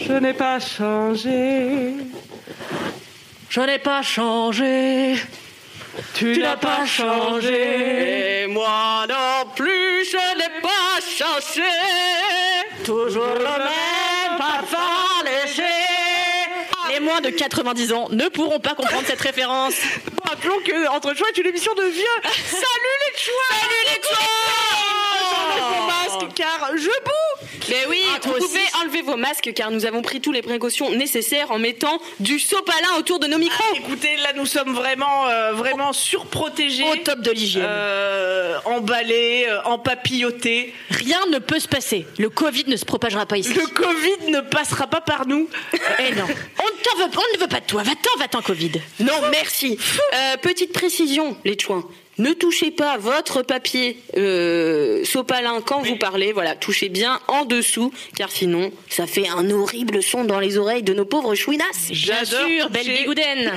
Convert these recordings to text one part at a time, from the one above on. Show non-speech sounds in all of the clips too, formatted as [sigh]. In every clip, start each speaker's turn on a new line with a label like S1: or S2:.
S1: Je n'ai pas changé.
S2: Je n'ai pas changé.
S1: Tu, n'as pas changé.
S2: Et moi non plus, je n'ai pas changé. Toujours le même parfum léger.
S3: Les moins de 90 ans ne pourront pas comprendre cette référence.
S2: Rappelons que Entre Choix est une émission de vieux. [laughs] Salut les choix Salut les choix Enlevez vos masques car je boue
S3: Mais oui,
S2: Ah, toi
S3: vous pouvez
S2: aussi.
S3: enlever vos masques car nous avons pris toutes les précautions nécessaires en mettant du sopalin autour de nos micros.
S2: Écoutez, là nous sommes vraiment, euh, vraiment surprotégés.
S3: Au top de l'hygiène.
S2: Euh, emballés, euh, empapillotés.
S3: Rien ne peut se passer. Le Covid ne se propagera pas ici.
S2: Le Covid ne passera pas par nous.
S3: Eh non, on ne, t'en veut, on ne veut pas de toi. Va-t'en, va-t'en, Covid. Non, merci. Euh, petite précision, les chouins. Ne touchez pas votre papier euh, sopalin quand vous parlez. Voilà, touchez bien en dessous, car sinon, ça fait un horrible son dans les oreilles de nos pauvres chouinasses.
S2: Bien J'adore sûr, belle toucher.
S3: bigoudaine.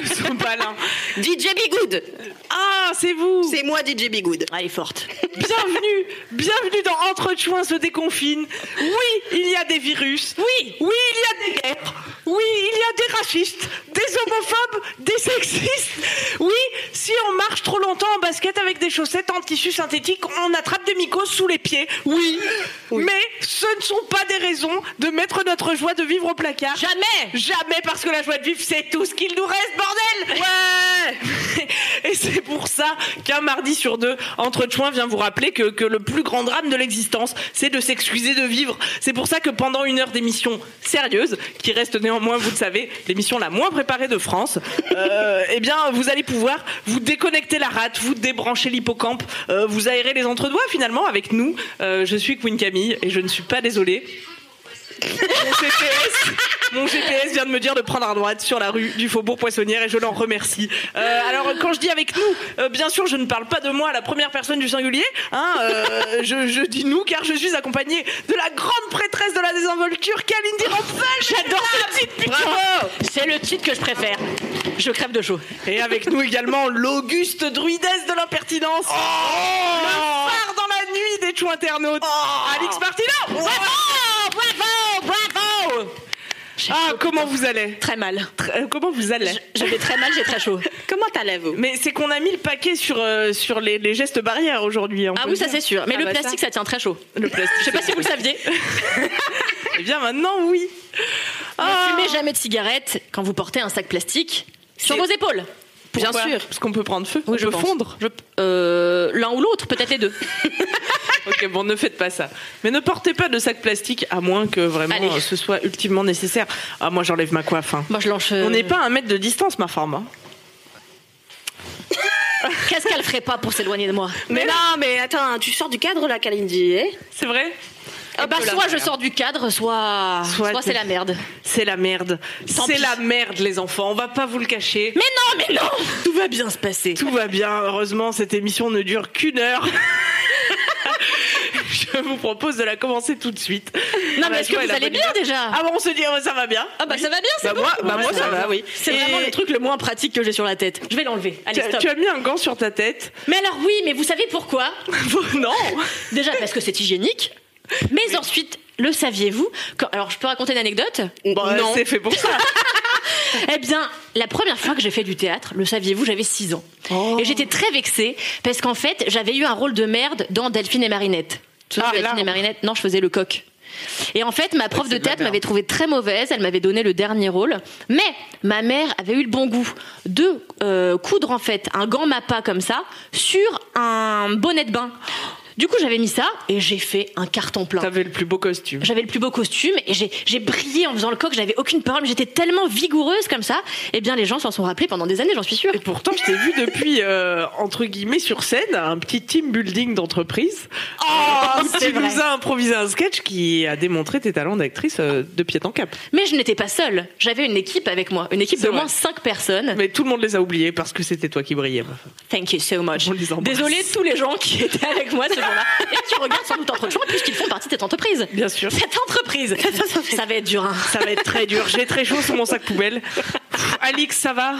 S2: Ils sont pas là.
S3: DJ Bigood.
S2: [laughs] Ah, c'est vous
S3: C'est moi, DJ Bigood. Elle est forte.
S2: Bienvenue, bienvenue dans Entre Chouins se déconfine. Oui, il y a des virus.
S3: Oui.
S2: Oui, il y a des guerres. Oui, il y a des racistes, des homophobes, des sexistes. Oui, si on marche trop longtemps en basket avec des chaussettes en tissu synthétique, on attrape des mycoses sous les pieds. Oui. Mais ce ne sont pas des raisons de mettre notre joie de vivre au placard.
S3: Jamais.
S2: Jamais parce que la joie de vivre, c'est tout ce qu'il nous reste, bordel Ouais [laughs] Et c'est pour ça qu'un mardi sur deux, Entre Chouins vient vous rappeler que, que le plus grand drame de l'existence, c'est de s'excuser de vivre. C'est pour ça que pendant une heure d'émission sérieuse, qui reste néanmoins, vous le savez, l'émission la moins préparée de France, euh, eh bien, vous allez pouvoir vous déconnecter la rate, vous débrancher l'hippocampe, euh, vous aérer les entre-doigts finalement avec nous. Euh, je suis Queen Camille et je ne suis pas désolée. Mon GPS, mon GPS vient de me dire de prendre à droite sur la rue du Faubourg Poissonnière et je l'en remercie. Euh, alors quand je dis avec nous, euh, bien sûr je ne parle pas de moi à la première personne du singulier. hein, euh, je, je dis nous car je suis accompagnée de la grande prêtresse de la désinvolture, Kalindi Rampage.
S3: J'adore ce titre, putain. C'est le titre que je préfère. Je crève de chaud.
S2: Et avec nous également l'auguste druidesse de l'impertinence. le phare dans la nuit des choux internautes. Alix Martino.
S3: Oh, bravo, bravo
S2: Ah comment vous allez
S3: Très mal.
S2: Euh, Comment vous allez
S3: Je vais très mal, j'ai très chaud. Comment t'allez-vous
S2: Mais c'est qu'on a mis le paquet sur, euh, sur les, les gestes barrières aujourd'hui. on
S3: Ah
S2: peut
S3: oui,
S2: le
S3: ça
S2: dire.
S3: c'est sûr. Mais
S2: Ah
S3: le
S2: bah ça.
S3: plastique, ça. tient très chaud.
S2: Le plastique.
S3: Je sais pas si vous le saviez.
S2: Eh bien maintenant, oui.
S3: Oh.
S2: Ah.
S3: Ne fumez jamais de cigarette quand vous portez un sac plastique sur
S2: C'est-
S3: vos épaules.
S2: Pourquoi
S3: Bien sûr.
S2: Parce qu'on peut prendre feu. on peut
S3: pense. [laughs]
S2: fondre.
S3: Je- euh, L'un ou l'autre, peut-être les deux.
S2: ok, bon, ne faites pas ça. Mais ne portez pas de sac plastique à moins que vraiment
S3: Allez.
S2: euh, ce soit ultimement nécessaire. Ah, moi j'enlève ma coiffe. hein.
S3: Moi, je lance. euh,
S2: On n'est pas à un mètre de distance, ma femme. hein.
S3: Qu'est-ce qu'elle ferait pas pour s'éloigner de moi
S4: Mais, non, mais attends, tu sors du cadre là, Kalindi.
S3: eh
S4: hein
S2: C'est vrai
S3: Ah bah,
S2: peut la
S3: soit je
S2: faire.
S3: sors du cadre, soit,
S2: Soit
S3: soit,
S2: t'es-
S3: c'est la merde.
S2: C'est la merde.
S3: Tant
S2: C'est
S3: pis.
S2: la merde, les enfants. On va pas vous le cacher.
S3: Mais non, mais non Tout va bien se passer.
S2: Tout va bien, heureusement cette émission ne dure qu'une heure. [laughs] Je vous propose de la commencer tout de suite.
S3: Non,
S2: Ah,
S3: mais
S2: bah,
S3: est-ce
S2: tu
S3: que
S2: vois,
S3: vous
S2: la
S3: allez
S2: bonne
S3: bien déjà
S2: Ah bon, on se dit, oh, ça va bien.
S3: Ah bah ça va bien, c'est
S2: Bah
S3: bon.
S2: moi, bah,
S3: Ouais,
S2: moi ça, va, oui.
S3: C'est
S2: Et
S3: vraiment le truc le moins pratique que j'ai sur la tête. Je vais l'enlever.
S2: Tu
S3: Allez,
S2: as,
S3: stop.
S2: tu as mis un gant sur ta tête [laughs]
S3: Mais alors oui, mais vous savez pourquoi
S2: Non
S3: Déjà parce que c'est hygiénique. Mais ensuite, le saviez-vous Quand- Alors je peux raconter une anecdote
S2: Bah,
S3: Non.
S2: C'est fait pour
S3: [laughs]
S2: ça.
S3: Eh bien, la première fois que j'ai fait du théâtre, le saviez-vous, j'avais 6 ans.
S2: Oh.
S3: Et j'étais très vexée parce qu'en fait, j'avais eu un rôle de merde dans Delphine et Marinette. Tu te souviens
S2: Ah,
S3: de Delphine
S2: là.
S3: et Marinette Non, je faisais le coq. Et en fait, ma prof de théâtre m'avait trouvée très mauvaise, elle m'avait donné le dernier rôle, mais ma mère avait eu le bon goût de euh, coudre en fait un gant mappa comme ça sur un bonnet de bain. Du coup, j'avais mis ça et j'ai fait un carton plein.
S2: T'avais le plus beau costume.
S3: J'avais le plus beau costume et j'ai j'ai brillé en faisant le coq, j'avais aucune parole, mais j'étais tellement vigoureuse comme ça. Eh bien, les gens s'en sont rappelés pendant des années, j'en suis sûre.
S2: Et pourtant, je t'ai vu depuis, euh, entre guillemets, sur scène, un petit team building d'entreprise. Oh,
S3: c'est
S2: tu
S3: vrai.
S2: nous as improvisé un sketch qui a démontré tes talents d'actrice euh, de pied en
S3: [laughs]
S2: cap.
S3: Mais je n'étais pas seule, j'avais une équipe avec moi, une équipe
S2: C'est
S3: d'au moins
S2: vrai.
S3: 5 personnes.
S2: Mais tout le monde les a oubliés parce que c'était toi qui brillais. ma femme.
S3: Thank you so much.
S2: On les embrasse.
S3: Désolée tous les gens qui étaient avec moi ce jour-là et qui regardent sans doute entre gens puisqu'ils font partie de cette entreprise.
S2: Bien sûr.
S3: Cette entreprise, ça va être dur. hein.
S2: Ça va être très dur. J'ai très chaud sous mon sac poubelle. Pff, Alix, ça va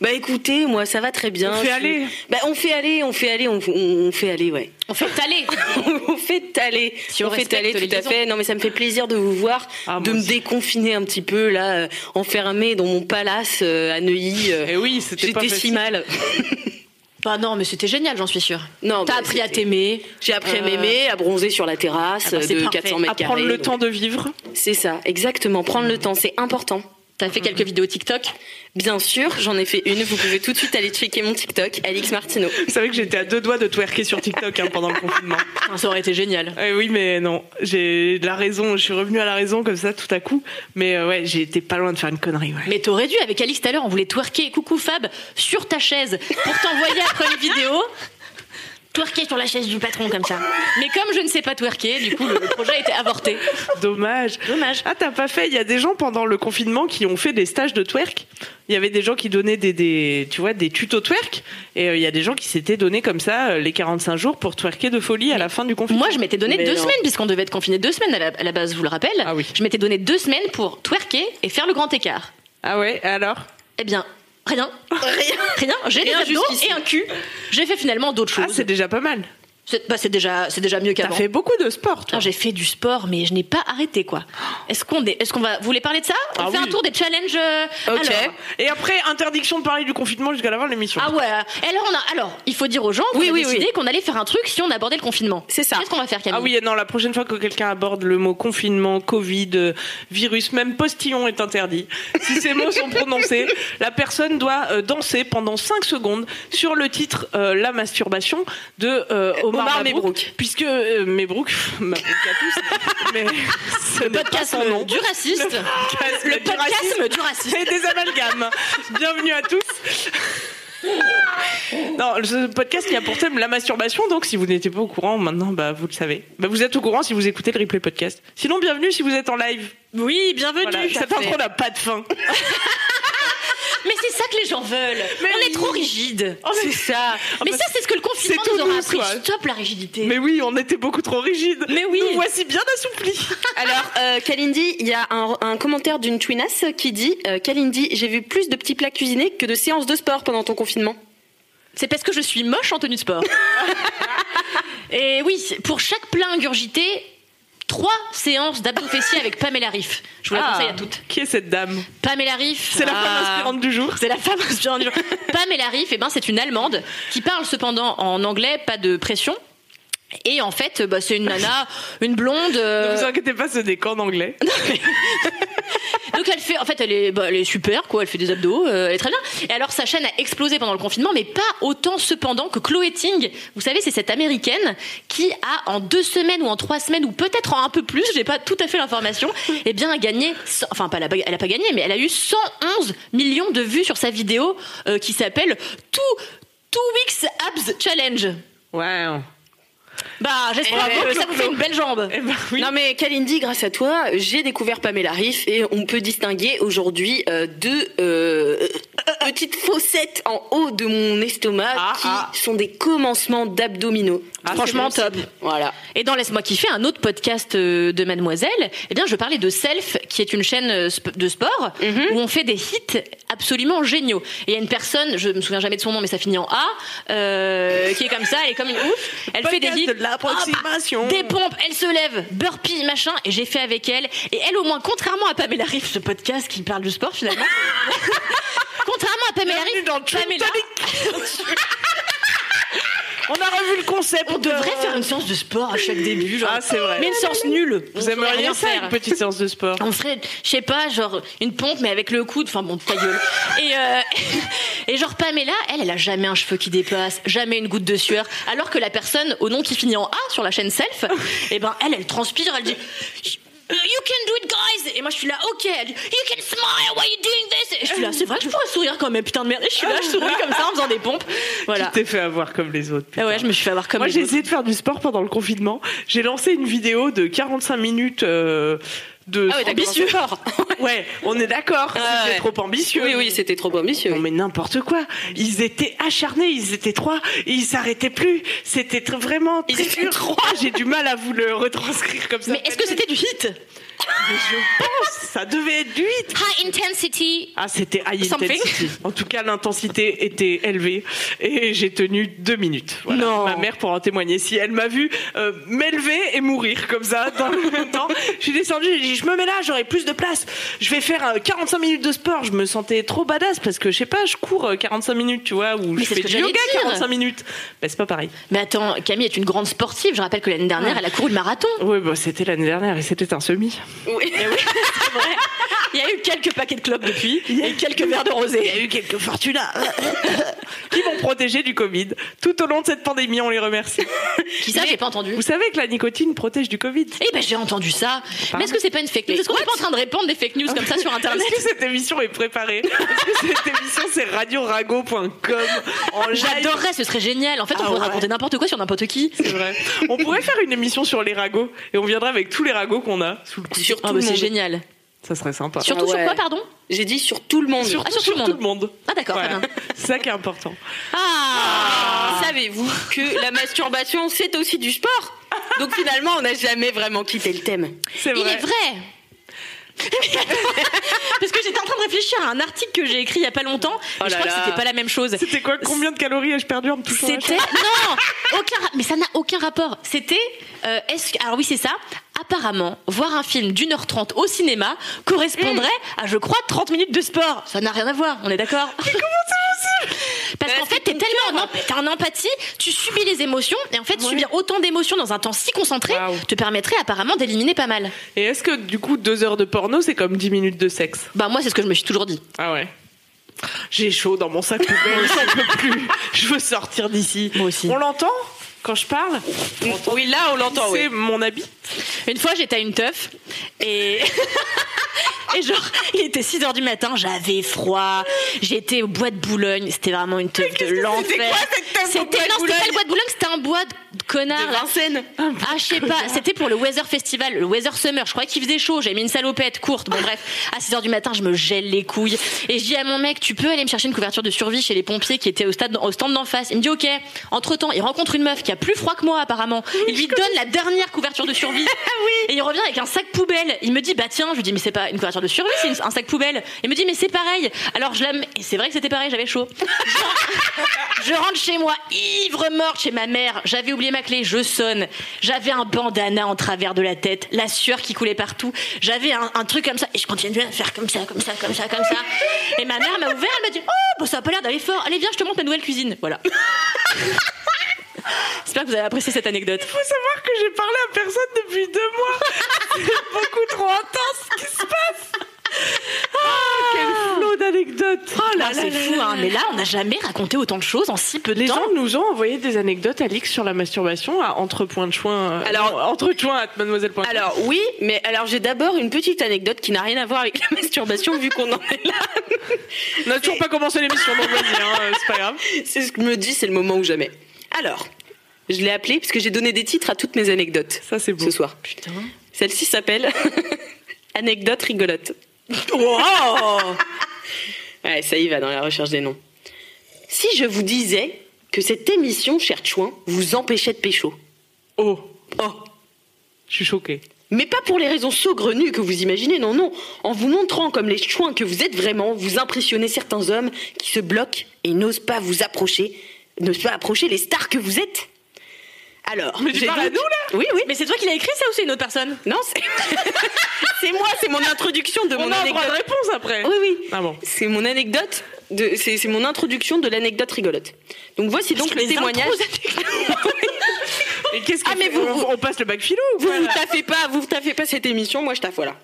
S4: Bah écoutez, moi ça va très bien.
S2: On fait
S4: Je suis-
S2: aller.
S4: Bah on fait aller, on fait aller, on, on- on fait aller, ouais. [laughs]
S3: On fait taler.
S4: on fait aller.
S3: Si on
S4: on, fait
S3: respecte
S4: aller
S3: les
S4: tout à
S3: liaisons.
S4: fait. Non mais ça me fait plaisir de vous voir,
S2: Ah, moi
S4: de me
S2: aussi.
S4: déconfiner un petit peu là, euh, enfermée dans mon palace euh, à Neuilly.
S3: [laughs]
S4: euh,
S2: Eh oui, c'était pas
S4: J'étais si
S2: facile.
S4: mal.
S3: Bah non, mais c'était génial, j'en suis sûre.
S4: Non,
S3: T'as
S4: bah,
S3: appris à
S4: c'était-
S3: t'aimer.
S4: J'ai appris à
S3: Euh,
S4: m'aimer, à bronzer sur la terrasse
S3: Ah bah, c'est
S4: de
S3: parfait.
S4: 400 mètres
S2: Prendre
S4: carrés.
S2: le
S4: donc.
S2: temps de vivre.
S4: C'est ça, exactement. Prendre le temps, c'est important.
S3: T'as fait quelques vidéos TikTok.
S4: Bien sûr, j'en ai fait une. Vous pouvez tout de suite aller checker mon TikTok, Alix Martineau.
S2: Vous savez que j'étais à deux doigts de twerker sur TikTok hein, pendant le [laughs] confinement.
S3: Putain, Ça aurait été génial.
S2: Eh oui, mais non, j'ai de la raison, je suis revenue à la raison comme ça tout à coup. Mais euh, ouais, j'ai été pas loin de faire une connerie. Ouais.
S3: Mais t'aurais dû, avec Alix tout à l'heure, on voulait twerker, coucou Fab, sur ta chaise pour t'envoyer après une vidéo. Twerker sur la chaise du patron comme ça. Mais comme je ne sais pas twerker, du coup le le projet a été avorté.
S2: Dommage.
S3: [laughs] Dommage.
S2: Ah, t'as pas fait Il y a des gens pendant le confinement qui ont fait des stages de twerk. Il y avait des gens qui donnaient des, des tu vois, des tutos twerk. Et euh, il y a des gens qui s'étaient donné comme ça euh, les 45 jours pour twerker de folie à la fin du confinement.
S3: Moi, je m'étais donné
S4: Mais
S3: deux
S4: non.
S3: semaines, puisqu'on devait être confiné deux semaines à la, à la base, je vous le rappelle.
S2: Ah oui.
S3: Je m'étais donné deux semaines pour twerker et faire le grand écart.
S2: Ah ouais, alors
S3: Eh bien, rien. Rien. Rien. J'ai des
S4: Rien
S3: abdos
S4: jusqu'ici.
S3: et un cul. J'ai fait finalement d'autres
S2: Ah,
S3: choses.
S2: c'est déjà pas mal.
S3: c'est bah, c'est déjà, c'est déjà mieux
S2: T'as
S3: qu'avant.
S2: fait beaucoup de sport, toi.
S3: Ah, J'ai fait du sport, mais je n'ai pas arrêté, quoi. Est-ce qu'on est, est-ce qu'on va, vous voulez parler de ça On
S2: Ah
S3: fait
S2: oui.
S3: un tour des challenges. euh,
S2: Ok.
S3: alors.
S2: Et après, interdiction de parler du confinement jusqu'à la fin de l'émission.
S3: Ah ouais. Et alors, on a, alors, il faut dire aux gens qu'on
S4: Oui,
S3: a
S4: oui,
S3: décidé qu'on allait faire un truc si on abordait le confinement.
S4: C'est ça.
S3: Qu'est-ce qu'on va faire, Camille
S2: Ah oui, et non, la prochaine fois que quelqu'un aborde le mot confinement, Covid, euh, virus, même postillon est interdit. Si ces mots sont prononcés, la personne doit euh, danser pendant 5 secondes sur le titre euh, La masturbation de euh, Omar,
S4: Omar
S2: Mabrouk,
S4: Mebrouk.
S2: Puisque euh, Mebrouk, Mabrouk à tous, mais ce n'est pas
S3: Podcast
S2: son nom.
S3: du raciste.
S2: Podcast
S3: Le
S2: du racisme
S3: podcast du raciste.
S2: et des amalgames. Bienvenue à tous. Non, ce podcast qui a pour thème la masturbation, donc si vous n'étiez pas au courant maintenant, bah, vous le savez. Bah, vous êtes au courant si vous écoutez le replay podcast. Sinon, bienvenue si vous êtes en live.
S3: Oui, bienvenue.
S2: Voilà, cette intro n'a pas de fin.
S3: Ah, Mais c'est ça que les gens veulent. on est trop rigide.
S4: C'est ça.
S3: Oh, mais
S2: bah,
S3: ça, c'est ce que le confinement
S2: c'est tout
S3: nous aura
S2: nous,
S3: appris.
S2: quoi.
S3: Stop la rigidité.
S2: Mais oui, on était beaucoup trop rigide.
S3: Mais oui.
S2: Nous voici bien assouplis.
S4: Alors, euh, Kalindi, il y a un, un commentaire d'une twinasse qui dit euh, Kalindi, j'ai vu plus de petits plats cuisinés que de séances de sport pendant ton confinement.
S3: C'est parce que je suis moche en tenue
S2: [laughs]
S3: de sport. Et oui, pour chaque plat ingurgité, trois séances d'abdos fessiers avec Pamela Riff. Je vous la conseille à toutes.
S2: Qui est cette dame
S3: Pamela Riff.
S2: Ah. C'est la
S3: ah.
S2: femme inspirante du jour.
S3: C'est la femme inspirante du jour. Pamela Riff, eh ben, c'est une Allemande qui parle cependant en anglais, pas de pression. Et en fait, bah, c'est une nana, une blonde. euh,
S2: Ne vous inquiétez pas, ce n'est qu'en anglais.
S3: Donc elle fait, en fait, elle est, bah, elle est super, quoi. Elle fait des abdos, euh, elle est très bien. Et alors sa chaîne a explosé pendant le confinement, mais pas autant cependant que Chloé Ting. Vous savez, c'est cette américaine qui a en deux semaines ou en trois semaines ou peut-être en un peu plus, j'ai pas tout à fait l'information, eh bien a gagné, cent- enfin pas, elle a pas- elle a pas gagné, mais elle a eu 111 millions de vues sur sa vidéo euh, qui s'appelle Two Two Weeks Abs Challenge.
S2: Wow.
S3: Bah
S2: Eh,
S3: j'espère vraiment que
S2: le
S3: ça vous fait une belle jambe.
S2: Eh ben oui.
S4: Non mais Kalindi, grâce à toi, j'ai découvert Pamela Riff et on peut distinguer aujourd'hui euh, deux euh, petites fossettes en haut de mon estomac
S2: Ah,
S4: qui
S2: ah.
S4: sont des commencements d'abdominaux.
S2: Ah,
S3: Franchement
S2: c'est
S3: top.
S4: Voilà.
S3: Et dans Laisse-moi kiffer, un autre podcast euh, de Mademoiselle, eh bien, je parlais de Self, qui est une chaîne euh, sp- de sport,
S2: Mhm.
S3: où on fait des hits absolument géniaux. Et il y a une personne, je me souviens jamais de son nom, mais ça finit en A, euh, qui est comme ça, elle est comme une ouf. Elle fait des
S2: Podcast
S3: hits.
S2: de l'approximation.
S3: Hop, Des pompes, elle se lève, burpee, machin, et j'ai fait avec elle. Et elle, au moins, contrairement à Pamela Riff, ce podcast qui parle du sport finalement. [laughs] contrairement à Pamela
S2: Bienvenue
S3: Riff,
S2: dans True
S3: Pamela,
S4: [laughs]
S2: On a revu le concept.
S3: on devrait
S2: euh,
S3: faire une séance de sport à chaque début, genre.
S2: Ah, c'est vrai.
S3: Mais une séance nulle.
S2: Vous
S3: On pourrait
S2: aimeriez
S3: rien
S2: ça,
S3: faire.
S2: une petite séance de sport
S3: On ferait, je sais pas, genre une pompe, mais avec le coude. Enfin bon, ta gueule. Et, euh, [laughs] et genre Pamela, elle, elle a jamais un cheveu qui dépasse, jamais une goutte de sueur. Alors que la personne au nom qui finit en A sur la
S2: [laughs]
S3: chaîne Self, et ben elle, elle transpire, elle dit. You can do it, guys! Et moi, je suis là, ok. Elle dit, you can smile while you're doing this! Et je suis là, c'est vrai que je pourrais sourire quand même, putain de merde. Et je suis là, je souris comme ça en faisant des pompes. [laughs] Voilà.
S2: Tu t'es fait avoir comme les autres.
S3: Ah ouais, je me suis fait avoir comme
S2: Moi,
S3: les
S2: j'ai
S3: autres.
S2: essayé de faire du sport pendant le confinement. J'ai lancé une vidéo de 45 minutes euh, de.
S4: Ah ouais, t'as commencé fort.
S2: [laughs] Ouais, on est d'accord.
S4: Ah
S2: C'était
S4: ouais.
S2: trop ambitieux.
S4: oui, oui, c'était trop ambitieux.
S2: Non mais n'importe quoi. Ils étaient acharnés, ils étaient trois, et ils s'arrêtaient plus. C'était tr- vraiment.
S4: Ils
S2: très
S4: étaient
S2: dur. J'ai du mal à vous le retranscrire comme ça.
S3: Mais est-ce que c'était du hit?
S4: [laughs]
S2: Ça devait être 8
S3: High intensity.
S2: Ah, c'était high
S3: Something.
S2: intensity. En tout cas, l'intensité était élevée et j'ai tenu deux minutes. Voilà.
S4: Non.
S2: Ma mère pourra en témoigner. Si elle m'a vu euh, m'élever et mourir comme ça dans le même temps, je suis descendue, j'ai dit je me mets là, j'aurai plus de place. Je vais faire euh, 45 minutes de sport. Je me sentais trop badass parce que je sais pas, je cours euh, 45 minutes, tu vois, ou je
S3: c'est ce
S2: fais
S3: que
S2: du
S3: j'allais
S2: yoga
S3: dire.
S2: 45 minutes. Bah, c'est pas pareil.
S3: Mais attends, Camille est une grande sportive. Je rappelle que l'année dernière, elle a couru le marathon.
S2: Oui, bah, c'était l'année dernière et c'était un semi.
S3: Il y a eu quelques paquets de clopes depuis.
S2: et quelques verres de rosé. Il y a eu quelques fortunats qui m'ont protégé du Covid. Tout au long de cette pandémie, on les remercie.
S3: Qui ça, j'ai pas entendu.
S2: Vous savez que la nicotine protège du Covid.
S3: Eh ben j'ai entendu ça. Mais est-ce que c'est pas une fake news Est-ce qu'on est pas en train de répandre des fake news comme ça sur [laughs] internet
S2: Est-ce que cette émission est préparée Est-ce que cette émission c'est radiorago.com en live
S3: J'adorerais, ce serait génial. En fait, on
S2: Ah
S3: pourrait
S2: ouais.
S3: raconter n'importe quoi sur n'importe qui.
S2: C'est vrai. On pourrait faire une émission sur les ragots et on viendra avec tous les ragots qu'on a sous le coude.
S4: Sur tout
S3: Ah,
S4: le
S3: bah, c'est
S4: monde.
S3: génial. Ah
S2: Ça serait sympa.
S3: Surtout sur
S4: ouais.
S3: quoi, pardon
S4: J'ai dit sur tout le monde.
S2: Surtout
S3: Ah, sur tout le monde.
S2: le monde.
S3: Ah, d'accord, très
S2: Voilà.
S3: bien.
S2: C'est ça qui est important.
S3: Ah
S4: Savez-vous que la masturbation, c'est aussi du sport Donc finalement, on n'a jamais vraiment quitté le thème.
S2: C'est
S3: Il
S2: vrai.
S3: est vrai [laughs] Parce que j'étais en train de réfléchir à un article que j'ai écrit il y a pas longtemps. mais je
S2: là
S3: crois
S2: là.
S3: que c'était pas la même chose.
S2: C'était quoi Combien de calories ai-je perdu en me touchant la
S3: C'était non, aucun ra- mais ça n'a aucun rapport. C'était euh, est-ce que- alors oui, c'est ça. Apparemment, voir un film d'une heure trente au cinéma correspondrait
S2: Mmh.
S3: à je crois 30 minutes de sport. Ça n'a rien à voir, on est d'accord Parce qu'en fait, t'es tellement en, t'as un empathie, tu subis les émotions et en fait, subir autant d'émotions dans un temps si concentré
S2: Waouh.
S3: te permettrait apparemment d'éliminer pas mal.
S2: Et est-ce que du coup, deux heures de porno, c'est comme 10 minutes de sexe
S3: Bah moi, c'est ce que je me suis toujours dit.
S2: Ah ouais. J'ai chaud dans mon sac poubelle, j'en peux plus. Je veux sortir d'ici.
S3: Moi aussi.
S2: On l'entend quand je parle
S4: Oui, là, on l'entend,
S2: C'est mon habit.
S3: Une fois, j'étais à une teuf et. [laughs] Et genre, il était 6h du matin, j'avais froid, j'étais au bois de Boulogne, c'était vraiment une teuf de l'enfer. C'était non, c'était pas le bois de Boulogne, c'était un bois de connard. là.
S4: Vincennes.
S3: Ah, je sais pas, c'était pour le Weather Festival, le Weather Summer. Je croyais qu'il faisait chaud, j'avais mis une salopette courte. Bon, bref, à 6h du matin, je me gèle les couilles. Et je dis à mon mec, tu peux aller me chercher une couverture de survie chez les pompiers qui étaient au, stade, au stand d'en face. Il me dit, ok. Entre temps, il rencontre une meuf qui a plus froid que moi, apparemment. Il lui donne la dernière couverture de survie. Et il revient avec un sac poubelle. Il me dit, bah tiens, je lui dis, mais c'est pas une couverture de survie, c'est une- un sac poubelle. Il me dit, mais c'est pareil. Alors je la mets- et c'est vrai que c'était pareil, j'avais chaud. Je rentre chez moi, ivre morte chez ma mère. J'avais oublié ma clé, je sonne. J'avais un bandana en travers de la tête, la sueur qui coulait partout. J'avais un, un truc comme ça et je continuais à faire comme ça, comme ça, comme ça, comme ça. Et ma mère m'a ouvert, elle m'a dit Oh, bon, ça a pas l'air d'aller fort. Allez, viens, je te montre ma nouvelle cuisine. Voilà. [laughs] J'espère que vous avez apprécié cette anecdote.
S2: Faut savoir que j'ai parlé à personne depuis deux mois. C'est beaucoup trop intense ce qui se passe. Ah, quel flot d'anecdotes.
S4: Oh
S3: Ah, c'est fou, hein. Mais là, on n'a jamais raconté autant de choses en si peu de
S2: Les
S3: temps.
S2: gens nous ont envoyé des anecdotes, Alix, sur la masturbation à entre points de choin. Alors,
S4: Alors-
S2: entre choin à mademoiselle point de
S4: Alors oui, mais alors j'ai d'abord une petite anecdote qui n'a rien à voir avec la masturbation vu qu'on en est là.
S2: choin. On n'a toujours pas commencé l'émission, donc vas-y, hein, euh, c'est pas grave.
S4: [laughs] C'est ce que je me dis, c'est le moment ou jamais. Alors, je l'ai appelée parce que j'ai donné des titres à toutes mes anecdotes
S2: Ça, c'est beau.
S4: ce soir. Putain. Celle-ci s'appelle [laughs] Anecdote rigolote. Ouais, ça y va dans la recherche des noms. Si je vous disais que cette émission, cher Chouin, vous empêchait de pécho.
S2: Oh,
S4: Oh.
S2: je suis choquée.
S4: Mais pas pour les raisons saugrenues que vous imaginez, non, non. En vous montrant comme les chouins que vous êtes vraiment, vous impressionnez certains hommes qui se bloquent et n'osent pas vous approcher, n'osent pas approcher les stars que vous êtes. Alors,
S2: Mais tu
S4: j'ai
S2: parles à nous,
S4: là Oui, oui.
S3: Mais c'est toi qui l'as écrit ça ou c'est une autre personne
S4: Non, c'est [laughs] c'est moi, c'est mon introduction de
S2: On
S4: mon
S2: a un droit de
S4: anecdote.
S2: réponse après.
S4: Oui, oui.
S2: Ah bon.
S4: C'est mon anecdote, de... c'est c'est mon introduction de l'anecdote rigolote. Donc voici donc le
S3: les
S4: témoignage.
S2: Et qu'est-ce
S4: Ah, mais vous-
S2: on, on passe le bac philo ou
S4: Vous
S2: quoi,
S4: vous
S2: là
S4: taffez pas, vous vous taffez pas cette émission, moi je taffe, voilà.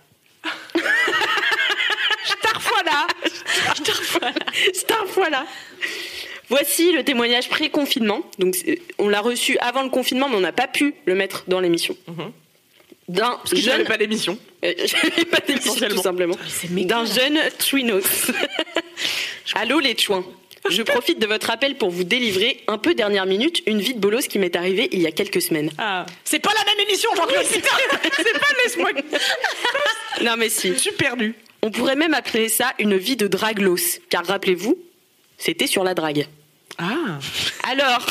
S4: je taffe, voilà. Voici le témoignage pré-confinement. Donc c'est- on l'a reçu avant le confinement, mais on n'a pas pu le mettre dans l'émission.
S2: Mhm.
S4: D'un
S2: Parce que j'avais
S4: jeune,
S2: pas l'émission.
S4: Euh, [laughs] j'avais pas d'émission,
S2: Essentiellement.
S4: tout simplement.
S3: C'est
S4: D'un jeune Twinos. [laughs] Allô les chouins. Je profite de votre appel pour vous délivrer un peu dernière minute une vie de bolos qui m'est arrivée il y a quelques semaines.
S2: Ah.
S3: C'est pas la même émission, Jean-Claude.
S4: [laughs]
S2: C'est pas laisse-moi.
S4: Non mais si.
S2: Je suis perdue.
S4: On pourrait même appeler ça une vie de draglos, car rappelez-vous, c'était sur la drague.
S2: Ah. Alors,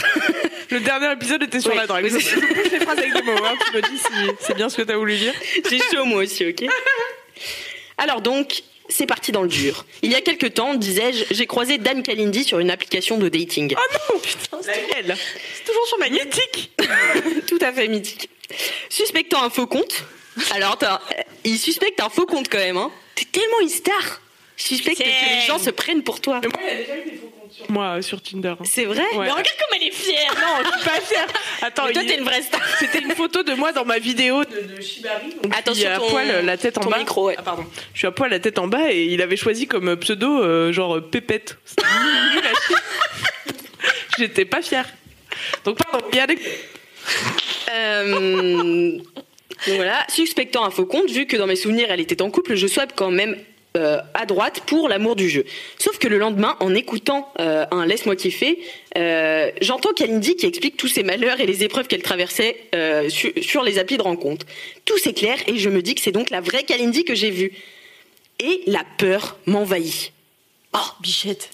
S2: le dernier épisode était sur
S4: Oui.
S2: la drague. Je bouche les phrases avec des mots. hein. Tu me dis si c'est bien ce que t'as
S4: [laughs]
S2: voulu dire.
S4: [laughs] J'ai chaud moi aussi, ok Alors donc, c'est parti dans le dur. Il y a quelques temps, disais-je, j'ai croisé Dan Kalindi sur une application de dating.
S2: Laquelle C'est toujours sur magnétique.
S4: Tout à fait mythique. Suspectant un faux compte. Alors, t'as- euh, il suspecte un faux compte quand même. Hein. T'es tellement une star. Je suspecte que les gens se prennent pour toi.
S2: Moi, euh, sur Tinder. hein.
S4: C'est vrai
S2: Ouais.
S3: Mais regarde comme elle est fière.
S2: Non, je suis pas fière. Attends,
S4: Mais toi,
S2: il-
S4: t'es une vraie star.
S2: c'était une photo de moi dans ma vidéo de, de Shibari. Donc,
S4: Attention,
S2: je suis à
S4: ton-
S2: poil, euh, la tête en
S4: ton
S2: bas.
S4: micro, ouais.
S2: Ah, pardon. Je suis à poil, la tête en bas, et il avait choisi comme pseudo euh, genre euh, Pépette. C'était nul à chier. [laughs] J'étais pas fière. Donc pardon, bien
S4: Euh, donc voilà, suspectant un faux compte, vu que dans mes souvenirs elle était en couple, je swipe quand même euh, à droite pour l'amour du jeu. Sauf que le lendemain, en écoutant euh, un Laisse-moi kiffer, euh, j'entends Kalindi qui explique tous ses malheurs et les épreuves qu'elle traversait euh, su- sur les applis de rencontre. Tout s'éclaire et je me dis que c'est donc la vraie Kalindi que j'ai vue. Et la peur m'envahit.
S3: Oh, bichette.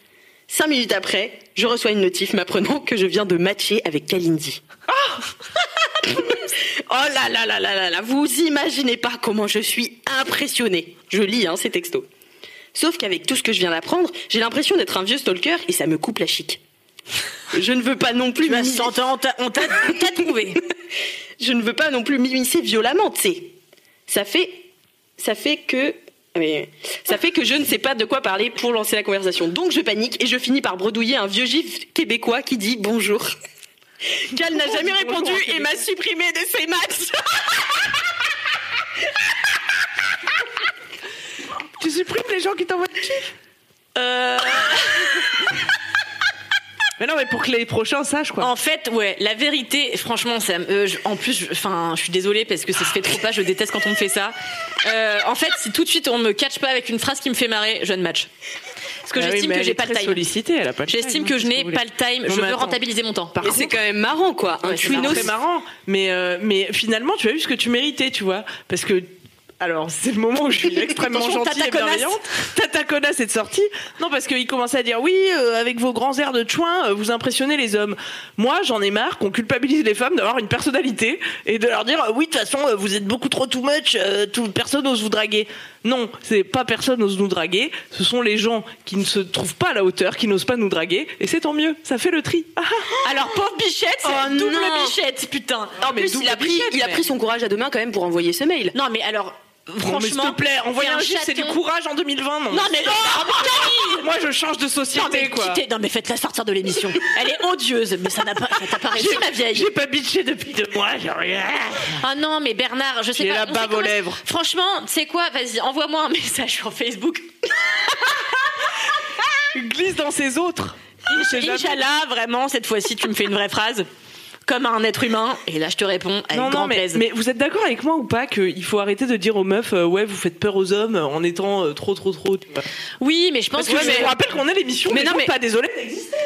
S4: Cinq minutes après, je reçois une notif m'apprenant que je viens de matcher avec Kalindi. [laughs] Oh là là là là là là, vous imaginez pas comment je suis impressionnée. Je lis hein, ces textos. Sauf qu'avec tout ce que je viens d'apprendre, j'ai l'impression d'être un vieux stalker et ça me coupe la chic. Je ne veux pas non plus m'immiscer-
S5: on t'a on t'a- on t'a trouvé.
S4: je ne veux pas non plus m'immiscer violemment, tu sais. Ça fait ça fait que mais ça fait que je ne sais pas de quoi parler pour lancer la conversation. Donc je panique et je finis par bredouiller un vieux gif québécois qui dit [laughs] bonjour. Gal n'a jamais répondu et m'a supprimé de ses matchs.
S2: Tu supprimes les gens qui t'envoient des chiffres
S3: Euh,
S2: Mais non, mais pour que les prochains sachent quoi.
S3: En fait, ouais, la vérité, franchement, ça, me- euh, je- en plus, je- enfin, je suis désolée parce que ça se fait trop pas. Je déteste quand on me fait ça. Euh, en fait, si tout de suite on me catch pas avec une phrase qui me fait marrer, je ne match. Parce que
S2: Ah oui,
S3: j'estime
S2: mais
S3: que
S2: elle
S3: j'ai
S2: est
S3: pas le
S2: très
S3: time.
S2: sollicitée, elle a pas le
S3: J'estime
S2: time,
S3: que
S2: hein,
S3: je
S2: qu'est-ce
S3: n'ai
S2: vous
S3: pas
S2: voulez.
S3: le time.
S2: Non,
S3: je
S2: mais
S3: veux
S2: attends.
S3: rentabiliser mon temps.
S2: Par
S4: Mais
S2: contre,
S4: c'est quand même marrant quoi, un
S2: Ouais, c'est marrant.
S4: Twinos.
S2: C'est marrant, mais, euh, mais finalement, tu as eu ce que tu méritais, tu vois. Parce que, alors, c'est le moment où je suis extrêmement
S3: Attention,
S2: gentille et
S3: tata connasse.
S2: bienveillante. Tata connasse est sortie. Non, parce qu'il commençait à dire Oui, euh, avec vos grands airs de chouin, euh, vous impressionnez les hommes. Moi, j'en ai marre qu'on culpabilise les femmes d'avoir une personnalité et de leur dire Oui, de toute façon, euh, vous êtes beaucoup trop too much, euh, tout, personne n'ose vous draguer. Non, c'est pas personne n'ose nous draguer, ce sont les gens qui ne se trouvent pas à la hauteur, qui n'osent pas nous draguer, et c'est tant mieux, ça fait le tri. [laughs] Ah, ah, ah.
S3: Alors, pauvre bichette, c'est la
S4: Oh
S3: double
S4: non.
S3: bichette, putain.
S4: En plus, il a, pris, il a pris son courage à deux mains quand même pour envoyer ce mail.
S3: Non, mais alors,
S2: Non, mais
S3: franchement.
S2: s'il te plaît, envoyer
S3: c'est
S2: un
S3: un
S2: gif, c'est du
S3: chaton.
S2: courage en 2020. Non,
S3: Non, mais. Non,
S2: moi je change de société
S3: mais,
S2: quoi.
S3: quittez- non, mais faites-la sortir de l'émission. Elle est odieuse, mais ça n'a pas, ça
S2: [laughs]
S3: t'a pas réussi, la vieille.
S2: J'ai pas bitché depuis deux mois, j'ai rien.
S3: Ah non, mais Bernard, je sais
S2: J'ai
S3: pas.
S2: la
S3: on sait
S2: bave aux
S3: comment-
S2: lèvres.
S3: Franchement, tu sais quoi Vas-y, envoie-moi un [laughs] message sur Facebook.
S2: Tu glisses dans ses autres. C'est jamais-
S3: Inch'Allah, vraiment, cette fois-ci, tu me fais une vraie phrase. Comme un être humain. Et là, je te réponds avec
S2: Non,
S3: grand
S2: non, mais,
S3: plaisir.
S2: mais vous êtes d'accord avec moi ou pas qu'il faut arrêter de dire aux meufs euh, ouais vous faites peur aux hommes euh, en étant euh, trop trop trop. tu vois.
S3: Oui, mais je pense
S2: Parce
S3: que.
S2: que je
S3: je-
S2: vous rappelle qu'on est l'émission.
S3: Mais
S2: Mais
S3: non,
S2: non,
S3: mais-
S2: pas désolé d'exister.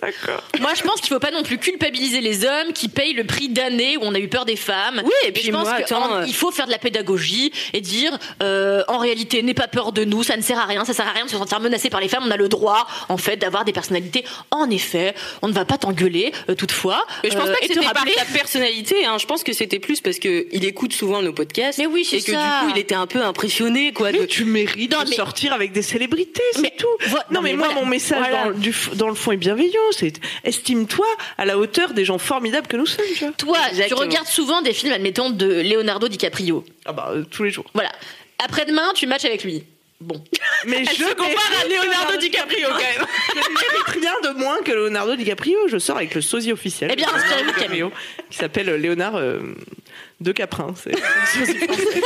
S2: D'accord.
S3: Moi, je pense qu'il faut pas non plus culpabiliser les hommes qui payent le prix d'années où on a eu peur des femmes. Oui,
S4: et puis
S3: je pense
S4: moi,
S3: que
S4: attends,
S3: en-
S4: euh,
S3: il faut faire de la pédagogie et dire euh, en réalité, n'aie pas peur de nous, ça ne sert à rien, ça sert à rien de se sentir menacé par les femmes. On a le droit, en fait, d'avoir des personnalités. En effet, on ne va pas t'engueuler, euh, toutefois.
S4: Mais je pense
S3: Euh,
S4: pas que
S3: et te
S4: c'était par
S3: rappeler-
S4: sa personnalité. Hein. Je pense que c'était plus parce que il écoute souvent nos podcasts.
S3: Mais oui, c'est
S4: Et que
S3: ça.
S4: du coup, il était un peu impressionné, quoi. de-
S2: Mais tu mérites
S3: Non,
S2: de
S3: mais-
S2: sortir avec des célébrités, c'est
S3: Mais
S2: tout.
S3: vo-
S2: non,
S3: non,
S2: mais,
S3: mais
S2: moi,
S3: voilà.
S2: mon message
S3: Voilà.
S2: dans, le- du f- dans le fond est bienveillant. C'est estime-toi à la hauteur des gens formidables que nous sommes. Tu vois.
S3: Toi, tu
S4: Exactement.
S3: regardes souvent des films, admettons, de Leonardo DiCaprio.
S2: Ah bah euh, tous les jours.
S3: Voilà. Après-demain, tu matches avec lui. Bon.
S2: Mais je
S4: compare à Leonardo
S2: DiCaprio quand même. [laughs] je ne mérite rien de moins que Leonardo DiCaprio. Je sors avec le sosie officiel.
S3: Eh bien, inspirez-vous de Camille.
S2: DiCaprio, qui s'appelle euh, Léonard euh, de Caprin.
S3: [laughs]
S2: C'est le [laughs] sosie français.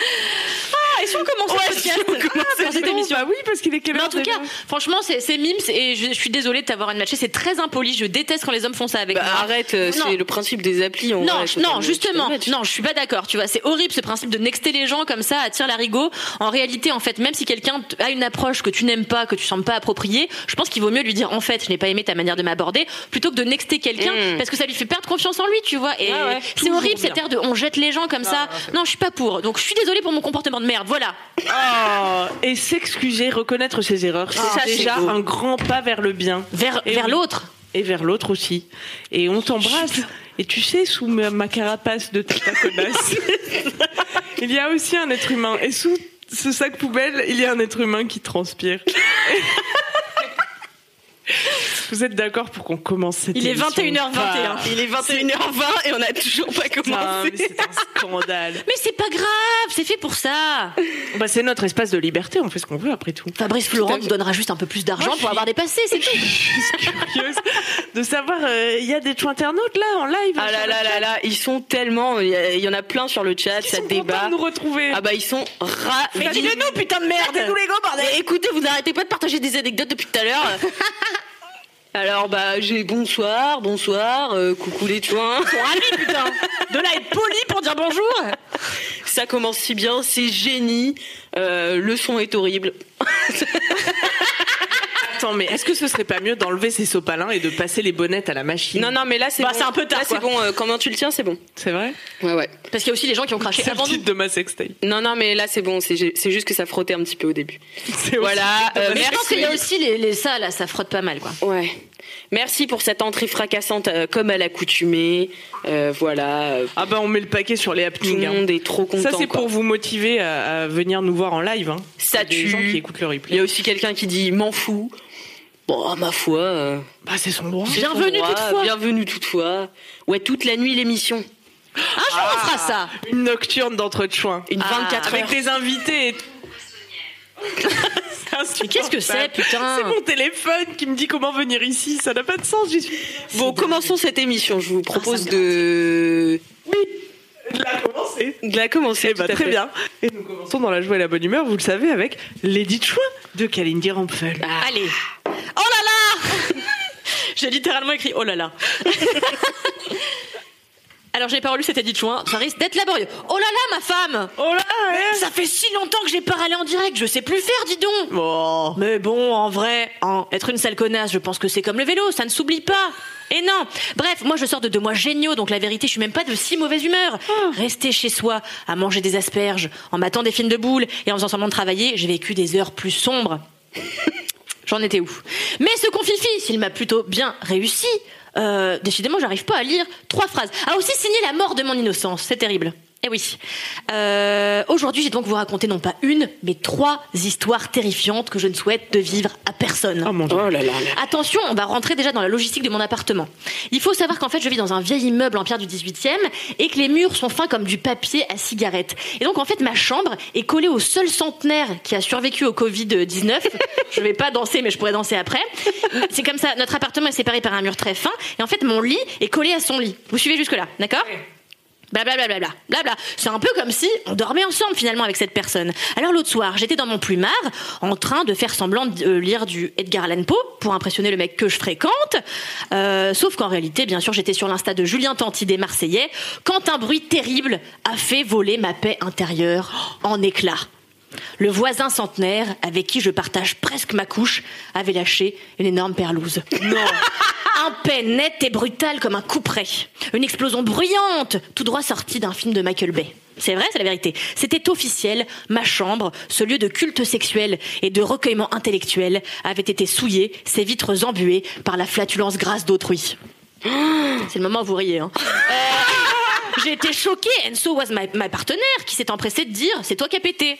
S3: Ah, et si on commence Ah,
S2: Ouais, si on commence cette émission. Bah oui, parce qu'il est quelle
S3: Mais
S2: heure
S3: en tout
S2: déjà
S3: cas, franchement, c'est c'est mimes et je, je suis désolée de t'avoir une matchée. C'est très impoli. Je déteste quand les hommes font ça avec
S4: Bah,
S3: moi.
S4: arrête, euh,
S3: Non.
S4: c'est le principe des applis. En
S3: Non,
S4: vrai,
S3: je-
S4: faut
S3: non,
S4: pas-
S3: justement,
S4: faut pas-
S3: non, je suis pas d'accord. Tu vois, c'est horrible ce principe de nexter les gens comme ça à tir larigot. En réalité, en fait, même si quelqu'un t- a une approche que tu n'aimes pas, que tu sembles pas appropriée, je pense qu'il vaut mieux lui dire en fait, je n'ai pas aimé ta manière de m'aborder, plutôt que de nexter quelqu'un
S4: Mm.
S3: parce que ça lui fait perdre confiance en lui, tu vois. Et
S2: Hmm. Ouais, ouais.
S3: c'est
S2: Toujours
S3: horrible cette
S2: bien. Ah,
S3: air de on jette les gens comme ça. Non, je suis pas pour. Donc je suis désolée pour mon comportement de merde. Voilà.
S2: Oh, et s'excuser, reconnaître ses erreurs, Ah, c'est
S6: ça, c'est
S2: déjà
S6: beau.
S2: un grand pas vers le bien
S3: Vers,
S2: Et
S3: vers
S2: oui.
S3: l'autre.
S2: et vers l'autre aussi. Et on t'embrasse. Et tu sais, sous ma ma carapace de tata connasse, [laughs] il y a aussi un être humain. Et sous ce sac poubelle, il y a un être humain qui [laughs] transpire. Vous êtes d'accord pour qu'on commence cette
S3: Il est
S2: émission Ah,
S3: 21h21.
S6: Il est 21h20 et on n'a toujours pas
S2: Putain,
S6: commencé.
S2: mais c'est un scandale.
S3: Mais c'est pas grave, c'est fait pour ça.
S2: Bah, c'est notre espace de liberté, on fait ce qu'on veut après tout.
S3: Fabrice Florent nous donnera juste un peu plus d'argent
S2: Moi,
S3: pour
S2: je suis-
S3: avoir dépassé, c'est tout.
S2: Curieuse de savoir, euh, il y a des chouins internautes là en live.
S6: Ah là
S2: sur le
S6: là
S2: chat.
S6: là là, ils sont tellement. Il y a- il y en a plein sur le chat,
S2: Ils
S6: ça
S2: sont contents
S6: débat.
S2: de nous retrouver.
S6: Ah bah ils sont ra.
S2: Mais dis-le nous,
S6: putain de merde Mais écoutez, vous n'arrêtez pas de partager des anecdotes depuis tout à l'heure. Alors bah j'ai bonsoir, bonsoir, euh, coucou les toins.
S3: putain. De là être poli pour dire bonjour.
S6: Ça commence si bien, c'est génie. Euh, le son est horrible.
S2: Attends, mais est-ce que ce serait pas mieux d'enlever ces sopalins et de passer les bonnettes à la machine
S6: Non non mais là c'est
S3: Bah,
S6: bon.
S3: c'est un peu tard,
S6: Là c'est
S3: quoi.
S6: bon. euh, comment tu le tiens c'est bon.
S2: C'est vrai
S6: Ouais ouais.
S3: Parce qu'il y a aussi les gens qui ont craché
S2: C'est le
S3: avant nous.
S2: titre de ma sextape.
S6: Non non mais là c'est bon. C'est c'est juste que ça frottait un petit peu au début.
S2: C'est
S6: Voilà. euh,
S3: Mais je pense
S6: merci.
S3: qu'il y a aussi les, les ça là, ça frotte pas mal quoi.
S6: Ouais. Merci pour cette entrée fracassante euh, comme à l'accoutumée. Euh, voilà. euh,
S2: Ah bah on met le paquet sur les
S6: Tout
S2: happenings.
S6: le
S2: hein.
S6: monde est trop content.
S2: Ça c'est
S6: quoi.
S2: pour vous motiver à, à venir nous voir en live. Hein.
S6: Ça
S2: Des
S6: tue.
S2: gens qui écoutent le
S6: Il y
S2: replay.
S6: a aussi quelqu'un qui dit m'en fous. Bon, ma foi. euh,
S2: Bah c'est son droit.
S6: c'est son
S3: Bienvenue
S6: droit,
S3: toutefois.
S6: Bienvenue toutefois. Ouais, toute la nuit l'émission.
S3: Un jour on fera ça.
S2: Une nocturne d'entre-chouins.
S6: Une
S3: Ah,
S6: 24
S2: Avec
S6: heures.
S2: des [laughs] invités. et- C'est
S3: Mais qu'est-ce que c'est
S2: insupportable.
S3: putain
S2: C'est mon téléphone qui me dit comment venir ici, ça n'a pas de sens. j'y suis-
S6: Bon, commençons cette émission. Je vous propose
S3: me
S6: de...
S2: Il a commencé.
S6: de la commencer.
S2: Eh bah,
S6: tout à
S2: très
S6: fait.
S2: bien. Et nous commençons dans la joie et la bonne humeur, vous le savez, avec Lady Chouin de Kalindi Rampfel.
S6: Ah,
S3: Allez. Oh là là [laughs] J'ai littéralement écrit oh là là. [laughs] Alors j'ai pas relu cet édit joint, ça risque d'être laborieux. Oh là là ma femme
S2: Oh là hein
S3: Ça fait si longtemps que j'ai pas râlé en direct, je sais plus faire dis donc
S2: Bon.
S3: Mais bon, en vrai, hein, être une sale connasse, je pense que c'est comme le vélo, ça ne s'oublie pas. Et non. Bref, moi je sors de deux mois géniaux, donc la vérité, je suis même pas de si mauvaise humeur. Rester chez soi, à manger des asperges, en battant des films de boules et en faisant semblant de travailler, j'ai vécu des heures plus sombres. J'en étais où Mais ce confifi, s'il m'a plutôt bien réussi, euh, décidément, j'arrive pas à lire trois phrases. A aussi signé la mort de mon innocence. C'est terrible. Eh oui. Euh, Aujourd'hui, j'ai donc vous raconter non pas une, mais trois histoires terrifiantes que je ne souhaite de vivre à personne.
S2: Oh mon dieu.
S6: Oh là là. là.
S3: Attention, on va rentrer déjà dans la logistique de mon appartement. Il faut savoir qu'en fait, je vis dans un vieil immeuble en pierre du 18e et que les murs sont fins comme du papier à cigarette. Et donc, en fait, ma chambre est collée au seul centenaire qui a survécu au Covid-19. [laughs] je vais pas danser, mais je pourrais danser après. C'est comme ça, notre appartement est séparé par un mur très fin et en fait, mon lit est collé à son lit. Vous suivez jusque-là, d'accord Blablabla. Bla bla bla. C'est un peu comme si on dormait ensemble finalement avec cette personne. Alors l'autre soir, j'étais dans mon plumard en train de faire semblant de euh, lire du Edgar Allan Poe pour impressionner le mec que je fréquente. Euh, sauf qu'en réalité, bien sûr, j'étais sur l'insta de Julien Tanti des Marseillais quand un bruit terrible a fait voler ma paix intérieure en éclats. Le voisin centenaire, avec qui je partage presque ma couche, avait lâché une énorme perlouse. Non Un paix net et brutal comme un couperet. Une explosion bruyante, tout droit sortie d'un film de Michael Bay. C'est vrai, c'est la vérité. C'était officiel, ma chambre, ce lieu de culte sexuel et de recueillement intellectuel, avait été souillé, ses vitres embuées par la flatulence grasse d'autrui. [gasps] C'est le moment où vous riez. Hein. Euh, J'ai été choquée. Enso was my- ma partenaire qui s'est empressée de dire c'est toi qui as pété.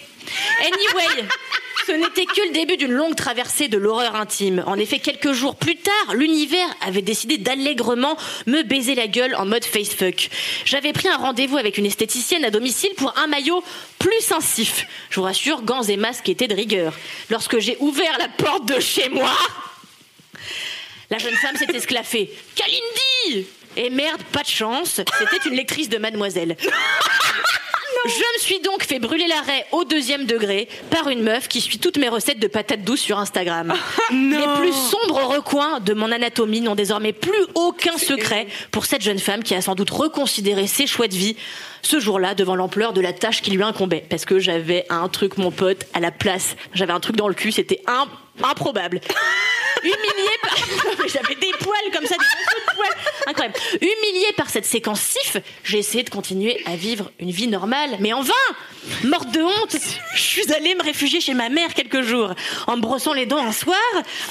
S3: Anyway, ce n'était que le début d'une longue traversée de l'horreur intime. En effet, quelques jours plus tard, l'univers avait décidé d'allègrement me baiser la gueule en mode facefuck. J'avais pris un rendez-vous avec une esthéticienne à domicile pour un maillot plus sensif. Je vous rassure, gants et masques étaient de rigueur. Lorsque j'ai ouvert la porte de chez moi, la jeune femme s'est esclaffée. Kalindi Et merde, pas de chance, c'était une lectrice de mademoiselle. Je me suis donc fait brûler l'arrêt au deuxième degré par une meuf qui suit toutes mes recettes de patates douces sur Instagram. Les plus sombres recoins de mon anatomie n'ont désormais plus aucun secret pour cette jeune femme qui a sans doute reconsidéré ses choix de vie ce jour-là devant l'ampleur de la tâche qui lui incombait. Parce que j'avais un truc, mon pote, à la place. J'avais un truc dans le cul, c'était im- improbable. Humiliée par... [laughs] Mais J'avais des poils comme ça, des morceaux de poils. Incroyable. Humiliée par cette séquence sif, j'ai essayé de continuer à vivre une vie normale, mais en vain Morte de honte, je suis allée me réfugier chez ma mère quelques jours. En me brossant les dents un soir,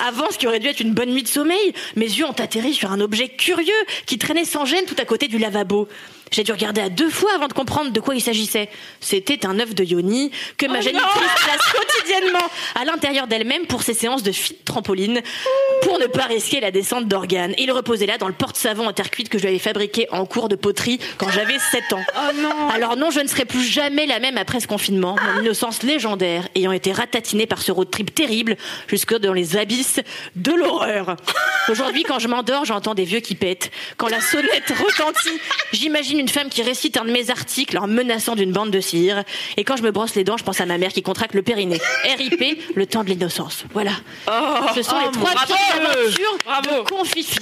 S3: avant ce qui aurait dû être une bonne nuit de sommeil, mes yeux ont atterri sur un objet curieux qui traînait sans gêne tout à côté du lavabo. J'ai dû regarder à deux fois avant de comprendre de quoi il s'agissait. C'était un œuf de Yoni que ma génitrice place quotidiennement à l'intérieur d'elle-même pour ses séances de fit trampoline pour ne pas risquer la descente d'organes. Il reposait là dans le porte-savon en terre cuite que je lui avais fabriqué en cours de poterie quand j'avais 7 ans. Alors non, je ne serai plus jamais la même après ce confinement. Mon innocence légendaire ayant été ratatinée par ce road trip terrible jusque dans les abysses de l'horreur. Aujourd'hui, quand je m'endors, j'entends des vieux qui pètent. Quand la sonnette retentit, j'imagine une femme qui récite un de mes articles en menaçant d'une bande de cire. Et quand je me brosse les dents, je pense à ma mère qui contracte le périnée. RIP, le temps de l'innocence. Voilà. Ce sont les trois
S2: Oh, bravo.
S3: petites aventures
S2: Bravo.
S3: de Confifi.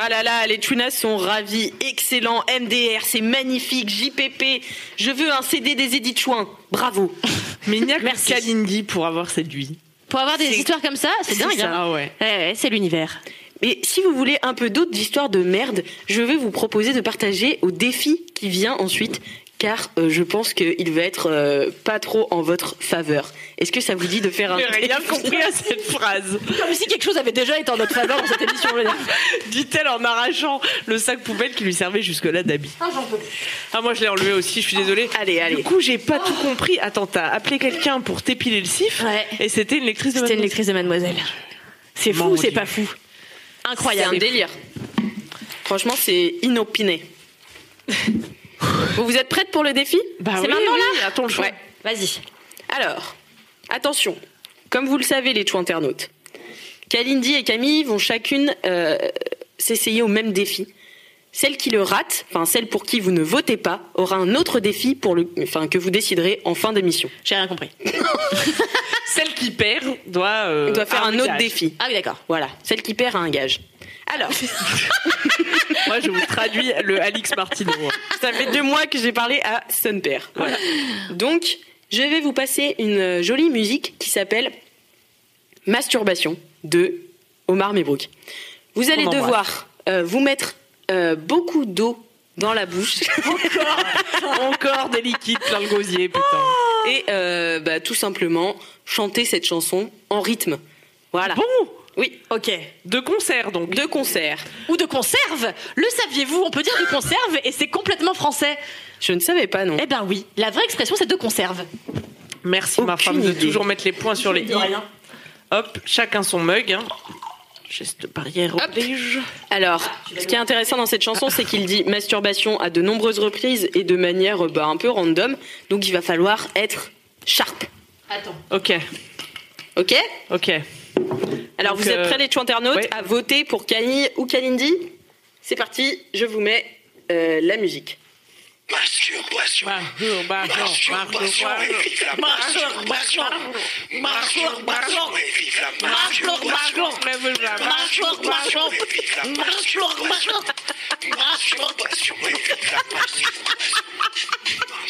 S2: Ah là là, les Tunas sont ravis. Excellent. MDR, c'est magnifique. JPP, je veux un CD des Edith Chouin. [laughs] Bravo. Mais il n'y a que
S3: Merci.
S2: Kalindi pour avoir séduit.
S3: Pour avoir des
S2: C'est-
S3: histoires comme ça, c'est
S2: C'est
S3: dingue.
S2: ça,
S3: hein.
S2: ouais.
S3: Ouais, ouais, c'est l'univers.
S4: Mais si vous voulez un peu d'autres histoires de merde, je vais vous proposer de partager au défi qui vient ensuite, car euh, je pense qu'il va être euh, pas trop en votre faveur. Est-ce que ça vous dit de faire un
S2: J'ai
S4: [laughs]
S2: rien
S4: défi
S2: compris à cette phrase.
S3: Comme si quelque chose avait déjà été en notre faveur dans cette émission.
S2: Dit-elle en arrachant le sac poubelle qui lui servait jusque-là d'habit. Ah, moi je l'ai enlevé aussi, je suis désolée.
S4: Allez, Ah, allez.
S2: Du coup, j'ai pas tout compris. Attends, t'as appelé quelqu'un pour t'épiler le sif
S3: Ouais.
S2: et c'était une lectrice de
S3: C'était une
S2: Mademoiselle.
S3: lectrice de Mademoiselle. C'est fou
S2: Mon
S3: ou c'est
S2: Dieu.
S3: pas fou
S4: C'est un
S3: Incroyable.
S4: délire. Franchement, c'est
S2: [laughs]
S4: inopiné. vous vous êtes prête pour le défi
S2: Bah
S3: C'est
S2: oui,
S3: maintenant,
S2: oui,
S3: là
S2: Attends le choix.
S4: Ouais.
S3: Vas-y.
S4: Alors, attention. Comme vous le savez, les chou internautes, Kalindi et Camille vont chacune euh, s'essayer au même défi. Celle qui le rate, enfin celle pour qui vous ne votez pas, aura un autre défi pour le, enfin que vous déciderez en fin d'émission.
S3: J'ai rien compris.
S2: Celle qui perd doit, euh,
S4: On doit faire un autre
S2: gage.
S4: défi.
S3: Ah oui, d'accord.
S4: Voilà, celle qui perd a un gage.
S2: [laughs]
S4: Alors,
S2: Moi, je vous traduis le Alix Martino.
S4: [laughs] ça fait deux mois que j'ai parlé à son père. Voilà. Donc, je vais vous passer une euh, jolie musique qui s'appelle Masturbation de Omar Mebrook. Vous allez
S2: On embrasse.
S4: devoir euh, vous mettre euh, beaucoup d'eau dans la bouche
S2: Encore des liquides plein le gosier, putain.
S4: [laughs] et euh, bah, tout simplement chanter cette chanson en rythme. Voilà.
S2: Bon,
S4: Oui,
S3: Ok.
S2: de concert donc.
S4: de concert.
S3: Ou de conserve Le saviez-vous On peut dire de conserve et c'est complètement français.
S4: Je ne savais pas non.
S3: Eh ben oui, la vraie expression c'est de conserve.
S2: Merci ma
S4: Aucune
S2: femme de
S4: idée.
S2: toujours mettre les points sur les i. Hop, chacun son mug. hein. Geste barrière oblige.
S4: Alors, ce qui est intéressant dans cette chanson, c'est qu'il dit masturbation à de nombreuses reprises et de manière bah, un peu random. Donc, il va falloir être sharp.
S3: Attends.
S2: Ok,
S4: Ok
S2: ok.
S4: Alors,
S2: Donc,
S4: vous êtes
S2: euh,
S4: prêts, les internautes,
S2: ouais.
S4: à voter pour Camille ou Kalindi C'est parti, je vous mets euh, la musique.
S7: Masturbation.
S2: Bonjour,
S7: Masturbation et vive la masturbation. Masturbation et vive la masturbation. Masturbation et vive la masturbation. Masturbation et vive la masturbation.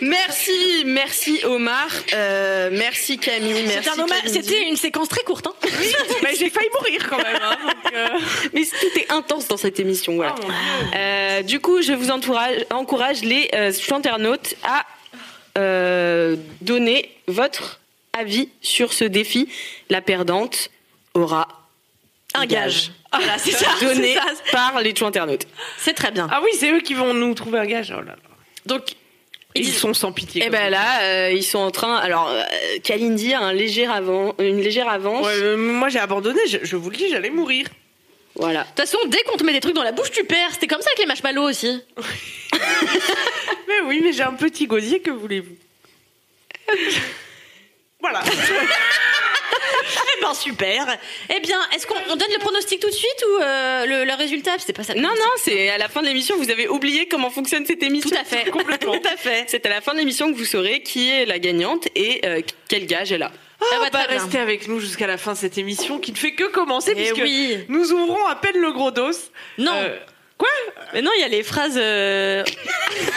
S4: Merci, merci Omar, euh, merci Camille, merci.
S3: C'était un hommage-
S4: Kalindi.
S3: C'était une séquence très courte. Hein.
S2: Mais Bah, j'ai failli mourir quand même. hein, donc, euh,
S4: Mais tout est intense dans cette émission, voilà.
S2: oh mon Dieu.
S4: Euh, du coup, je vous entourage- encourage les euh, internautes à euh, donner votre avis sur ce défi. La perdante aura
S3: Un gage. Voilà, c'est ça.
S4: donné
S3: c'est ça.
S4: par les internautes.
S3: C'est très bien.
S2: Ah oui, c'est eux qui vont nous trouver un gage. Oh là là.
S3: Donc,
S2: Ils, Eh
S3: ils-
S2: sont sans pitié.
S4: Et
S2: comme
S4: ben
S2: ça.
S4: là, euh, ils sont en train. Alors, euh, Kalindi a un léger avant, une légère avance.
S2: Ouais, euh, moi j'ai abandonné, je, je vous le dis, j'allais mourir.
S4: Voilà.
S3: De toute façon, dès qu'on te met des trucs dans la bouche, tu perds. C'était comme ça avec les marshmallows aussi.
S2: Mais oui, mais j'ai un petit gosier, que voulez-vous [laughs] Voilà.
S3: Eh ben super. Eh bien, est-ce qu'on on donne le pronostic tout de suite ou euh, le, le résultat C'était pas ça.
S4: Non, non, c'est à la fin de l'émission. Vous avez oublié comment fonctionne cette émission.
S3: Tout à [laughs] fait.
S2: Complètement.
S4: Tout à fait. C'est à la fin de l'émission que vous saurez qui est la gagnante et euh, quel gage elle a.
S3: Ah, bah,
S2: va
S3: très bien.
S2: rester avec nous jusqu'à la fin de cette émission qui ne fait que commencer
S3: Eh
S2: puisque
S3: oui.
S2: nous ouvrons à peine le gros dos.
S3: Non.
S2: Euh,
S3: Mais non, il y a les phrases. euh,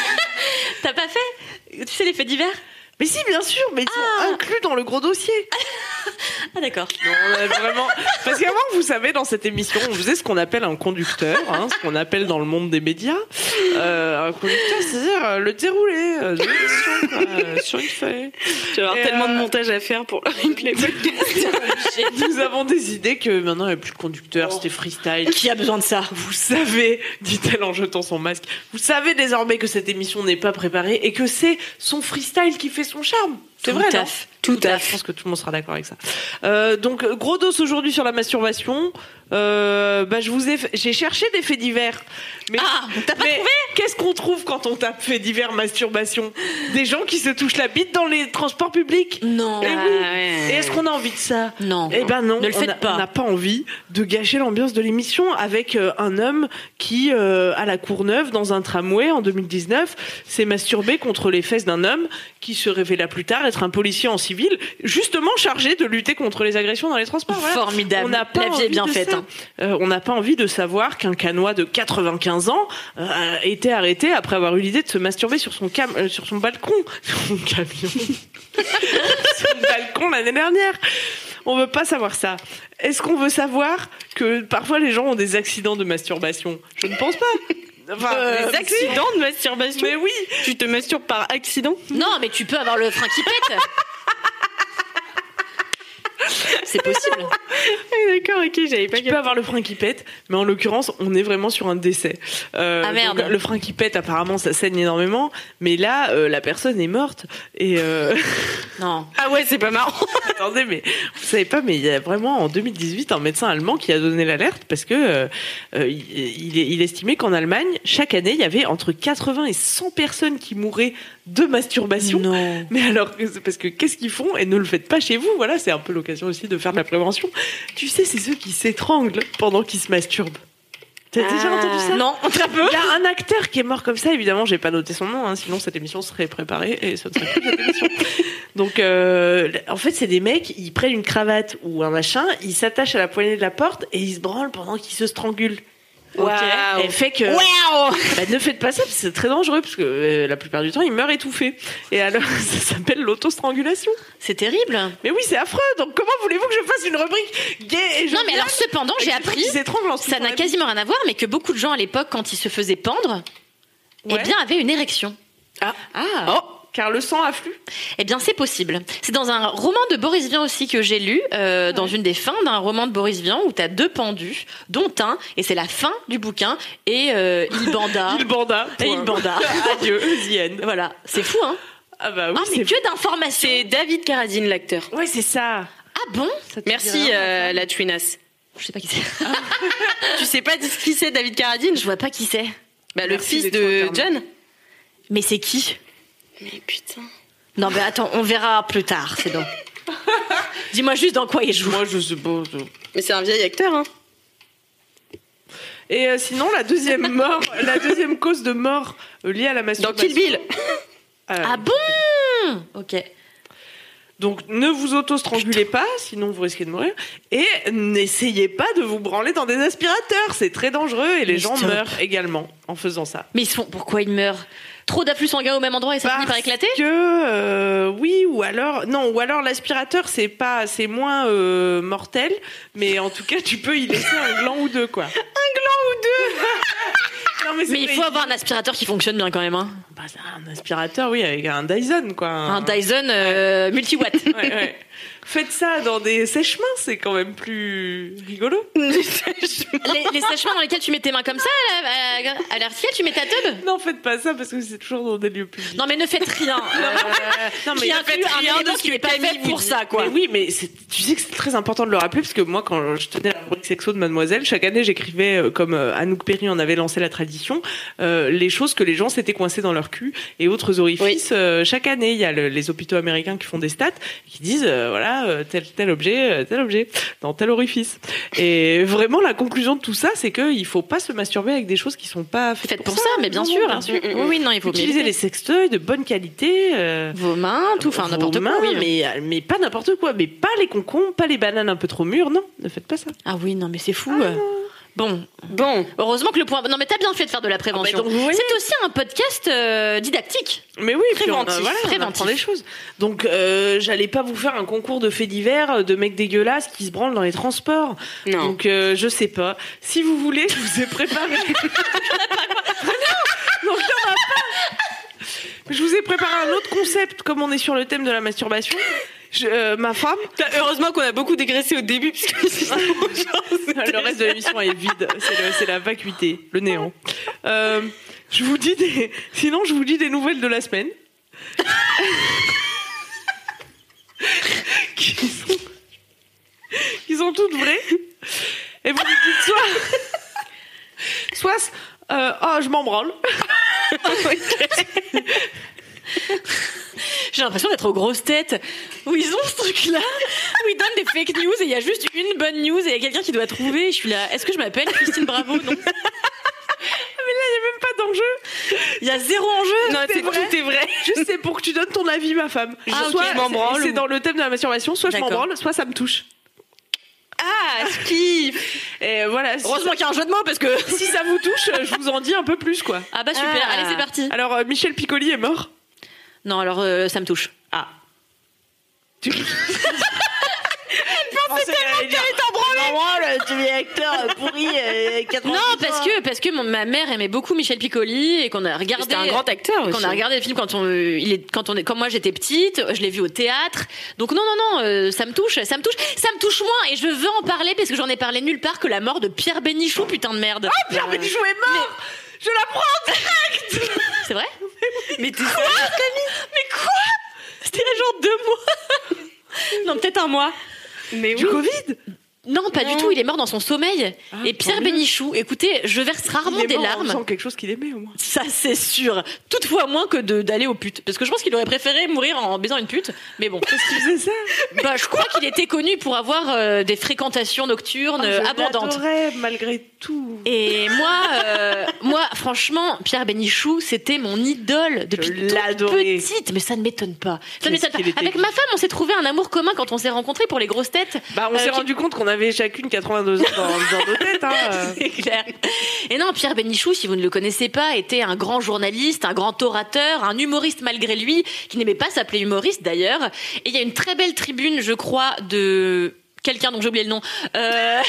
S3: [laughs] T'as pas fait Tu sais les faits divers
S2: Ah. mais si, bien sûr, mais ils sont inclus dans le gros dossier.
S3: Ah d'accord.
S2: Non, on a vraiment. Parce qu'avant, vous savez, dans cette émission, on faisait ce qu'on appelle un conducteur, hein, ce qu'on appelle dans le monde des médias, euh, un conducteur, c'est-à-dire euh, le déroulé euh, de l'émission quoi, euh, sur une feuille.
S6: Tu vas avoir
S2: Et,
S6: tellement de
S2: euh,
S6: montage à faire
S4: [laughs]
S6: pour une
S4: Ah,
S6: playbook.
S2: Nous avons des idées que maintenant il n'y a plus de conducteur, c'était freestyle.
S4: Oh. Qui a besoin de ça
S2: Vous savez, dit-elle en jetant son masque, vous savez désormais que cette émission n'est pas préparée et que c'est son freestyle qui fait son charme. C'est
S6: Tout
S2: vrai,
S6: à
S2: non
S6: fait. Tout à
S2: Je
S6: fait.
S2: pense que tout le monde sera d'accord avec ça. Euh, donc, gros dos aujourd'hui sur la masturbation. Euh, bah, je vous ai, j'ai cherché des faits divers. Mais,
S3: Ah, t'as pas
S2: mais Qu'est-ce qu'on trouve quand on tape faits divers masturbation Des gens qui se touchent la bite dans les transports publics.
S3: Non.
S2: Eh oui. Et est-ce qu'on a envie de ça
S3: Non.
S2: eh ben non,
S3: Ne le
S2: on
S3: faites
S2: a-
S3: pas.
S2: on n'a pas envie de gâcher l'ambiance de l'émission avec euh, un homme qui, euh, à la Courneuve, dans un tramway en 2019, s'est masturbé contre les fesses d'un homme qui se révéla plus tard être un policier en civil, justement chargé de lutter contre les agressions dans les transports. Voilà.
S3: Formidable.
S2: On n'a pas
S3: la vie
S2: envie
S3: est bien
S2: de
S3: faite.
S2: ça.
S3: hein.
S2: Euh, on n'a pas envie de savoir qu'un canois de 95 ans euh, a été arrêté après avoir eu l'idée de se masturber sur son, cam euh, sur son balcon. [laughs] Son camion.
S6: [laughs]
S2: son balcon l'année dernière. On veut pas savoir ça. Est-ce qu'on veut savoir que parfois les gens ont des accidents de masturbation Je ne pense pas. Enfin,
S6: Euh,
S2: euh,
S6: Des accidents de masturbation.
S2: Mais oui
S6: Tu te masturbes par accident
S3: Non, mais tu peux avoir le frein qui pète. [laughs] C'est possible.
S6: [laughs] D'accord, ok, j'avais pas
S2: Tu peux avoir le frein qui pète, mais en l'occurrence, on est vraiment sur un décès. Euh,
S3: Ah, merde.
S2: donc, le frein qui pète, apparemment, ça saigne énormément, mais là, euh, la personne est morte. Et euh, [laughs]
S3: Non.
S6: Ah ouais, c'est pas marrant.
S2: attendez, mais vous savez pas, mais il y a vraiment en 2018 un médecin allemand qui a donné l'alerte parce que euh, euh, il, il est- il estimait qu'en Allemagne, chaque année, il y avait entre 80 et 100 personnes qui mouraient de masturbation.
S3: Non.
S2: Mais alors, que- parce que qu'est-ce qu'ils font et ne le faites pas chez vous Voilà, c'est un peu l'occasion aussi de faire de la prévention. Tu sais, c'est ceux qui s'étranglent pendant qu'ils se masturbent. T'as déjà
S6: Ah.
S2: entendu ça
S3: Non, très peu.
S2: Il y a un acteur qui est mort comme ça, évidemment, j'ai pas noté son nom, hein, sinon cette émission serait préparée et ce ne serait plus cette
S3: [laughs]
S2: émission. Donc, euh, en fait, c'est des mecs, ils prennent une cravate ou un machin, ils s'attachent à la poignée de la porte et ils se branlent pendant qu'ils se strangulent.
S6: Waouh.
S2: Et fait
S6: Euh,
S2: que. Bah, ne faites pas ça, parce que c'est très dangereux, parce que euh, la plupart du temps, ils meurent étouffés. Et alors, [laughs] ça s'appelle l'autostrangulation.
S3: C'est terrible.
S2: Mais oui, c'est affreux. Donc comment voulez-vous que je fasse une rubrique gay et
S3: Non,
S2: joviale
S3: mais alors cependant, j'ai
S2: avec des gens
S3: appris,
S2: qui s'étranglent en se
S3: ça n'a
S2: touchant
S3: quasiment rien à voir, mais que beaucoup de gens à l'époque, quand ils se faisaient pendre, eh
S2: Ouais.
S3: bien avaient une érection.
S2: la bouche. Oh, car le sang afflue.
S3: Eh bien, c'est possible. C'est dans un roman de Boris Vian aussi que j'ai lu, euh, dans une des fins d'un roman de Boris Vian où t'as deux pendus, dont un, et c'est la fin du bouquin, et euh, [laughs] il banda.
S2: Il banda.
S3: et il banda.
S2: [laughs] Adieu, the end.
S3: voilà, c'est fou, hein
S2: Ah bah oui,
S3: Ah, mais
S2: c'est...
S3: que d'informations
S6: C'est David Carradine, l'acteur.
S2: Ouais, c'est ça.
S3: Ah bon
S2: Ça te dit
S6: Merci,
S2: rien
S6: euh, la Twinas.
S3: Je sais pas qui c'est.
S6: Tu sais pas qui c'est David Carradine
S3: Je vois pas qui c'est.
S6: Bah, le
S2: Merci
S6: fils
S2: d'être
S6: de
S2: interne.
S6: John.
S3: Mais c'est qui
S6: Mais putain.
S3: Non, mais attends, on verra plus tard, c'est bon. Dis-moi juste dans quoi il joue.
S2: Moi, je sais pas. je-
S6: Mais c'est un vieil acteur, hein.
S2: Et euh, sinon, la deuxième mort, la deuxième cause de mort euh, liée à la
S6: Dans
S2: masturbation.
S6: Kill Bill.
S2: Euh,
S3: Ah bon Ok.
S2: Donc, ne vous auto-strangulez pas, sinon vous risquez de mourir. Et n'essayez pas de vous branler dans des aspirateurs. C'est très dangereux et les
S3: Mais
S2: gens
S3: stop.
S2: meurent également en faisant ça.
S3: Mais ils se font, pourquoi ils meurent Trop d'afflux sanguin au même endroit et ça finit par éclater
S2: que euh, oui ou alors non ou alors l'aspirateur c'est pas c'est moins euh, mortel mais en tout cas tu peux y laisser un gland ou deux
S3: [laughs]
S2: quoi. Un gland ou deux. [laughs] non mais, c'est
S3: Mais il
S2: vrai.
S3: faut avoir un aspirateur qui fonctionne bien quand même. Hein.
S2: Bah, c'est un aspirateur oui avec un Dyson quoi.
S3: Un Dyson euh, multiwatt.
S2: Ouais, ouais. Faites ça dans des sèche-mains c'est quand même plus rigolo.
S3: les les sèchements dans lesquels tu mets tes mains comme ça, à la- à la- à l'article, tu mets ta teub
S2: Non faites pas ça parce que c'est toujours dans des lieux publics.
S3: Non mais ne faites rien. Euh,
S2: Non,
S3: qui inclut un
S6: rien de
S3: élément
S6: ce
S3: qui
S6: que
S3: n'est pas
S6: Camille
S3: fait
S6: vous
S3: pour
S6: dit.
S3: ça quoi.
S2: Mais oui, mais c'est- tu sais que c'est très important de le rappeler parce que moi, quand je tenais la rubrique sexo de Mademoiselle, chaque année, j'écrivais euh, comme euh, Anouk Perry en avait lancé la tradition, euh, les choses que les gens s'étaient coincés dans leur cul et autres orifices. Euh, chaque année, il y a le- les hôpitaux américains qui font des stats qui disent euh, voilà euh, tel tel objet, euh, tel objet dans tel orifice. Et vraiment, la conclusion de tout ça, c'est que il faut pas se masturber avec des choses qui sont pas faites,
S3: Faites pour ça, mais bien
S2: Non,
S3: sûr.
S2: bien
S3: Oui, oui, non, il faut
S2: Utiliser les sextoys de bonne qualité. euh,
S3: Vos mains, tout, enfin
S2: vos
S3: n'importe quoi.
S2: mains,
S3: oui.
S2: mais, mais pas n'importe quoi. Mais pas les concombres, pas les bananes un peu trop mûres, non, ne faites pas ça.
S3: Ah oui, non, mais c'est fou. euh. Bon,
S6: [laughs] Bon,
S3: heureusement que le point. Non, mais t'as bien fait de faire de la prévention.
S2: donc, vous voyez.
S3: c'est aussi un podcast euh, didactique.
S2: Mais oui, puis on,
S3: Préventif,
S2: voilà, on
S3: préventif.
S2: apprend des choses. Donc, euh, j'allais pas vous faire un concours de faits divers euh, de mecs dégueulasses qui se branlent dans les transports.
S6: Non.
S2: Donc, euh, je sais pas. Si vous voulez, je vous ai
S4: [laughs]
S2: préparé. non, non, il y en a pas. Je vous ai préparé un autre concept, comme on est sur le thème de la masturbation. Je- euh, ma femme,
S4: Bah, Heureusement qu'on a beaucoup dégraissé au début, parce
S2: [laughs]
S4: que sinon, genre, c'était-
S2: le reste de l'émission est vide, c'est le- c'est la vacuité, le néant. Euh, je vous dis des, sinon je vous dis des nouvelles de la
S4: [laughs]
S2: semaine. qui sont, qui sont toutes vraies. Et vous me dites soit, [laughs] soit, euh, oh je m'en [laughs] branle.
S3: J'ai l'impression d'être aux grosses têtes où ils ont ce truc-là, où ils donnent des fake news et il y a juste une bonne news et il y a quelqu'un qui doit trouver. Et je suis là, est-ce que je m'appelle Christine Bravo Non.
S2: Même pas d'enjeu.
S3: Il y a zéro enjeu.
S2: Non, c'est vrai. Tout est vrai. Juste c'est pour que tu donnes ton avis, ma femme.
S3: Ah, ok.
S2: soit
S3: Je m'en
S2: c'est-
S3: branle
S2: C'est
S3: ou-
S2: dans le thème de la masturbation, soit je m'en
S3: D'accord.
S2: branle, soit ça me touche.
S4: Ah, skiff
S2: Et voilà. si-
S3: Heureusement qu'il y a un jeu de mots parce que.
S2: [laughs] si ça vous touche, euh, je vous en dis un peu plus, quoi.
S3: Ah bah super,
S4: Ah.
S3: allez c'est parti.
S2: Alors, euh, Michel Piccoli est mort.
S3: Non, alors euh, ça me touche.
S2: Ah. Tu... Elle pensait tellement qu'elle était en
S4: Tu es acteur pourri, euh, 90
S3: Non, parce
S4: ans.
S3: que, parce que mon- ma mère aimait beaucoup Michel Piccoli et qu'on a regardé.
S6: c'était un grand acteur
S3: Quand
S6: aussi.
S3: on a regardé le film quand on euh, il est quand on est comme moi j'étais petite, je l'ai vu au théâtre. Donc non non non, euh, ça me touche, ça me touche, ça me touche moins et je veux en parler parce que j'en ai parlé nulle part que la mort de Pierre Bénichou putain de merde. Ah
S2: Pierre Bénichou est mort Je l'apprends
S3: C'est [laughs] vrai
S4: Mais t'es-
S3: Mais quoi C'était il y a genre deux mois. non, peut-être un mois.
S4: Mais
S2: Du
S4: oui.
S2: Covid
S3: Non, pas du tout, il est mort dans son sommeil. et Pierre
S2: Ah, tant mieux.
S3: Bénichou, écoutez, je verse rarement
S2: Il
S3: des
S2: est mort en
S3: larmes.
S2: faisant quelque chose qu'il aimait, au moins.
S3: Ça, c'est sûr. Toutefois, moins que de- d'aller aux putes. Parce que je pense qu'il aurait préféré mourir en baisant une pute. Mais bon.
S2: Qu'est-ce qu'il faisait ça
S3: [laughs] Bah, je crois qu'il était connu pour avoir euh, des fréquentations nocturnes euh, abondantes.
S2: J'adorais, Ah, malgré tout.
S3: Et moi, euh, moi, franchement, Pierre Bénichou, c'était mon idole depuis
S2: Je
S3: toute
S2: l'adorais.
S3: petite, mais ça ne m'étonne pas. Ça ne
S2: Qu'est-ce
S3: m'étonne pas.
S2: qu'il était
S3: Avec ma femme, on s'est trouvé un amour commun quand on s'est rencontrés pour les grosses têtes.
S2: Bah, on
S3: Euh,
S2: s'est
S3: qui-
S2: rendu compte qu'on avait chacune 82 ans dans, dans nos têtes,
S3: [laughs]
S2: hein.
S3: C'est clair. Et non, Pierre Bénichou, si vous ne le connaissez pas, était un grand journaliste, un grand orateur, un humoriste malgré lui, qui n'aimait pas s'appeler humoriste d'ailleurs. Et il y a une très belle tribune, je crois, de quelqu'un dont j'ai oublié le nom. Euh,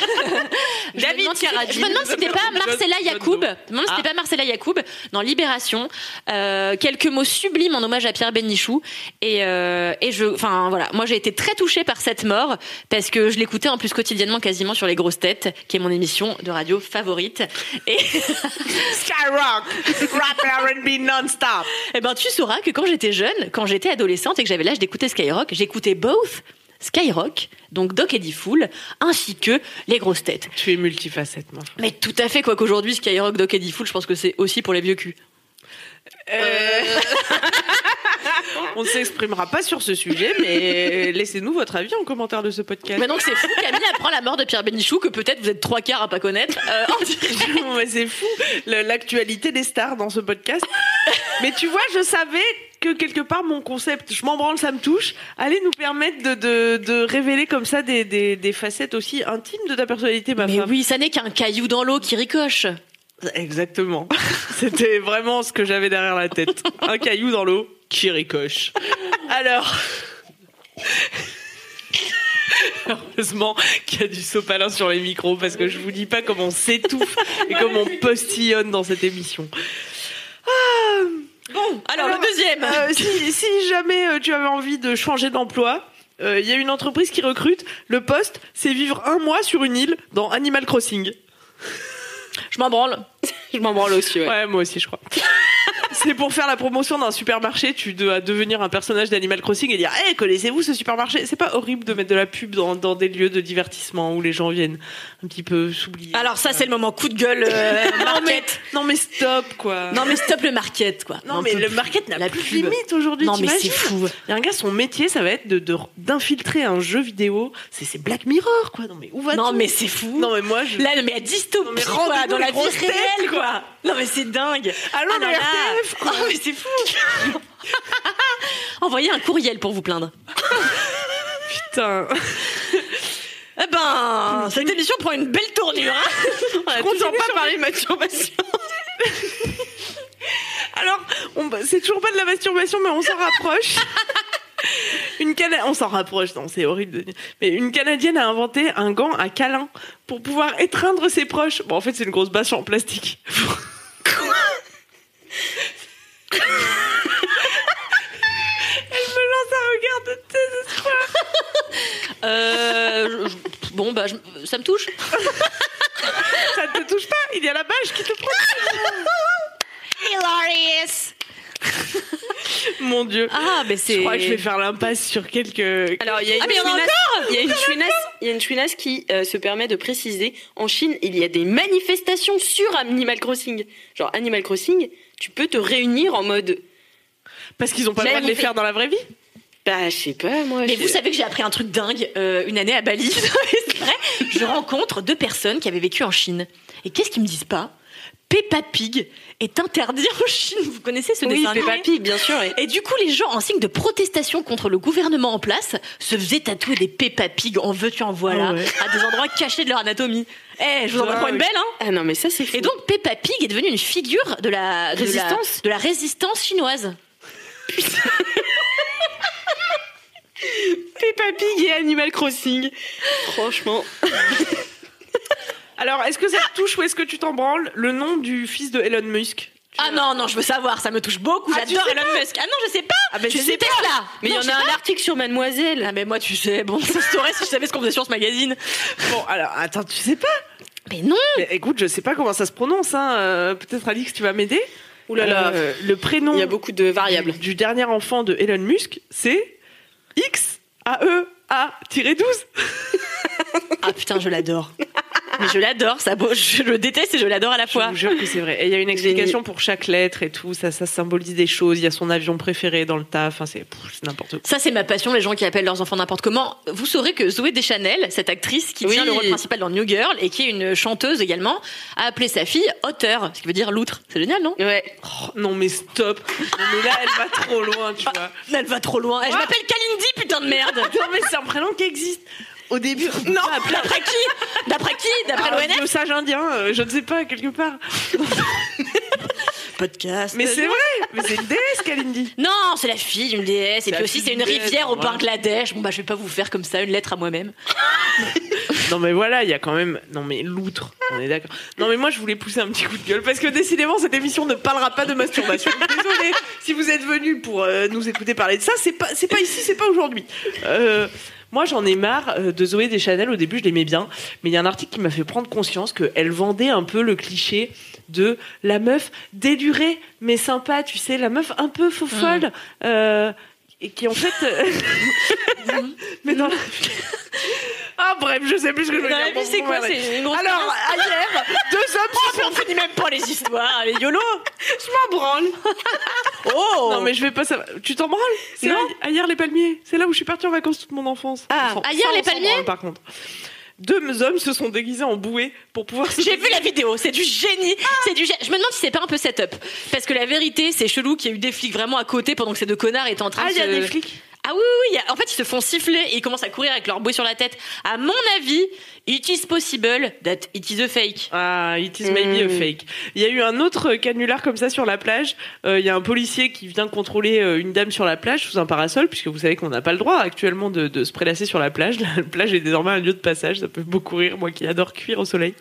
S3: je me
S4: David
S3: demande si-
S4: Carradine.
S3: Je me demande si c'était pas Marcella Yacoub. Je me demande si c'était pas Marcella Yacoub dans Libération. Euh, quelques mots sublimes en hommage à Pierre Bénichou. Et, euh, et je, enfin voilà, moi j'ai été très touchée par cette mort parce que je l'écoutais en plus quotidiennement quasiment sur les grosses têtes, qui est mon émission de radio favorite. Et
S2: Skyrock Rap R&B non-stop
S3: Eh ben, tu sauras que quand j'étais jeune, quand j'étais adolescente et que j'avais l'âge d'écouter Skyrock, j'écoutais both Skyrock, donc Doc Eddie Fool, ainsi que les grosses têtes.
S2: Tu es multifacette, moi.
S3: Mais tout à fait, quoi qu'aujourd'hui, Skyrock, Doc Eddie Fool, je pense que c'est aussi pour les vieux culs.
S2: On ne s'exprimera pas sur ce sujet, mais laissez-nous votre avis en commentaire de ce podcast.
S3: Mais donc, c'est fou, Camille apprend la mort de Pierre Bénichou, que peut-être vous êtes trois quarts à pas connaître. Euh, en direct.
S2: [laughs] Non, mais c'est fou le- l'actualité des stars dans ce podcast. Mais tu vois, je savais que quelque part mon concept, je m'en branle, ça me touche, allait nous permettre de, de, de révéler comme ça des, des, des facettes aussi intimes de ta personnalité, ma
S3: mais
S2: femme.
S3: oui, ça n'est qu'un caillou dans l'eau qui ricoche.
S2: Exactement. [laughs] C'était vraiment ce que j'avais derrière la tête. Un caillou dans l'eau qui ricoche. Alors. [laughs] Heureusement qu'il y a du sopalin sur les micros parce que je vous dis pas comment on s'étouffe et comment on postillonne dans cette émission. Ah,
S3: Alors, le deuxième.
S2: Euh, si, si jamais euh, tu avais envie de changer d'emploi, euh, il y a une entreprise qui recrute. Le poste, c'est vivre un mois sur une île dans Animal Crossing.
S3: Je m'en branle.
S6: [laughs] Je m'en branle aussi, ouais.
S2: Ouais, moi aussi, je crois. [laughs] c'est pour faire la promotion d'un supermarché. Tu dois devenir un personnage d'Animal Crossing et dire Hey, connaissez-vous ce supermarché C'est pas horrible de mettre de la pub dans, dans des lieux de divertissement où les gens viennent un petit peu s'oublier.
S4: Alors ça, c'est le moment coup de gueule euh, market.
S2: Non, mais stop, quoi.
S3: [laughs] Non, mais stop le market, quoi.
S2: Non,
S3: Un
S2: mais
S3: peu
S2: le
S3: plus.
S2: market n'a
S3: La
S2: plus de
S3: pub.
S2: limite aujourd'hui.
S3: Non, mais c'est
S2: t'imagines
S3: fou.
S2: Il y a un gars, son métier, ça va être de- de- d'infiltrer un jeu vidéo. C'est c'est Black Mirror, quoi. Non, mais où va
S3: Non, mais c'est fou.
S2: Non, mais moi, je.
S3: Là, non, mais à
S2: Non,
S3: dystopie,
S2: mais
S3: quoi,
S2: rendez-vous
S3: dans
S2: les
S3: la vie
S2: grosses têtes,
S3: réelle, quoi. Non, mais c'est dingue.
S2: Allons,
S3: Ah, non,
S2: le
S3: là.
S2: RTF, quoi.
S3: Oh, mais c'est fou. Envoyez un courriel pour vous plaindre.
S2: Putain.
S6: Eh ben, cette émission prend une belle tournure.
S3: [laughs]
S6: Hein On a toujours pas parlé de masturbation.
S2: [laughs] Alors, on- c'est toujours pas de la masturbation, mais on
S6: [laughs]
S2: s'en rapproche. Une Cana- on s'en rapproche, non, c'est horrible. de dire. Mais une Canadienne a inventé un gant à câlin pour pouvoir étreindre ses proches. Bon, en fait, c'est une grosse bâche en plastique. [laughs] Elle me lance un regard de désespoir.
S3: Euh, je- je- bon, bah, je- ça me touche.
S2: Ça ne te touche pas, il y a la bâche qui te prend.
S3: Hilarious.
S2: Mon Dieu.
S3: Ah, mais
S2: Je
S3: c'est.
S2: crois que je vais faire l'impasse sur quelques.
S6: Alors, il y a une
S3: Ah, mais il y en a
S6: chouinasse- il y a une chouinasse- il y a une chouinasse qui euh, se permet de préciser en Chine, il y a des manifestations sur Animal Crossing. Genre, Animal Crossing, tu peux te réunir en mode.
S2: Parce qu'ils n'ont pas le droit de les faire dans la vraie vie.
S6: Bah, je sais pas, moi.
S3: Mais
S6: je-
S3: vous savez que j'ai appris un truc dingue euh, une année à Bali. [laughs] c'est vrai. Je rencontre deux personnes qui avaient vécu en Chine. Et qu'est-ce qu'ils me disent pas Peppa Pig est interdit en Chine. Vous connaissez ce
S6: Oui,
S3: dessin
S6: Peppa
S3: animé
S6: Pig, bien sûr.
S3: [laughs]
S6: et-
S3: Et du coup, les gens, en signe de protestation contre le gouvernement en place, se faisaient tatouer des Peppa Pig en veux-tu en voilà,
S2: Ah ouais.
S3: à des endroits cachés de leur anatomie. Eh, je vous en
S2: Dingue.
S3: prends une belle, hein
S6: Ah non, mais ça, c'est fou.
S3: Et donc, Peppa Pig est devenue une figure de la de la-
S6: Résistance
S3: de la résistance chinoise.
S6: Peppa Pig et Animal Crossing. Franchement.
S2: Alors, est-ce que ça te touche ou est-ce que tu t'en branles le nom du fils de Elon Musk
S3: Ah non, non, je veux savoir, ça me touche beaucoup,
S2: Ah, tu
S3: j'adore
S2: sais
S3: Elon Musk. Ah non, je sais pas
S2: ben,
S3: Tu
S2: je
S3: sais
S2: sais
S3: pas là
S6: Mais il y en a un article sur Mademoiselle.
S3: Ah mais moi, tu sais, bon, [laughs] ça se saurait si je savais ce qu'on faisait sur ce magazine.
S2: Bon, alors, attends, tu sais pas
S3: Mais non
S2: Mais Écoute, je sais pas comment ça se prononce. Hein. euh, Peut-être, Alix, tu vas m'aider
S6: Ouh là là.
S2: Euh, le prénom
S6: Il y a beaucoup de variables.
S2: du, du dernier enfant de Elon Musk, c'est E X-A-E-A-12.
S3: Ah putain, je l'adore. Mais je l'adore, ça, beau- je le déteste et je l'adore à la
S2: Je
S3: fois.
S2: vous jure que c'est vrai. Et il y a une explication pour chaque lettre et tout. Ça, ça symbolise des choses. Il y a son avion préféré dans le taf. Enfin, c'est pff, c'est n'importe quoi.
S3: Ça, c'est ma passion, les gens qui appellent leurs enfants n'importe comment. Vous saurez que Zoé Deschanel, cette actrice qui
S6: Oui.
S3: tient le rôle principal dans New Girl et qui est une chanteuse également, a appelé sa fille Auteur, ce qui veut dire loutre. C'est génial, non
S6: Ouais.
S2: Oh, non, mais stop. Non, mais là, elle va trop loin, tu vois.
S3: Elle va trop loin. Eh, Je
S2: Ah.
S3: m'appelle Kalindi, putain de merde
S2: Non, mais c'est un prénom qui existe. Au début, non,
S3: D'après qui D'après qui D'après l'ONF
S2: le sage indien, euh, je ne sais pas, quelque part.
S3: Podcast.
S2: Mais c'est vrai, mais c'est une déesse, Kalindi.
S3: Non, c'est la fille d'une déesse. Et
S2: la
S3: puis aussi,
S2: fille
S3: c'est une
S2: d'une déesse,
S3: rivière au
S2: voilà.
S3: Bangladesh. Bon, bah, je vais pas vous faire comme ça une lettre à moi-même.
S2: Non, mais voilà, il y a quand même. Non, mais l'outre, on est d'accord. Non, mais moi, je voulais pousser un petit coup de gueule parce que décidément, cette émission ne parlera pas de masturbation.
S3: [laughs]
S2: Désolée, si vous êtes venus pour euh, nous écouter parler de ça, c'est pas, c'est pas ici, c'est pas aujourd'hui. Euh, Moi, j'en ai marre euh, de Zoé Deschanel. Au début, je l'aimais bien, mais il y a un article qui m'a fait prendre conscience qu'elle vendait un peu le cliché de la meuf délurée mais sympa, tu sais, la meuf un peu faux folle,
S3: Mm.
S2: euh, et qui en fait.
S3: [laughs]
S2: euh, [laughs] mais dans la. [laughs] Ah bref, je sais plus ce que je veux
S3: Mm. Dans
S2: dire.
S3: la vie,
S2: Bon,
S3: c'est
S2: bon,
S3: quoi
S2: voilà.
S3: C'est une grosse.
S2: Alors, hier, deux hommes se sont
S3: Oh, on finit même pas les histoires, les
S2: [laughs]
S3: YOLO
S2: m'en branle.
S3: [laughs] Oh
S2: Non, mais je vais pas savoir. Tu t'en branles C'est
S3: Non.
S2: là, Ailleurs les palmiers. C'est là où je suis partie en vacances toute mon enfance.
S3: Ah,
S2: On s'en-
S3: Ailleurs,
S2: ça, on
S3: les
S2: s'en
S3: palmiers
S2: branle, Par contre. Deux hommes se sont déguisés en bouées pour pouvoir se
S3: J'ai vu la vidéo, c'est du génie, c'est du génie. Je me demande si c'est pas un peu setup, parce que la vérité, c'est chelou qu'il y a eu des flics vraiment à côté pendant que ces deux connards étaient en train
S2: Ah,
S3: de.
S2: il y a
S3: se-
S2: des flics.
S3: Ah oui, oui, oui, il y a- en fait, ils se font siffler et ils commencent à courir avec leur bouée sur la tête. À mon avis, it is possible that it is a fake.
S2: Ah, it is maybe a fake. Il y a eu un autre canular comme ça sur la plage. Euh, Il y a un policier qui vient contrôler euh, une dame sur la plage sous un parasol, puisque vous savez qu'on n'a pas le droit actuellement de, de se prélasser sur la plage. [laughs] La plage est désormais un lieu de passage. Ça peut beaucoup rire, moi qui adore cuire au soleil.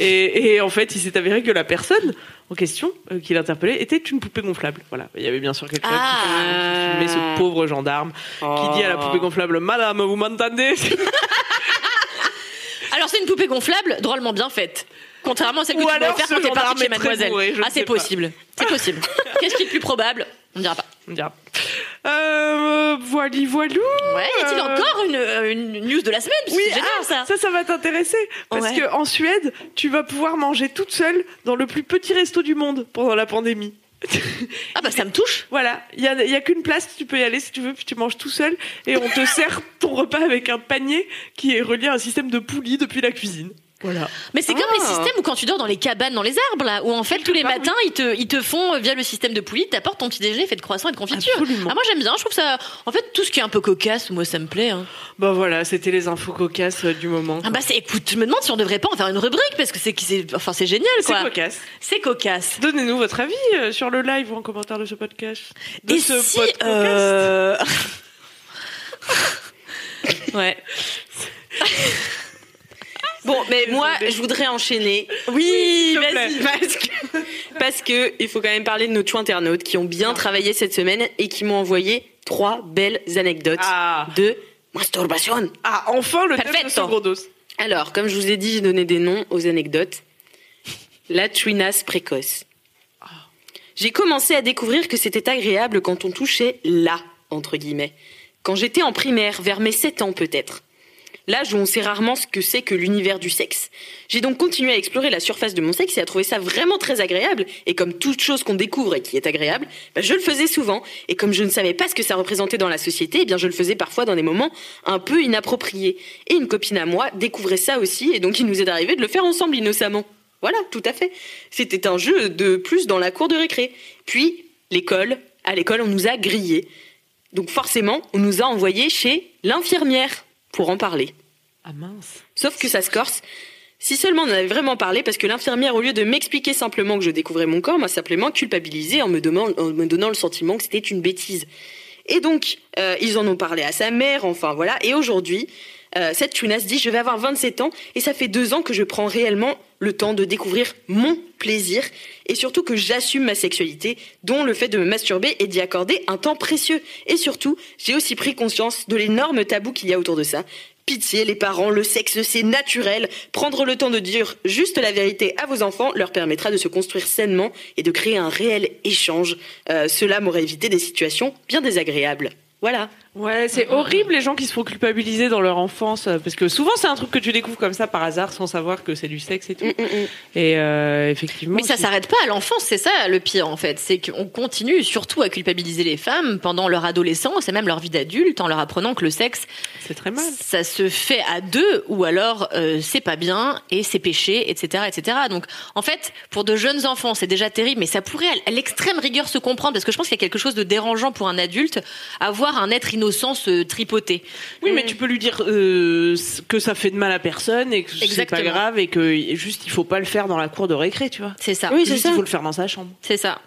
S2: Et, et en fait, il s'est avéré que la personne en question euh, qui l'interpellait était une poupée gonflable. Voilà. Il y avait bien sûr quelqu'un
S3: Ah.
S2: qui, qui filmait ce pauvre gendarme
S6: Ah.
S2: qui dit
S4: Oh.
S2: à la poupée gonflable Madame, vous m'entendez
S3: Alors, c'est une poupée gonflable, drôlement bien faite. Contrairement à celle que
S2: Ou
S3: tu vas
S2: alors
S3: faire
S2: ce
S3: quand t'es
S2: gendarme
S3: parti chez
S2: est très
S3: mademoiselle.
S2: bourré, je
S3: ah,
S2: ne
S3: c'est
S2: sais pas.
S3: possible. C'est possible. Qu'est-ce qui est le plus probable On ne dira pas.
S2: On dira. Euh, voili, voilou.
S3: Ouais, y a-t-il
S2: Euh.
S3: encore une, euh, une news de la semaine Parce que C'est génial
S2: ah,
S3: ça.
S2: Ça, ça va t'intéresser. Parce
S3: Ouais.
S2: que en Suède, tu vas pouvoir manger toute seule dans le plus petit resto du monde pendant la pandémie.
S3: Ah bah ça me touche.
S2: Voilà, il n'y a, il y a qu'une place, tu peux y aller si tu veux, puis tu manges tout seul
S3: [laughs]
S2: et on te sert ton repas avec un panier qui est relié à un système de poulies depuis la cuisine. Voilà.
S3: Mais c'est comme
S4: Ah.
S3: les systèmes où quand tu dors dans les cabanes, dans les arbres, là, où en fait tous
S2: Bah
S3: les matins ils te, ils te font euh, via le système de poulies, t'apportes ton petit déjeuner fait de croissants et de confiture.
S2: Absolument.
S3: Ah, moi j'aime bien, je trouve ça. En fait, tout ce qui est un peu cocasse, moi ça me plaît. hein.
S2: Bah voilà, c'était les infos cocasses euh, du moment.
S3: Ah bah c'est, écoute, je me demande si on devrait pas en faire une rubrique parce que c'est, c'est enfin c'est génial
S2: C'est
S3: quoi.
S2: cocasse.
S3: C'est cocasse.
S2: Donnez-nous votre avis euh, sur le live ou en commentaire de ce podcast. De
S3: Et
S2: ce
S3: si,
S2: podcast. [laughs]
S3: euh, [laughs] ouais.
S4: Bon, mais moi,
S6: Moi, je voudrais enchaîner.
S4: oui,
S2: S'il te
S4: vas-y, parce que, parce que il faut quand même parler de nos chou internautes qui ont bien travaillé cette semaine et qui m'ont envoyé trois belles anecdotes
S2: Ah.
S4: de masturbation.
S2: Ah, enfin le thème de ce
S4: Perfetto.
S2: gros dos.
S4: Alors, comme je vous ai dit, j'ai donné des noms aux anecdotes. La chouinasse précoce. J'ai commencé à découvrir que c'était agréable quand on touchait là, entre guillemets. Quand j'étais en primaire, vers mes 7 ans peut-être. L'âge où on sait rarement ce que c'est que l'univers du sexe. J'ai donc continué à explorer la surface de mon sexe et à trouver ça vraiment très agréable. Et comme toute chose qu'on découvre et qui est agréable, bah, je le faisais souvent. Et comme je ne savais pas ce que ça représentait dans la société, eh bien je le faisais parfois dans des moments un peu inappropriés. Et une copine à moi découvrait ça aussi, et donc il nous est arrivé de le faire ensemble innocemment. Voilà, tout à fait. C'était un jeu de plus dans la cour de récré. Puis, l'école. À l'école, on nous a grillés. Donc forcément, on nous a envoyés chez l'infirmière pour en parler.
S2: Ah mince.
S4: Sauf que ça se corse. Si seulement on en avait vraiment parlé, parce que l'infirmière, au lieu de m'expliquer simplement que je découvrais mon corps, m'a simplement culpabilisé en me, demand- en me donnant le sentiment que c'était une bêtise. Et donc, euh, ils en ont parlé à sa mère, enfin voilà. Et aujourd'hui, euh, cette chouinasse dit Je vais avoir 27 ans, et ça fait deux ans que je prends réellement le temps de découvrir mon plaisir, et surtout que j'assume ma sexualité, dont le fait de me masturber et d'y accorder un temps précieux. Et surtout, j'ai aussi pris conscience de l'énorme tabou qu'il y a autour de ça. Pitié, les parents, le sexe, c'est naturel. Prendre le temps de dire juste la vérité à vos enfants leur permettra de se construire sainement et de créer un réel échange. Euh, cela m'aurait évité des situations bien désagréables. Voilà.
S2: Ouais, c'est horrible les gens qui se font culpabiliser dans leur enfance euh, parce que souvent c'est un truc que tu découvres comme ça par hasard sans savoir que c'est du sexe et
S3: Mm,
S2: tout. Et euh, effectivement.
S3: Mais ça
S2: si-
S3: s'arrête pas à l'enfance, c'est ça le pire en fait. C'est qu'on continue surtout à culpabiliser les femmes pendant leur adolescence et même leur vie d'adulte en leur apprenant que le sexe
S2: c'est très mal.
S3: ça se fait à deux ou alors euh, c'est pas bien et c'est péché, etc., etc. Donc en fait, pour de jeunes enfants, c'est déjà terrible, mais ça pourrait à l'extrême rigueur se comprendre parce que je pense qu'il y a quelque chose de dérangeant pour un adulte à voir un être innocent se tripoter.
S2: Oui, mais tu peux lui dire euh, que ça fait de mal à personne et que c'est pas
S3: Exactement.
S2: grave et que juste il faut pas le faire dans la cour de récré, tu vois.
S3: C'est ça.
S4: Oui, c'est
S2: Juste,
S4: ça.
S2: il faut le faire dans sa chambre.
S3: C'est ça.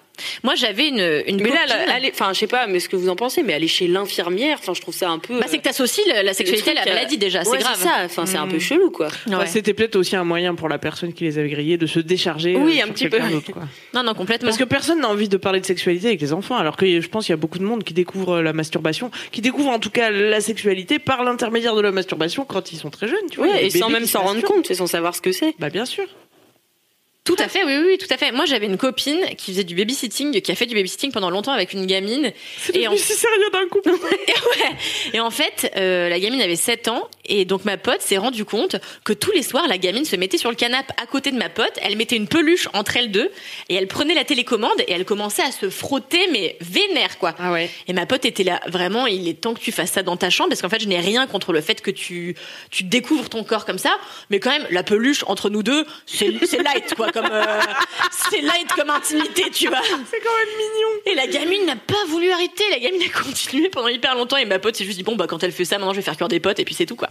S3: Moi, j'avais une une
S4: Mais là,
S3: copine-
S4: là, allez, enfin, je sais pas, mais ce que vous en pensez, mais aller chez l'infirmière, enfin, je trouve ça un peu. euh,
S3: Bah, c'est que t'associes la, la sexualité à la maladie déjà, euh, c'est
S4: Ouais,
S3: grave. Mm.
S4: ça, enfin, c'est un peu chelou, quoi.
S3: Ouais.
S2: Enfin, C'était peut-être aussi un moyen pour la personne qui les avait grillés de se décharger.
S4: Oui,
S2: euh,
S4: un
S2: sur
S4: petit peu.
S2: quelqu'un d'autre, quoi.
S3: Non, non, complètement.
S2: Parce que personne n'a envie de parler de sexualité avec les enfants, alors que je pense qu'il y a beaucoup de monde qui découvre euh, la masturbation, qui découvre en tout cas la sexualité par l'intermédiaire de la masturbation quand ils sont très jeunes, tu vois. Il y a
S4: Ouais,
S2: des
S4: et sans
S2: bébés
S4: même
S2: qui
S4: s'en rendre
S2: masturbent.
S4: compte, c'est sans savoir ce que c'est.
S2: Bah bien sûr.
S3: Tout à fait, oui, oui, oui, tout à fait. Moi, j'avais une copine qui faisait du babysitting, qui a fait du babysitting pendant longtemps avec une gamine.
S2: C'est
S3: Et
S2: devenu
S3: en- [laughs]
S2: si sérieux d'un coup.
S3: Et en fait, euh, la gamine avait 7 ans, et donc ma pote s'est rendue compte que tous les soirs, la gamine se mettait sur le canapé à côté de ma pote, elle mettait une peluche entre elles deux, et elle prenait la télécommande, et elle commençait à se frotter, mais vénère, quoi.
S2: Ah ouais.
S3: Et ma pote était là, vraiment, il est temps que tu fasses ça dans ta chambre, parce qu'en fait, je n'ai rien contre le fait que tu, tu découvres ton corps comme ça, mais quand même, la peluche entre nous deux, c'est c'est light, quoi, comme, euh, c'est light comme intimité, tu vois.
S2: C'est quand même mignon.
S3: Et la gamine n'a pas voulu arrêter, la gamine a continué pendant hyper longtemps, et ma pote s'est juste dit, bon, bah, quand elle fait ça, maintenant, je vais faire cuire des potes, et puis c'est tout, quoi.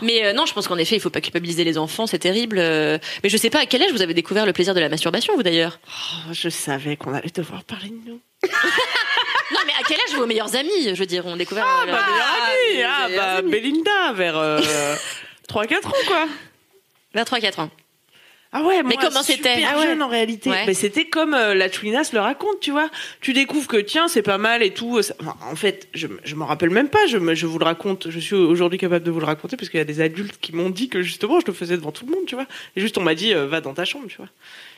S3: Mais euh, non, je pense qu'en effet, il faut pas culpabiliser les enfants, c'est terrible, euh, mais je sais pas à quel âge vous avez découvert le plaisir de la masturbation, vous d'ailleurs.
S2: Oh, je savais qu'on allait devoir parler de nous.
S3: Non, mais à quel âge vos meilleurs amis, je veux dire, ont découvert euh, la-
S2: Ah, oui, ah, bah Belinda vers
S4: [laughs]
S2: euh, 3-4 ans quoi.
S3: vers 3-4 ans.
S2: Ah ouais,
S3: Mais
S2: moi,
S3: comment
S2: super
S3: c'était Ah ouais.
S2: jeune en réalité.
S3: Ouais.
S2: Mais c'était comme euh, la Chouinas le raconte, tu vois. Tu découvres que tiens, c'est pas mal et tout. euh, Ça- enfin, en fait, je, m- je m'en rappelle même pas. Je, me- je vous le raconte. Je suis aujourd'hui capable de vous le raconter parce qu'il y a des adultes qui m'ont dit que justement, je le faisais devant tout le monde, tu vois. Et juste, on m'a dit, euh, va dans ta chambre, tu vois.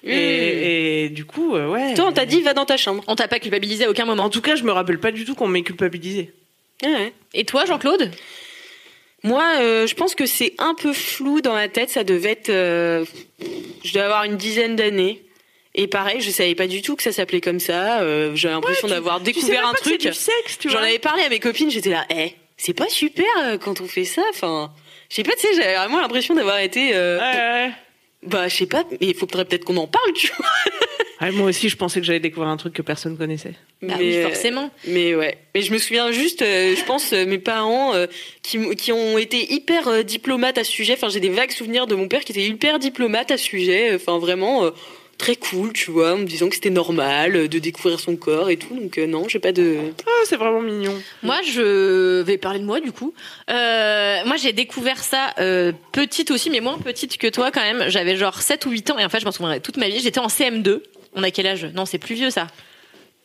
S2: Et, et du coup, euh,
S3: Mm.
S2: ouais.
S4: Mmh. Toi, on t'a dit, va dans ta chambre.
S3: On t'a pas culpabilisé à aucun moment.
S2: En tout cas, je me rappelle pas du tout qu'on m'ait culpabilisé.
S4: Ouais.
S3: Et toi, Jean-Claude
S4: Moi, euh, je pense que c'est un peu flou dans ma tête. Ça devait être. euh, je dois avoir une dizaine d'années. Et pareil, je savais pas du tout que ça s'appelait comme ça. Euh, J'avais l'impression d'avoir
S2: Tu sais
S4: découvert
S2: même
S4: un
S2: pas que
S4: truc.
S2: c'est du sexe, tu
S4: J'en
S2: vois.
S4: avais parlé à mes copines, j'étais là, eh, c'est pas super euh, quand on fait ça. Enfin, Je sais pas, tu sais, j'avais vraiment l'impression d'avoir été. euh,
S2: Ouais, ouais.
S4: Bah, je sais pas, mais il faudrait peut-être qu'on en parle, tu vois.
S2: Ouais, moi aussi, je pensais que j'allais découvrir un truc que personne connaissait.
S3: Bah
S4: Mais,
S3: oui,
S4: euh,
S3: forcément.
S4: Mais ouais. Mais je me souviens juste, euh, je pense, euh, mes parents euh, qui, m- qui ont été hyper euh, diplomates à ce sujet. Enfin, j'ai des vagues souvenirs de mon père qui était hyper diplomate à ce sujet. Enfin, vraiment euh, très cool, tu vois, en me disant que c'était normal euh, de découvrir son corps et tout. Donc, euh, non, j'ai pas de.
S2: Ah, c'est vraiment mignon.
S3: Moi, je vais parler de moi du coup. Euh, moi, j'ai découvert ça euh, petite aussi, mais moins petite que toi quand même. J'avais genre 7 ou 8 ans, et en fait, je m'en souviendrai toute ma vie. J'étais en CM2. On a quel âge Non, c'est plus vieux ça.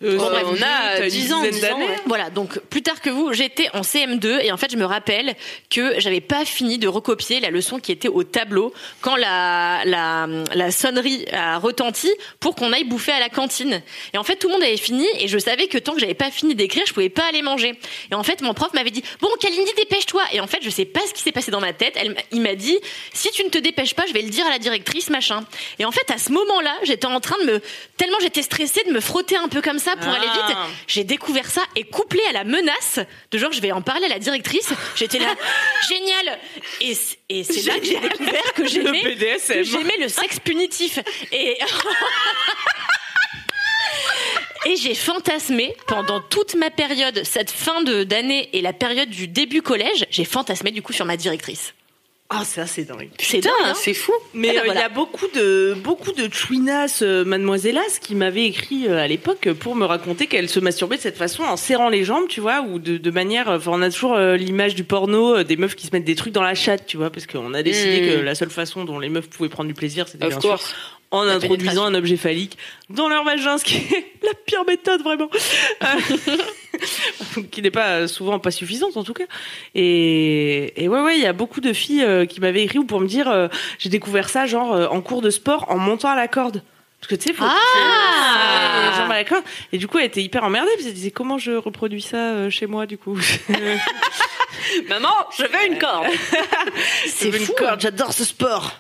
S2: Euh,
S4: Oh,
S2: ça,
S4: on a,
S2: t'as
S4: euh,
S2: une
S4: 10 ans,
S2: dizaine
S4: 10 ans,
S2: d'années.
S4: ouais.
S3: Voilà, donc plus tard que vous, j'étais en CM2 et en fait, je me rappelle que j'avais pas fini de recopier la leçon qui était au tableau quand la, la, la sonnerie a retenti pour qu'on aille bouffer à la cantine. Et en fait, tout le monde avait fini et je savais que tant que j'avais pas fini d'écrire, je pouvais pas aller manger. Et en fait, mon prof m'avait dit "Bon, Kalindi, dépêche-toi." Et en fait, je sais pas ce qui s'est passé dans ma tête, elle, m'a- il m'a dit "Si tu ne te dépêches pas, je vais le dire à la directrice, machin." Et en fait, à ce moment-là, j'étais en train de me tellement j'étais stressée de me frotter un peu comme ça pour aller vite.
S2: Ah.
S3: J'ai découvert ça et couplé à la menace de genre je vais en parler à la directrice.
S2: [laughs]
S3: J'étais là, génial. Et, c- et c'est là que j'ai découvert que
S2: Le
S3: j'aimais que
S2: BDSM.
S3: j'aimais le sexe punitif. Et [laughs] Et j'ai fantasmé pendant toute ma période, cette fin de d'année et la période du début collège, j'ai fantasmé du coup sur ma directrice.
S2: Ah, ça, c'est dingue.
S3: C'est dingue,
S4: Putain,
S3: hein
S4: c'est fou.
S2: Mais
S3: Ah bah
S2: euh, il y
S3: voilà.
S2: a beaucoup de beaucoup de chouinas, euh, mademoisellas, qui m'avaient écrit euh, à l'époque pour me raconter qu'elles se masturbaient de cette façon en serrant les jambes, tu vois, ou de, de manière. Enfin, on a toujours euh, l'image du porno euh, des meufs qui se mettent des trucs dans la chatte, tu vois, parce qu'on a décidé
S3: Hmm.
S4: Mm.
S2: que la seule façon dont les meufs pouvaient prendre du plaisir, c'était
S4: Of
S2: bien sûr
S4: course.
S2: en
S3: La
S2: introduisant
S3: pénétration.
S2: un objet phallique dans leur vagin, ce qui est [laughs] la pire méthode vraiment, Euh, [laughs] qui n'est pas euh, souvent pas suffisante en tout cas. Et, et ouais ouais, il y a beaucoup de filles euh, qui m'avaient écrit ou pour me dire euh, j'ai découvert ça genre euh, en cours de sport en montant à la corde. Parce que tu sais, faut
S3: Ah
S2: les jambes à la corde. Et du coup, elle était hyper emmerdée parce qu'elle disait comment je reproduis ça euh, chez moi du coup. [laughs]
S4: Maman, je veux une corde.
S3: C'est
S2: Une
S3: fou.
S2: corde, j'adore ce sport.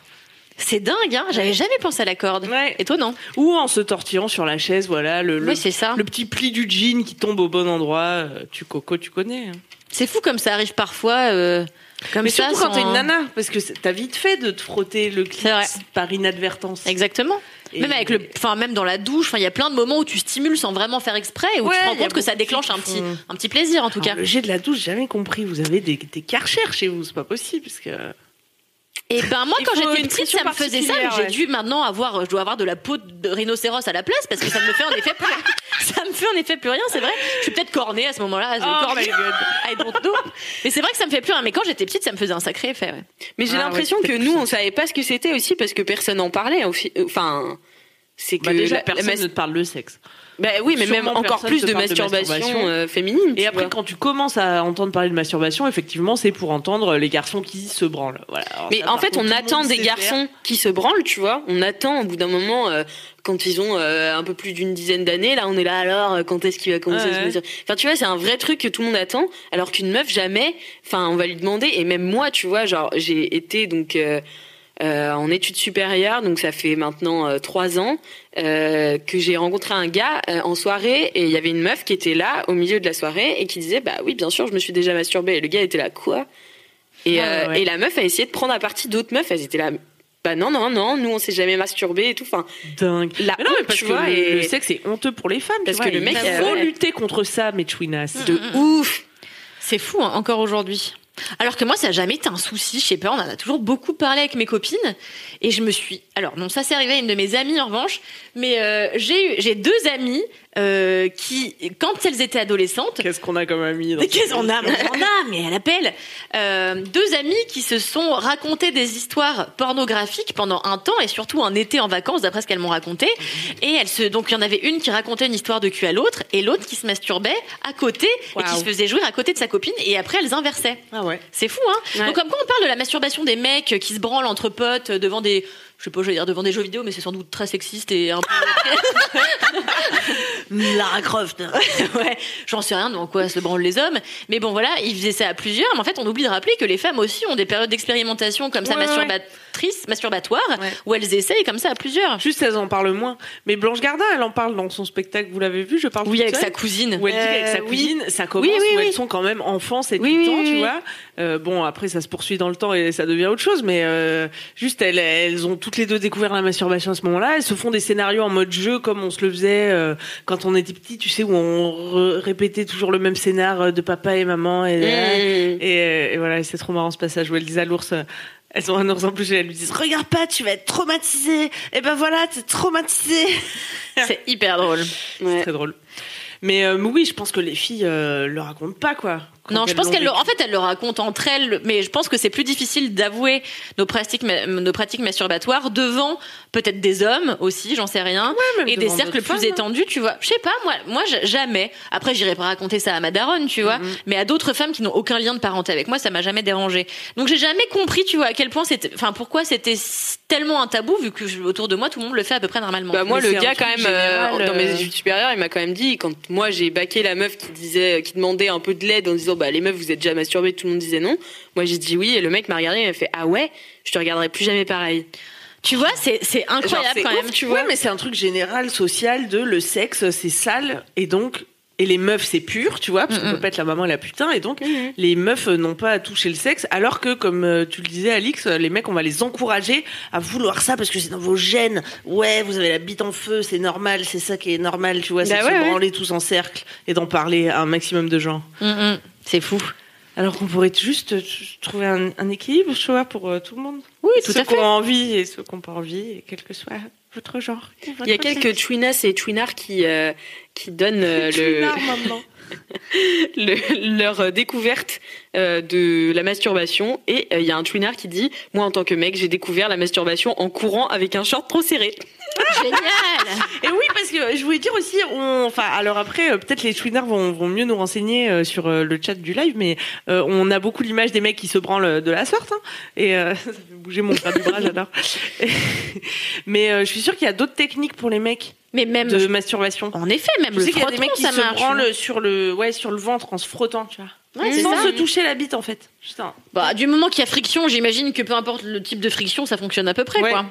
S3: C'est dingue, hein J'avais jamais pensé à la corde.
S2: Ouais.
S3: Et toi, non
S2: Ou en se tortillant sur la chaise, voilà le, le
S3: Oui, c'est
S4: Hein.
S3: ça.
S2: Le petit pli du jean qui tombe au bon endroit, euh, tu coco, tu connais. hein.
S3: C'est fou comme ça arrive parfois. euh, comme
S2: Mais
S3: ça,
S2: surtout quand
S3: sans-
S2: t'es une nana, parce que c'est- t'as vite fait de te frotter le clit
S3: C'est vrai.
S2: par inadvertance.
S3: Exactement.
S2: Et-
S3: Même avec le, enfin même dans la douche, enfin il y a plein de moments où tu stimules sans vraiment faire exprès et où
S2: Ouais,
S3: tu te rends
S2: il y a
S3: compte que ça
S2: beaucoup de
S3: déclenche un
S2: filles
S3: petit,
S2: qui font-
S3: un petit plaisir en tout
S2: Alors,
S3: cas.
S2: Ah, le jet de la douche, j'ai jamais compris. Vous avez des, des karchers chez vous, c'est pas possible. Parce que...
S4: Bah,
S3: Et ben moi
S2: Il
S3: quand
S2: faut
S3: j'étais
S2: une
S3: petite
S2: pression
S3: ça me faisait ça, mais
S2: particulière,
S3: j'ai
S2: ouais.
S3: dû maintenant avoir, je dois avoir de la peau de rhinocéros à la place parce que ça ne me fait en effet plus, rien. [laughs] ça me fait en effet plus rien, c'est vrai. Je suis peut-être cornée à ce moment-là,
S2: Oh
S3: cornée. [laughs] I don't know. Mais c'est vrai que ça me fait plus rien. Mais quand j'étais petite, ça me faisait un sacré effet. ouais.
S4: Mais j'ai
S2: Ah,
S4: l'impression
S2: ouais,
S4: que
S2: c'est
S4: nous,
S2: plus
S4: on savait pas ce que c'était aussi parce que personne n'en parlait. au fi- euh, Enfin, c'est que.
S2: Bah, déjà,
S4: la- la
S2: personne
S4: mas-
S2: ne te parle de sexe.
S4: Bah oui, mais même
S2: Sûrement
S4: encore
S2: personne
S4: plus
S2: te
S4: de
S2: parle de
S4: masturbation,
S2: masturbation.
S4: euh, féminine.
S2: Et
S4: tu
S2: après,
S4: vois.
S2: quand tu commences à entendre parler de masturbation, effectivement, c'est pour entendre euh, les garçons qui se branlent. Voilà. Alors,
S4: Mais
S2: ça,
S4: en
S2: par
S4: fait,
S2: contre,
S4: on
S2: tout le
S4: attend
S2: monde
S4: des
S2: sait
S4: garçons qui se branlent, tu vois. On attend au bout d'un moment, euh, quand ils ont euh, un peu plus d'une dizaine d'années, là, on est là, alors, euh, quand est-ce qu'il va commencer
S2: Ouais,
S4: à se
S2: ouais.
S4: masturber Enfin, tu vois, c'est un vrai truc que tout le monde attend, alors qu'une meuf, jamais, enfin, on va lui demander. Et même moi, tu vois, genre, j'ai été donc euh, euh, en études supérieures, donc ça fait maintenant euh, trois ans, euh, que j'ai rencontré un gars euh, en soirée, et il y avait une meuf qui était là, au milieu de la soirée, et qui disait, bah oui, bien sûr, je me suis déjà masturbée. Et le gars était là, quoi et,
S2: Ah,
S4: euh,
S2: ouais.
S4: et la meuf a essayé de prendre à partie d'autres meufs. Elles étaient là. Bah non, non, non, nous on s'est jamais masturbé et tout. Enfin,
S2: Dingue.
S4: la
S2: Mais non, mais
S4: honte,
S2: parce
S4: Ah, tu
S2: que
S4: vois.
S2: le,
S4: et
S2: le sexe est honteux pour les femmes. tu
S4: Parce
S2: vois,
S4: que le
S2: et
S4: mec, Mm,
S2: il
S4: euh,
S2: faut
S4: ouais.
S2: lutter contre ça, mes chouinas.
S4: de ouf.
S3: C'est fou, hein, encore aujourd'hui. Alors que moi, ça n'a jamais été un souci. Je sais pas, on en a toujours beaucoup parlé avec mes copines. Et je me suis. Alors, non, ça c'est arrivé à une de mes amies en revanche. Mais euh, j'ai eu- j'ai deux amies euh, qui, quand elles étaient adolescentes,
S2: Qu'est-ce qu'on a comme ami dans
S3: mais qu'est-ce qu'on a mais On en a, mais elle appelle. Euh, deux amis qui se sont racontés des histoires pornographiques pendant un temps et surtout un été en vacances, d'après ce qu'elles m'ont raconté. Et elles se, donc il y en avait une qui racontait une histoire de cul à l'autre et l'autre qui se masturbait à côté et qui
S2: Waouh.
S3: se faisait jouer à côté de sa copine. Et après elles inversaient.
S2: Ah ouais.
S3: C'est fou, hein. Donc comme quoi on parle de la masturbation des mecs qui se branlent entre potes devant des. je sais pas, je vais dire devant des jeux vidéo, mais c'est sans doute très sexiste et un peu. [laughs] Lara Croft. [laughs] ouais, j'en sais rien devant quoi se branlent les hommes. Mais bon, voilà, ils faisaient ça à plusieurs. Mais en fait, on oublie de rappeler que les femmes aussi ont des périodes d'expérimentation comme ça,
S2: Ouais, ouais, ouais.
S3: masturbatrices, masturbatoires,
S2: Ouais.
S3: où elles essayent comme ça à plusieurs.
S2: Juste, elles en parlent moins. Mais Blanche Gardin, elle en parle dans son spectacle, vous l'avez vu, je parle
S3: Oui,
S2: toute
S3: avec
S2: seule.
S3: sa cousine.
S2: Où elle dit qu'avec sa
S6: Euh, oui.
S2: cousine, ça commence
S6: Oui, oui,
S2: où elles
S6: oui.
S2: sont quand même enfants 7
S6: Oui, oui,
S2: ans,
S6: oui,
S2: tu
S6: oui.
S2: vois. Euh, bon, après, ça se poursuit dans le temps et ça devient autre chose, mais euh, juste, elles, elles ont toutes les deux découvert la masturbation à ce moment-là. Elles se font des scénarios en mode jeu, comme on se le faisait euh, quand on était petit, tu sais, où on re- répétait toujours le même scénar euh, de papa et maman. Et,
S6: Mmh.
S2: et, euh, et voilà, et c'est trop marrant ce passage où elle dit à l'ours. euh, elles ont un ours en plus et elles lui disent Regarde pas, tu vas être traumatisé. Et ben voilà, t'es traumatisé.
S3: C'est hyper drôle.
S2: C'est
S4: Mm.
S6: Ouais.
S2: très drôle. Mais euh, mais oui, je pense que les filles euh, le racontent pas, quoi. Quand
S3: Non, je pense
S2: l'ont
S3: qu'elle, le-
S2: vécu.
S3: en fait, elle le raconte entre elles, mais je pense que c'est plus difficile d'avouer nos pratiques, ma- nos pratiques masturbatoires devant peut-être des hommes aussi, j'en sais rien,
S2: même
S3: et des
S2: devant
S3: cercles
S2: d'autres
S3: plus
S2: femmes.
S3: étendus, tu vois. Je sais pas, moi, moi, j- jamais. Après, j'irai pas raconter ça à ma daronne, tu vois, mais à d'autres femmes qui n'ont aucun lien de parenté avec moi, ça m'a jamais dérangé. Donc, j'ai jamais compris, tu vois, à quel point c'était, enfin, pourquoi c'était s- tellement un tabou vu que je- autour de moi, tout le monde le fait à peu près normalement.
S4: Bah moi
S2: Mais
S4: le
S2: c'est un
S4: gars
S2: truc
S4: quand même euh,
S2: général,
S4: dans mes
S2: euh.
S4: études supérieures il m'a quand même dit quand moi j'ai baqué la meuf qui disait qui demandait un peu de l'aide en disant bah les meufs vous êtes déjà masturbées tout le monde disait non moi j'ai dit oui et le mec m'a regardé et m'a fait ah ouais je te regarderai plus jamais pareil
S3: tu vois, c'est, c'est incroyable
S4: c'est
S3: quand
S4: ouf,
S3: même.
S4: tu
S2: Ouais,
S4: vois
S2: mais c'est un truc général, social, de le sexe, c'est sale, et donc. Et les meufs, c'est pur, tu vois, parce qu'on
S3: Mhm.
S2: peut pas être la maman et la putain, et donc les meufs euh, n'ont pas à toucher le sexe, alors que, comme euh, tu le disais, Alix, euh, les mecs, on va les encourager à vouloir ça parce que c'est dans vos gènes. Ouais, vous avez la bite en feu, c'est normal, c'est ça qui est normal, tu vois, c'est
S4: Bah
S2: de
S4: ouais,
S2: se
S4: ouais.
S2: branler tous en cercle et d'en parler à un maximum de gens.
S3: Mm, mm. C'est fou.
S2: Alors qu'on pourrait juste euh, trouver un, un équilibre, je vois, pour euh, tout le monde.
S3: Oui,
S2: ceux qui ont envie et ceux qui n'ont pas envie, et quel que soit votre genre.
S4: il y a quelques twinas et twinards qui euh, qui donnent euh, le, [laughs] le- leur euh, découverte euh, de la masturbation et euh, il y a un twinard qui dit moi en tant que mec j'ai découvert la masturbation en courant avec un short trop serré
S3: Génial.
S2: Et oui, parce que euh, je voulais dire aussi, on, enfin, alors après, euh, peut-être les tweeners vont, vont mieux nous renseigner euh, sur euh, le chat du live, mais euh, on a beaucoup l'image des mecs qui se branlent euh, de la sorte, hein. et euh, [laughs] ça fait bouger mon bras du bras, j'adore. [laughs] Et- mais euh, je suis sûre qu'il y a d'autres techniques pour les mecs
S3: Mais même,
S2: de masturbation.
S3: En effet, même
S2: Je
S3: le
S2: sais qu'il y a des
S3: frottement,
S2: mecs qui
S3: ça
S2: se
S3: marche.
S2: branlent sur le, ouais, sur le ventre en se frottant, tu vois.
S3: Ouais, c'est
S2: Sans
S3: ça.
S2: se toucher la bite, en fait. Putain.
S3: Bah, du moment qu'il y a friction, j'imagine que peu importe le type de friction, ça fonctionne à peu près,
S2: Ouais.
S3: quoi.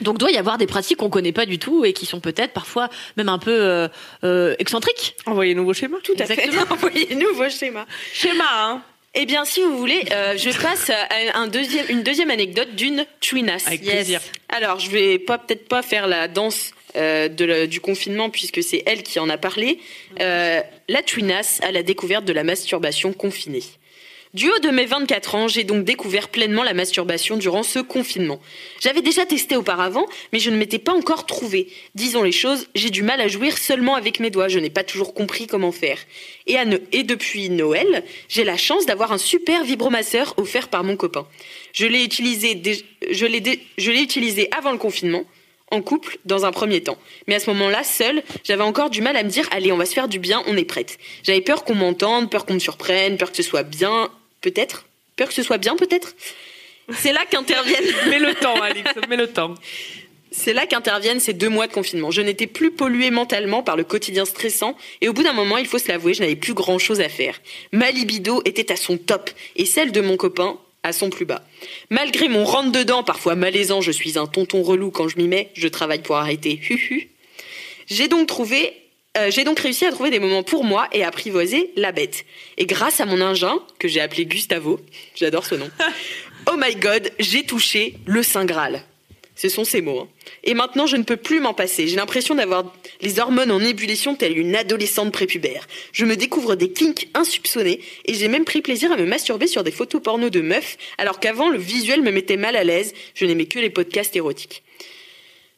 S3: Donc doit y avoir des pratiques qu'on connaît pas du tout et qui sont peut-être parfois même un peu euh, euh, excentriques.
S2: Envoyez-nous vos schémas.
S4: tout
S3: à fait.
S4: [laughs] envoyez-nous vos schémas
S2: Schéma, hein.
S4: Eh bien, si vous voulez, euh, je passe à un deuxième, une deuxième anecdote d'une chouinasse.
S2: Avec plaisir.
S4: Alors, je vais pas peut-être pas faire la danse euh, de la- du confinement puisque c'est elle qui en a parlé. Euh, la chouinasse à la découverte de la masturbation confinée. Du haut de mes 24 ans, j'ai donc découvert pleinement la masturbation durant ce confinement. J'avais déjà testé auparavant, mais je ne m'étais pas encore trouvée. Disons les choses, j'ai du mal à jouir seulement avec mes doigts, je n'ai pas toujours compris comment faire. Et, à ne- et depuis Noël, j'ai la chance d'avoir un super vibromasseur offert par mon copain. Je l'ai utilisé, dé- je l'ai dé- je l'ai utilisé avant le confinement, en couple, dans un premier temps. Mais à ce moment-là, seule, j'avais encore du mal à me dire, allez, on va se faire du bien, on est prête. J'avais peur qu'on m'entende, peur qu'on me surprenne, peur que ce soit bien, peut-être Peur que ce soit bien, peut-être C'est là qu'interviennent...
S2: Mets le temps, Alix, mets le temps.
S4: C'est là qu'interviennent ces deux mois de confinement. Je n'étais plus polluée mentalement par le quotidien stressant et au bout d'un moment, il faut se l'avouer, je n'avais plus grand-chose à faire. Ma libido était à son top et celle de mon copain à son plus bas. Malgré mon rentre-dedans, parfois malaisant, je suis un tonton relou quand je m'y mets, je travaille pour arrêter. Hu hu. J'ai donc trouvé, euh, j'ai donc réussi à trouver des moments pour moi et à apprivoiser la bête. Et grâce à mon ingin, que j'ai appelé Gustavo, [laughs] j'adore ce nom, oh my god, j'ai touché le Saint Graal. Ce sont ces mots. hein. Et maintenant, je ne peux plus m'en passer. J'ai l'impression d'avoir les hormones en ébullition telle une adolescente prépubère. Je me découvre des kinks insoupçonnés et j'ai même pris plaisir à me masturber sur des photos porno de meufs, alors qu'avant, le visuel me mettait mal à l'aise. Je n'aimais que les podcasts érotiques.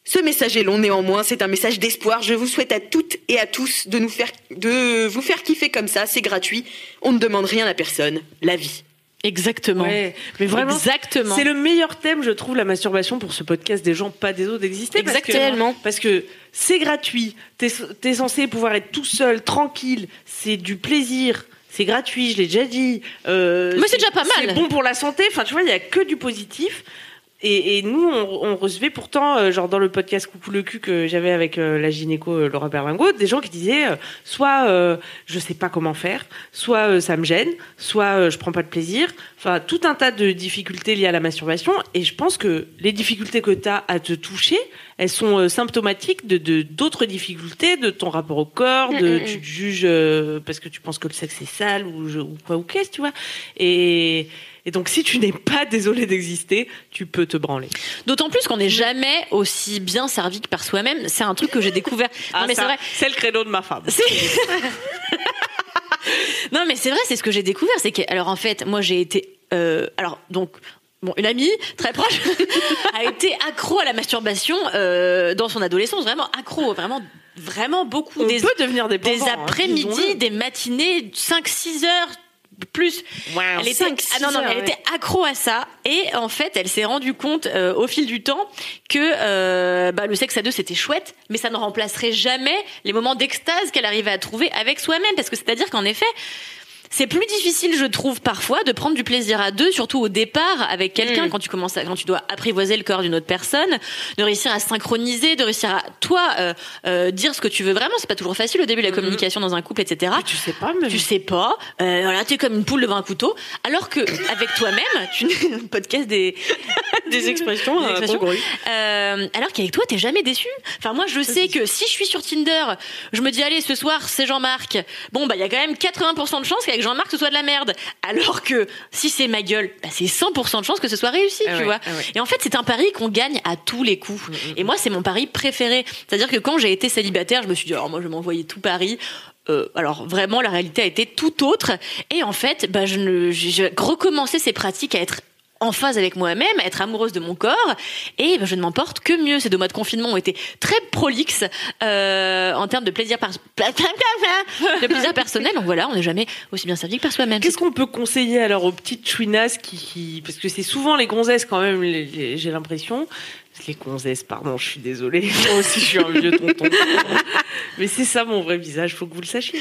S4: Ce message est long néanmoins, c'est un message d'espoir. Je vous souhaite à toutes et à tous de, nous faire, de vous faire kiffer comme ça, c'est gratuit. On ne demande rien à personne. La vie.
S3: Exactement.
S2: Ouais, mais vraiment,
S3: Exactement.
S2: C'est le meilleur thème, je trouve, la masturbation pour ce podcast des gens pas des autres d'exister. parce que-
S4: Exactement.
S2: Parce que c'est gratuit. T'es es censé pouvoir être tout seul, tranquille. C'est du plaisir. C'est gratuit, je l'ai déjà dit. Euh,
S3: Mais c'est déjà pas mal.
S2: C'est bon pour la santé. Enfin, tu vois, il y a que du positif. Et, et nous, on, on recevait pourtant, euh, genre dans le podcast Coucou le cul que j'avais avec euh, la gynéco euh, Laura Berlingot, des gens qui disaient euh, soit euh, je sais pas comment faire, soit euh, ça me gêne, soit euh, je prends pas de plaisir. Enfin, tout un tas de difficultés liées à la masturbation. Et je pense que les difficultés que tu as à te toucher, elles sont euh, symptomatiques de de- d'autres difficultés, de ton rapport au corps, de tu te juges euh, parce que tu penses que le sexe est sale ou, je- ou quoi ou qu'est-ce, tu vois. Et, et donc si tu n'es pas [laughs] désolé d'exister, tu peux te branler.
S3: D'autant plus qu'on n'est jamais aussi bien servi que par soi-même. C'est un truc que j'ai découvert. Non, mais
S2: Ah, ça,
S3: c'est vrai.
S2: le credo de ma femme.
S3: C'est- [laughs] non, mais c'est vrai, c'est ce que j'ai découvert. C'est que, alors en fait, moi j'ai été. euh, alors, donc. Bon, une amie très proche [laughs] a été accro à la masturbation euh, dans son adolescence, vraiment accro, vraiment, vraiment beaucoup.
S2: On
S3: des
S2: peut devenir des hein,
S3: des après-midi, des matinées, 5-6 heures plus. Elle était,
S4: Cinq, six
S3: ah non, non,
S4: heures,
S3: elle
S4: ouais.
S3: était accro à ça. Et en fait, elle s'est rendue compte euh, au fil du temps que euh, bah, le sexe à deux, c'était chouette, mais ça ne remplacerait jamais les moments d'extase qu'elle arrivait à trouver avec soi-même. Parce que c'est-à-dire qu'en effet, c'est plus difficile, je trouve, parfois, de prendre du plaisir à deux, surtout au départ, avec quelqu'un,
S4: Mm.
S3: quand tu commences, à, quand tu dois apprivoiser le corps d'une autre personne, de réussir à synchroniser, de réussir à toi euh, euh, dire ce que tu veux vraiment. C'est pas toujours facile au début
S4: Mm-hmm.
S3: la communication dans un couple, etc.
S2: Ah, Tu sais pas, mais
S3: Tu sais pas, euh, voilà, t'es comme une poule devant un couteau, alors que avec toi-même, tu podcast des
S2: [laughs] des expressions. hein,
S3: des expressions. euh, alors qu'avec toi, t'es jamais déçu. Enfin, moi, je sais que si je suis sur Tinder, je me dis, allez, ce soir, c'est Jean-Marc. Bon, bah, il y a quand même 80% de chances qu'avec Jean-Marc, ce soit de la merde. Alors que si c'est ma gueule, bah, c'est 100% de chances que ce soit réussi,
S2: Ah
S3: tu
S2: ouais,
S3: vois.
S2: ah ouais.
S3: Et en fait, c'est un pari qu'on gagne à tous les coups. Et moi, c'est mon pari préféré. C'est-à-dire que quand j'ai été célibataire, je me suis dit, oh, moi, je vais m'envoyer tout Paris. Euh, alors vraiment, la réalité a été tout autre. Et en fait, bah, je, ne, j'ai- j'ai recommencé ces pratiques à être en phase avec moi-même, à être amoureuse de mon corps, et bah, je ne m'emporte que mieux. Ces deux mois de confinement ont été très prolixes euh, en termes de plaisir, par... [laughs] de plaisir personnel. Donc voilà, on n'est jamais aussi bien servi que par soi-même.
S2: Qu'est-ce qu'on peut conseiller alors aux petites chouinasses qui, qui- parce que c'est souvent les gonzesses quand même, les- les- j'ai l'impression. Les gonzesses, pardon, je suis désolée. [laughs] Moi aussi, je suis un vieux tonton. [laughs] Mais c'est ça mon vrai visage, faut que vous le sachiez.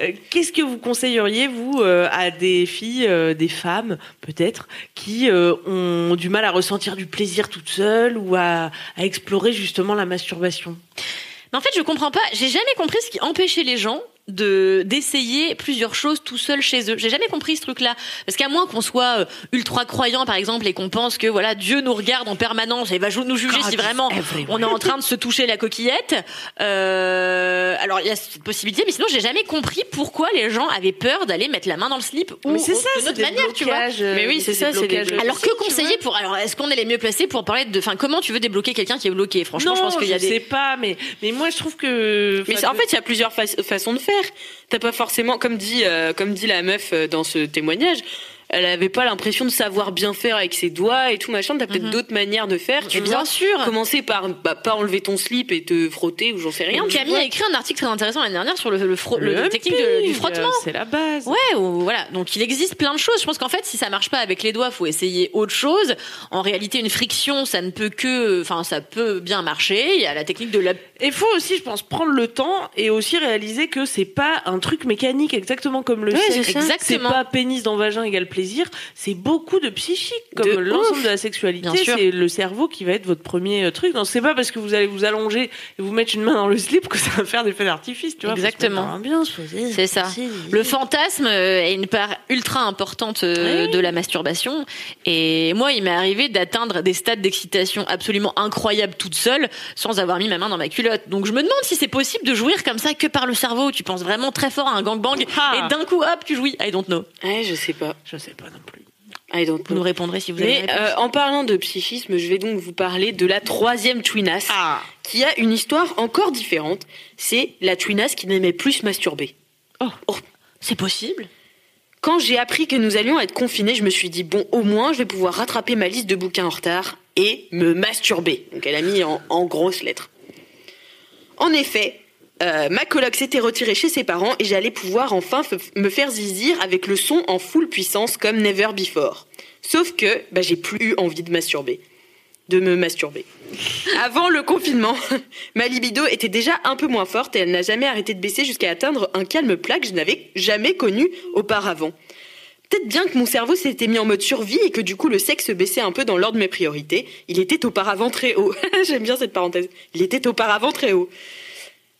S2: Euh, Qu'est-ce que vous conseilleriez, vous, euh, à des filles, euh, des femmes, peut-être, qui euh, ont du mal à ressentir du plaisir toutes seules ou à, à explorer justement la masturbation
S3: Mais en fait, je comprends pas. J'ai jamais compris ce qui empêchait les gens de d'essayer plusieurs choses tout seul chez eux. J'ai jamais compris ce truc-là parce qu'à moins qu'on soit euh, ultra croyant par exemple et qu'on pense que voilà Dieu nous regarde en permanence et va jou- nous juger si vraiment
S4: eh
S3: on est en train de se toucher la coquillette. euh, alors il y a cette possibilité, mais sinon j'ai jamais compris pourquoi les gens avaient peur d'aller mettre la main dans le slip ou,
S2: Mais c'est
S3: ou
S2: ça,
S3: de
S2: c'est
S3: notre
S2: des
S3: manière, tu vois.
S2: blocages, euh,
S4: Mais oui, c'est ça, c'est des
S2: blocages.
S4: blocages.
S3: Alors que conseiller pour alors est-ce qu'on est les mieux placés pour parler de enfin comment tu veux débloquer quelqu'un qui est bloqué franchement
S2: non,
S3: je pense qu'il y a des
S2: sais pas, mais mais moi je trouve que.
S4: Mais
S2: enfin,
S4: ça- en fait, il y a plusieurs fa- façons de faire. T'as pas forcément, comme dit, euh, comme dit la meuf euh, dans ce témoignage, elle avait pas l'impression de savoir bien faire avec ses doigts et tout machin. T'as peut-être d'autres manières de faire.
S3: Mais
S4: Tu
S3: bien
S4: vois.
S3: sûr.
S4: Commencer par bah, pas enlever ton slip et te frotter ou j'en sais rien.
S3: Rien,
S4: tu
S3: Camille
S4: vois.
S3: a écrit un article très intéressant l'année dernière sur le, le, fro- le-
S2: le
S3: la technique de- du
S2: humping,
S3: frottement.
S2: C'est la base.
S3: Ouais, ou- voilà. Donc il existe plein de choses. Je pense qu'en fait, si ça marche pas avec les doigts, faut essayer autre chose. En réalité, une friction, ça ne peut que, enfin, ça peut bien marcher. Il y a la technique de la.
S2: Et faut aussi, je pense, prendre le temps et aussi réaliser que c'est pas un truc mécanique exactement comme le
S4: Ouais,
S2: sexe.
S4: c'est ça.
S2: C'est
S3: Exactement.
S2: pas pénis dans vagin égale plaisir. C'est beaucoup de psychique, comme
S4: De
S2: l'ensemble
S4: ouf.
S2: de la
S3: Bien
S2: sexualité.
S3: sûr.
S2: C'est le cerveau qui va être votre premier euh, truc. Donc c'est pas parce que vous allez vous allonger et vous mettre une main dans le slip que ça va faire des faits d'artifice, tu vois. Faut se
S3: Exactement.
S2: mettre dans un Bien, se poser.
S3: C'est ça.
S2: Si.
S3: Le fantasme euh, est une part ultra importante euh, de la masturbation. Et moi, il m'est arrivé d'atteindre des stades d'excitation absolument incroyables toute seule, sans avoir mis ma main dans ma culotte. Donc je me demande si c'est possible de jouir comme ça que par le cerveau. Tu penses vraiment très fort à un gangbang
S2: Ah.
S3: et d'un coup, hop, tu jouis. I don't know.
S4: Ouais, je sais pas.
S2: Je sais pas non plus.
S4: I don't
S3: Vous
S4: know.
S3: nous répondrez si vous avez.
S4: Mais euh, en parlant de psychisme, je vais donc vous parler de la troisième twinasse,
S2: Ah.
S4: qui a une histoire encore différente. C'est la twinasse qui n'aimait plus se masturber.
S3: C'est possible.
S4: Quand j'ai appris que nous allions être confinés, je me suis dit bon, au moins, je vais pouvoir rattraper ma liste de bouquins en retard et me masturber. Donc elle a mis en, en grosses lettres. En effet, euh, ma coloc s'était retirée chez ses parents et j'allais pouvoir enfin f- me faire zizir avec le son en full puissance comme never before. Sauf que bah, j'ai plus eu envie de masturber, de me masturber. Avant le confinement, [laughs] ma libido était déjà un peu moins forte et elle n'a jamais arrêté de baisser jusqu'à atteindre un calme plat que je n'avais jamais connu auparavant. Peut-être bien que mon cerveau s'était mis en mode survie et que du coup le sexe baissait un peu dans l'ordre de mes priorités. Il était auparavant très haut. [laughs] J'aime bien cette parenthèse. Il était auparavant très haut.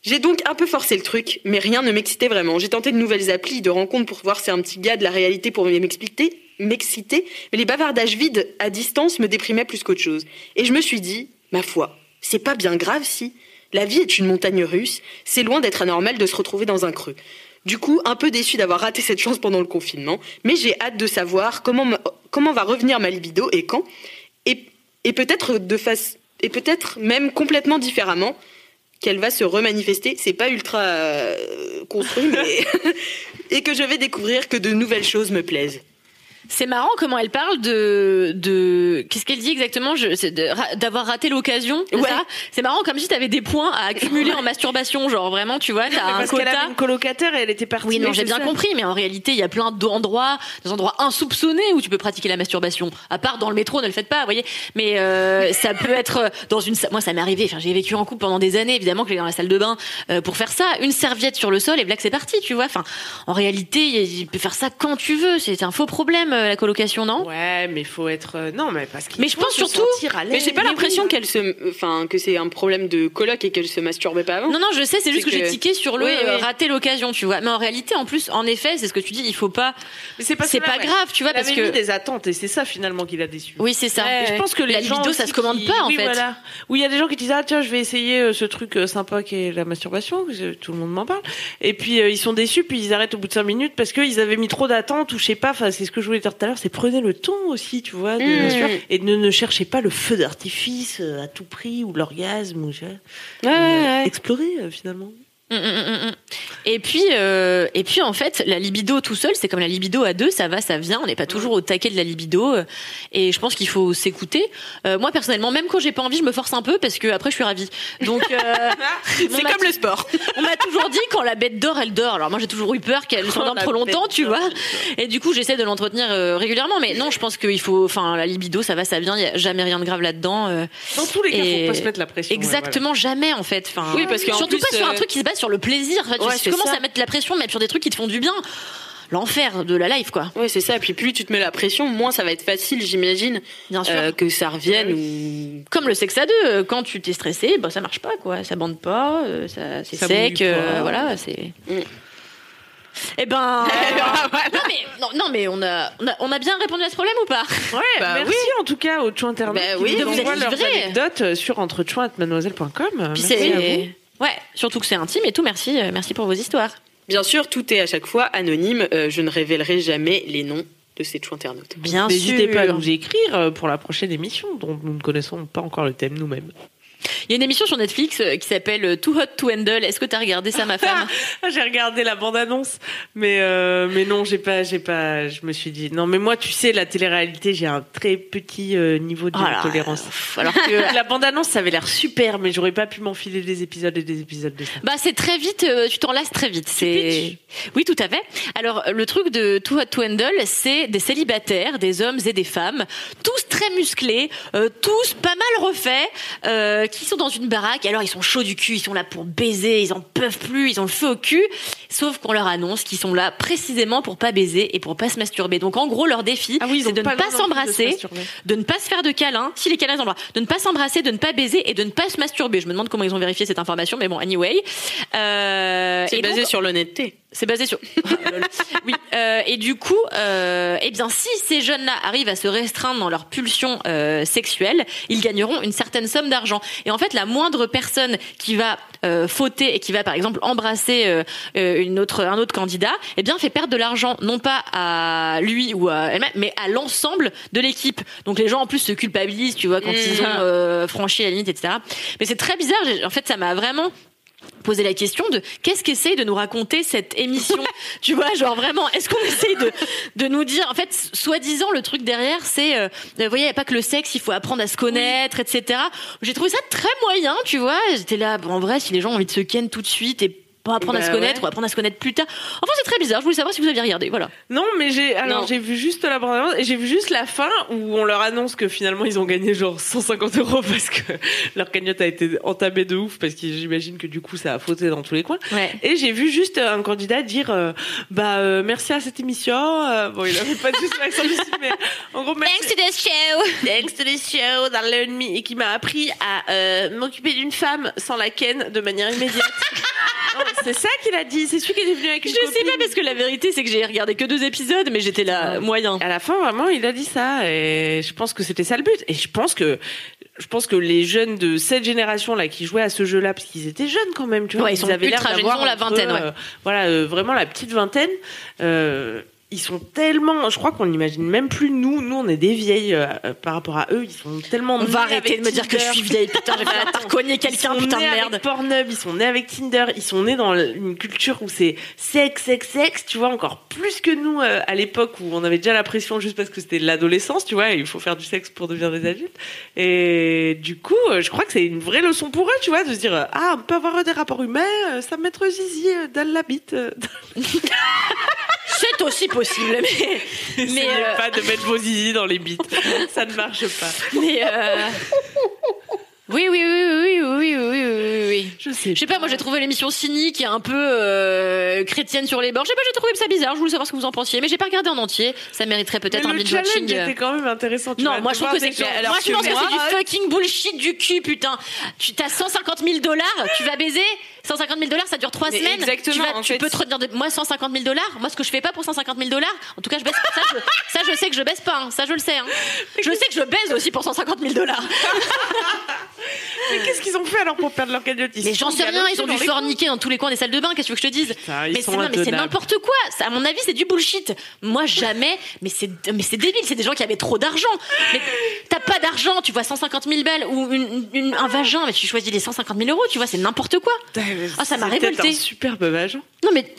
S4: J'ai donc un peu forcé le truc, mais rien ne m'excitait vraiment. J'ai tenté de nouvelles applis, de rencontres pour voir si un petit gars de la réalité pour m'expliquer, m'exciter, mais les bavardages vides à distance me déprimaient plus qu'autre chose. Et je me suis dit, ma foi, c'est pas bien grave si. La vie est une montagne russe, c'est loin d'être anormal de se retrouver dans un creux. Du coup, un peu déçu d'avoir raté cette chance pendant le confinement, mais j'ai hâte de savoir comment, me- comment va revenir ma libido et quand, et, et peut-être de face, et peut-être même complètement différemment, qu'elle va se remanifester. C'est pas ultra euh, construit, [laughs] mais. et que je vais découvrir que de nouvelles choses me plaisent.
S3: C'est marrant comment elle parle de de qu'est-ce qu'elle dit exactement je c'est de ra- d'avoir raté l'occasion c'est
S4: Ouais.
S3: ça c'est marrant comme si t'avais des points à accumuler en masturbation genre vraiment tu vois
S4: Ah,
S3: t'as un
S2: Parce qu'elle
S3: quota
S2: avait une colocataire et elle était partie.
S3: oui non j'ai
S2: c'est
S3: bien
S2: ça.
S3: compris mais en réalité il y a plein d'endroits des endroits insoupçonnés où tu peux pratiquer la masturbation à part dans le métro ne le faites pas vous voyez mais euh, [laughs] ça peut être dans une sa- moi ça m'est arrivé enfin j'ai vécu en couple pendant des années évidemment que j'allais dans la salle de bain euh, pour faire ça une serviette sur le sol et blague c'est parti tu vois enfin en réalité il peut faire ça quand tu veux c'est un faux problème euh, la colocation non
S2: Ouais, mais faut être. euh, Non, mais parce qu'il.
S3: Mais je
S2: faut
S3: pense
S2: se
S3: surtout-
S2: sentir à
S4: Mais
S2: l'aise.
S4: j'ai pas
S2: oui.
S4: l'impression qu'elle se. Enfin, que c'est un problème de coloc et qu'elle se masturbait pas avant.
S3: Non, non, je sais, c'est juste que,
S4: C'est
S3: j'ai
S4: que-
S3: tiqué sur le
S4: Oui,
S3: euh,
S4: oui.
S3: rater l'occasion, tu vois. Mais en réalité, en plus, en effet, c'est ce que tu dis, il faut pas.
S2: Mais C'est pas,
S3: C'est pas grave, tu vois, parce que.
S2: des attentes et c'est ça finalement qui l'a déçu.
S3: Oui, c'est ça.
S2: Et je pense que les
S3: la
S2: gens
S3: libido, ça
S2: aussi
S3: se commande
S2: qui-
S3: pas, en
S2: oui,
S3: fait.
S2: voilà. Oui, il y a des gens qui disent ah tiens, je vais essayer euh, ce truc euh, sympa qui est la masturbation, que je- tout le monde m'en parle. Et puis euh, ils sont déçus, puis ils arrêtent au bout de cinq minutes parce qu'ils avaient mis trop d'attentes ou je sais pas. Enfin, c'est ce que je voulais dire tout à l'heure, c'est prenez le temps aussi, tu vois, de-
S4: Mmh.
S2: et ne, ne cherchez pas le feu d'artifice euh, à tout prix ou l'orgasme ou je-
S4: Ouais, ouais, ouais.
S2: explorer euh, finalement.
S3: Mm, mm, mm, mm. Et puis, euh, et puis en fait, la libido tout seul, c'est comme la libido à deux, ça va, ça vient. On n'est pas toujours au taquet de la libido, euh, et je pense qu'il faut s'écouter. Euh, moi personnellement, même quand j'ai pas envie, je me force un peu parce que après, je suis ravie. Donc, euh, on
S4: C'est
S3: m'a
S4: comme le sport.
S3: On m'a toujours dit quand la bête dort, elle dort. Alors moi j'ai toujours eu peur qu'elle s'endorme trop longtemps, tu vois. Et du coup j'essaie de l'entretenir euh, régulièrement. Mais non, je pense qu'il faut, enfin la libido, ça va, ça vient. Il y a jamais rien de grave là-dedans. euh.
S2: Dans tous les cas,
S3: Et-
S2: faut pas se mettre la pression.
S3: Exactement, jamais en fait. Enfin,
S4: Oui, parce qu'en
S3: surtout
S4: plus,
S3: pas sur un
S4: euh,
S3: truc qui se base sur le plaisir. Enfin, tu-
S4: ouais,
S3: si tu
S4: c'est
S3: commences
S4: ça.
S3: à mettre la pression, même sur des trucs qui te font du bien. L'enfer de la life, quoi.
S4: Ouais, c'est ça. Et puis plus tu te mets la pression, moins ça va être facile, j'imagine,
S3: Bien sûr.
S4: euh, que ça revienne ou.
S3: Comme le sexe à deux, euh, quand tu t'es stressé, bah, ça marche pas, quoi. Ça bande pas, euh, ça, c'est
S2: Ça
S3: sec,
S2: mouille
S3: euh,
S2: pas.
S3: voilà, c'est.
S4: Mm.
S3: Eh
S4: [laughs]
S3: ben. non, mais, non, non, mais on a, on a, on a bien répondu à ce problème ou pas
S2: Ouais,
S4: Bah
S2: merci en tout cas aux chouins internautes
S4: Bah
S2: qui
S4: oui,
S2: nous
S4: vous
S2: envoient
S3: êtes
S2: leurs
S3: livrés.
S2: anecdotes euh, sur entrechouin@mademoiselle.com.
S3: Puis
S2: Merci à vous.
S3: c'est. Ouais, surtout que c'est intime et tout, merci, euh, merci pour vos histoires.
S4: Bien sûr, tout est à chaque fois anonyme. Euh, je ne révélerai jamais les noms de ces chou internautes.
S3: Bien
S2: N'hésitez pas à
S3: sûr.
S2: nous écrire euh, pour la prochaine émission dont nous ne connaissons pas encore le thème nous-mêmes.
S3: Il y a une émission sur Netflix euh, qui s'appelle euh, Too Hot to Handle. Est-ce que t'as regardé
S4: [laughs]
S3: ça, ma femme
S2: Ah, J'ai regardé la bande-annonce, mais euh, mais non, j'ai pas, j'ai pas. Je me suis dit non, mais moi, tu sais, la télé-réalité, j'ai un très petit euh, niveau de
S3: Oh là,
S2: tolérance.
S3: pff, Alors
S2: [laughs]
S3: que.
S2: La bande-annonce, ça avait l'air super, mais j'aurais pas pu m'enfiler des épisodes et des épisodes de ça.
S3: Bah c'est très vite, euh, tu t'en lasses très vite. C'est oui tout à fait. Alors euh, le truc de Too Hot to Handle, c'est des célibataires, des hommes et des femmes, tous très musclés, euh, tous pas mal refaits, euh, qui sont dans une baraque. Alors ils sont chauds du cul, ils sont là pour baiser, ils en peuvent plus, ils ont le feu au cul. Sauf qu'on leur annonce qu'ils sont là précisément pour pas baiser et pour pas se masturber. Donc en gros leur défi, c'est de ne pas s'embrasser de ne pas se faire de câlins, si les câlins ils ont le droit, de ne pas s'embrasser, de ne pas baiser et de ne pas se masturber. Je me demande comment ils ont vérifié cette information, mais bon, anyway. Euh,
S4: C'est
S3: et
S4: basé
S3: donc,
S4: sur l'honnêteté.
S3: c'est basé [laughs] sur. oui. euh, et du coup, euh, eh bien, si ces jeunes-là arrivent à se restreindre dans leur pulsion euh, sexuelle, ils gagneront une certaine somme d'argent. Et en fait, la moindre personne qui va euh, fauter et qui va, par exemple, embrasser euh, euh, une autre, un autre candidat, eh bien, fait perdre de l'argent, non pas à lui ou à elle-même, mais à l'ensemble de l'équipe. Donc, les gens en plus se culpabilisent, tu vois, quand ils ont euh, franchi la limite, etc. Mais c'est très bizarre. j'ai- En fait, ça m'a vraiment poser la question de qu'est-ce qu'essaye de nous raconter cette émission tu vois genre vraiment est-ce qu'on essaye de de nous dire en fait soi-disant le truc derrière c'est euh, vous voyez y a pas que le sexe il faut apprendre à se connaître etc j'ai trouvé ça très moyen tu vois j'étais là bon, en vrai si les gens ont envie de se ken tout de suite et pas apprendre à
S2: Bah
S3: se
S2: ouais.
S3: connaître, on va apprendre à se connaître plus tard. Enfin, c'est très bizarre. Je voulais savoir si vous aviez regardé. Voilà.
S2: Non, mais j'ai alors
S6: Non.
S2: j'ai vu juste la bande annonce et j'ai vu juste la fin où on leur annonce que finalement ils ont gagné genre 150 euros [laughs] parce que leur cagnotte a été entamée de ouf parce que j'imagine que du coup ça a fauté dans tous les coins.
S3: Ouais.
S2: Et j'ai vu juste un candidat dire euh, bah euh, merci à cette émission. euh, bon, il avait pas juste l'accent du Sud, mais en gros merci.
S3: this show.
S2: Thanks to the show dans l'ennemi et qui m'a appris à euh, m'occuper d'une femme sans la ken de manière immédiate. [laughs] Oh, c'est ça qu'il a dit. C'est celui qui est venu avec une
S3: Je sais
S2: copine.
S3: pas parce que la vérité c'est que j'ai regardé que deux épisodes, mais j'étais là moyen.
S2: à la fin vraiment il a dit ça et je pense que c'était ça le but et je pense que je pense que les jeunes de cette génération là qui jouaient à ce jeu là parce qu'ils étaient jeunes quand même tu vois
S3: Ouais, ils sont
S2: avaient l'air
S3: ultra jeunes,
S2: d'avoir
S3: ils ont la
S2: entre,
S3: vingtaine, ouais.
S2: euh, voilà euh, vraiment la petite vingtaine euh, ils sont tellement je crois qu'on n'imagine même plus nous nous on est des vieilles euh, euh, par rapport à eux ils sont tellement
S3: On va
S2: nés
S3: arrêter
S2: avec
S3: de me dire que je
S2: Tinder.
S3: suis vieille. [laughs] Putain, j'ai
S2: [laughs]
S3: fait tarconner quelqu'un.
S2: Ils sont
S3: Putain de
S2: nés
S3: merde.
S2: Avec Pornhub, ils sont nés avec Tinder, ils sont nés dans une culture où c'est sexe, sexe, sexe, tu vois, encore plus que nous euh, à l'époque où on avait déjà la pression juste parce que c'était l'adolescence, tu vois, et il faut faire du sexe pour devenir des adultes. Et du coup, euh, je crois que c'est une vraie leçon pour eux, tu vois, de se dire euh, ah, on peut avoir euh, des rapports humains, euh, ça me mettre zizi euh, dans la
S3: [laughs]
S2: bite. [laughs] euh,
S3: C'est aussi possible, mais
S2: Essayez
S3: euh,
S2: pas de mettre vos zizi dans les bites, [laughs] ça ne marche pas.
S3: mais. euh, Oui, oui, oui, oui, oui, oui, oui, oui, oui.
S2: Je sais.
S3: Je sais pas, moi j'ai trouvé l'émission cynique et un peu euh, chrétienne sur les bords. Je sais pas, j'ai trouvé ça bizarre. Je voulais savoir ce que vous en pensiez, mais j'ai pas regardé en entier. Ça mériterait peut-être un
S2: Mais le
S3: binge
S2: challenge
S3: watching.
S2: était quand même intéressant. tu
S3: Non,
S2: vas
S3: moi je trouve
S2: devoir
S3: que c'est
S2: des gens-
S3: moi je pense que c'est du fucking bullshit du cul, putain. Tu t'as 150 000 dollars, tu vas baiser. 150 000 dollars, ça dure 3
S4: Mais
S3: semaines.
S4: exactement,
S3: tu vas-
S4: en
S3: tu
S4: fait.
S3: peux te retenir. de- Moi 150 000 dollars, moi ce que je fais pas pour 150 000 dollars, en tout cas je baisse. Ça je, ça, je sais que je baisse pas, hein. ça je le sais. [laughs] hein. Je sais que je baise aussi pour 150 000 dollars.
S2: Mais qu'est-ce qu'ils ont fait alors pour perdre leur cagnotte
S3: Mais j'en sais rien, ils ont dû
S2: du
S3: forniquer dans tous les coins des salles de bain, qu'est-ce que tu veux que je te dise
S2: Putain, ils
S3: Mais c'est
S2: sont
S3: non, mais c'est
S2: intenables.
S3: n'importe quoi, Ça, à mon avis c'est du bullshit. Moi jamais, mais c'est mais c'est débile, c'est des gens qui avaient trop d'argent. Mais t'as pas d'argent, tu vois 150 000 balles ou une- une- un vagin, mais tu choisis les 150 000 euros, tu vois, c'est n'importe quoi. Ah, ça m'a révolté.
S2: un superbe agent.
S3: Non mais...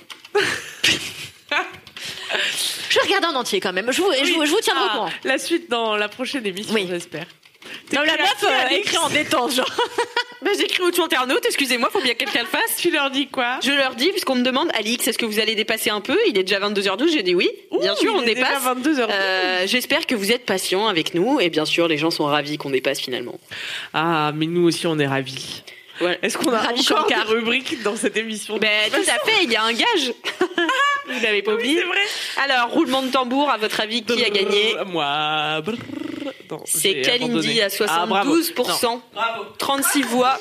S3: je vais regarder en entier quand même, je vous, je, vous- je vous tiendrai au courant.
S2: Ah, La suite dans la prochaine émission,
S3: Oui.
S2: j'espère.
S4: Non, la
S2: T'écris
S4: meuf
S2: à
S4: euh,
S2: Alex.
S4: écrit en détente, genre. bah, j'écris aux internautes, excusez-moi, faut bien que quelqu'un le fasse.
S2: Tu leur dis quoi
S4: Je leur dis, puisqu'on me demande, Alix, est-ce que vous allez dépasser un peu Il est déjà 22h12, j'ai dit oui. bien
S2: Ouh,
S4: sûr,
S2: il
S4: on
S2: est déjà
S4: dépasse.
S2: 22h12.
S4: Euh, J'espère que vous êtes patient avec nous et bien sûr les gens sont ravis qu'on dépasse finalement.
S2: Ah, mais nous aussi, on est ravis.
S4: Voilà.
S2: Est-ce qu'on a
S4: Ravis
S2: encore
S4: Shankar.
S2: ta rubrique dans cette émission
S4: Ben
S2: [laughs]
S4: tout à fait, il y a un gage. vous l'avez pas
S2: Oui,
S4: oublié.
S2: c'est vrai.
S4: Alors roulement de tambour, à votre avis qui a gagné
S2: Moi. Brrr. Non,
S4: C'est
S2: j'ai
S4: Kalindi
S2: abandonné.
S4: à
S2: Ah, bravo.
S4: 72%, 36 voix,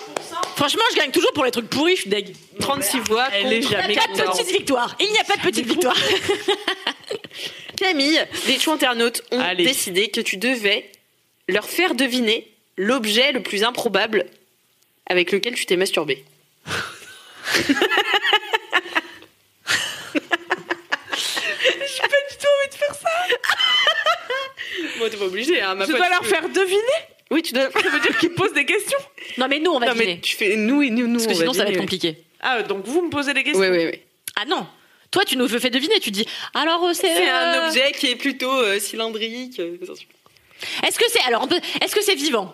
S3: Franchement, je gagne toujours pour les trucs pourris, je suis deg.
S4: 36 voix
S2: Elle est
S4: contre
S3: Il n'y a pas de petite victoire, il n'y a pas de petite victoire.
S4: Camille. Les choix internautes ont
S2: Allez.
S4: décidé que tu devais leur faire deviner l'objet le plus improbable avec lequel tu t'es masturbé. J'ai pas du tout envie de faire ça. Moi, t'es pas obligé, hein, ma
S2: Je
S4: pote,
S2: dois
S4: tu
S2: leur
S4: peux-
S2: faire deviner
S4: Oui, tu dois.
S2: Ça veut dire qu'ils posent des questions
S3: Non mais nous on va
S4: Non, mais
S3: deviner.
S4: tu fais nous et nous, nous.
S3: Parce que sinon ça va être compliqué.
S2: Ah, donc vous me posez des questions
S4: Oui, oui, oui.
S3: Ah non Toi, tu nous le fais deviner, tu dis alors euh, c'est
S4: C'est
S3: euh,
S4: un objet qui est plutôt euh, cylindrique. euh,
S3: Est-ce que c'est alors on peut- est-ce que c'est vivant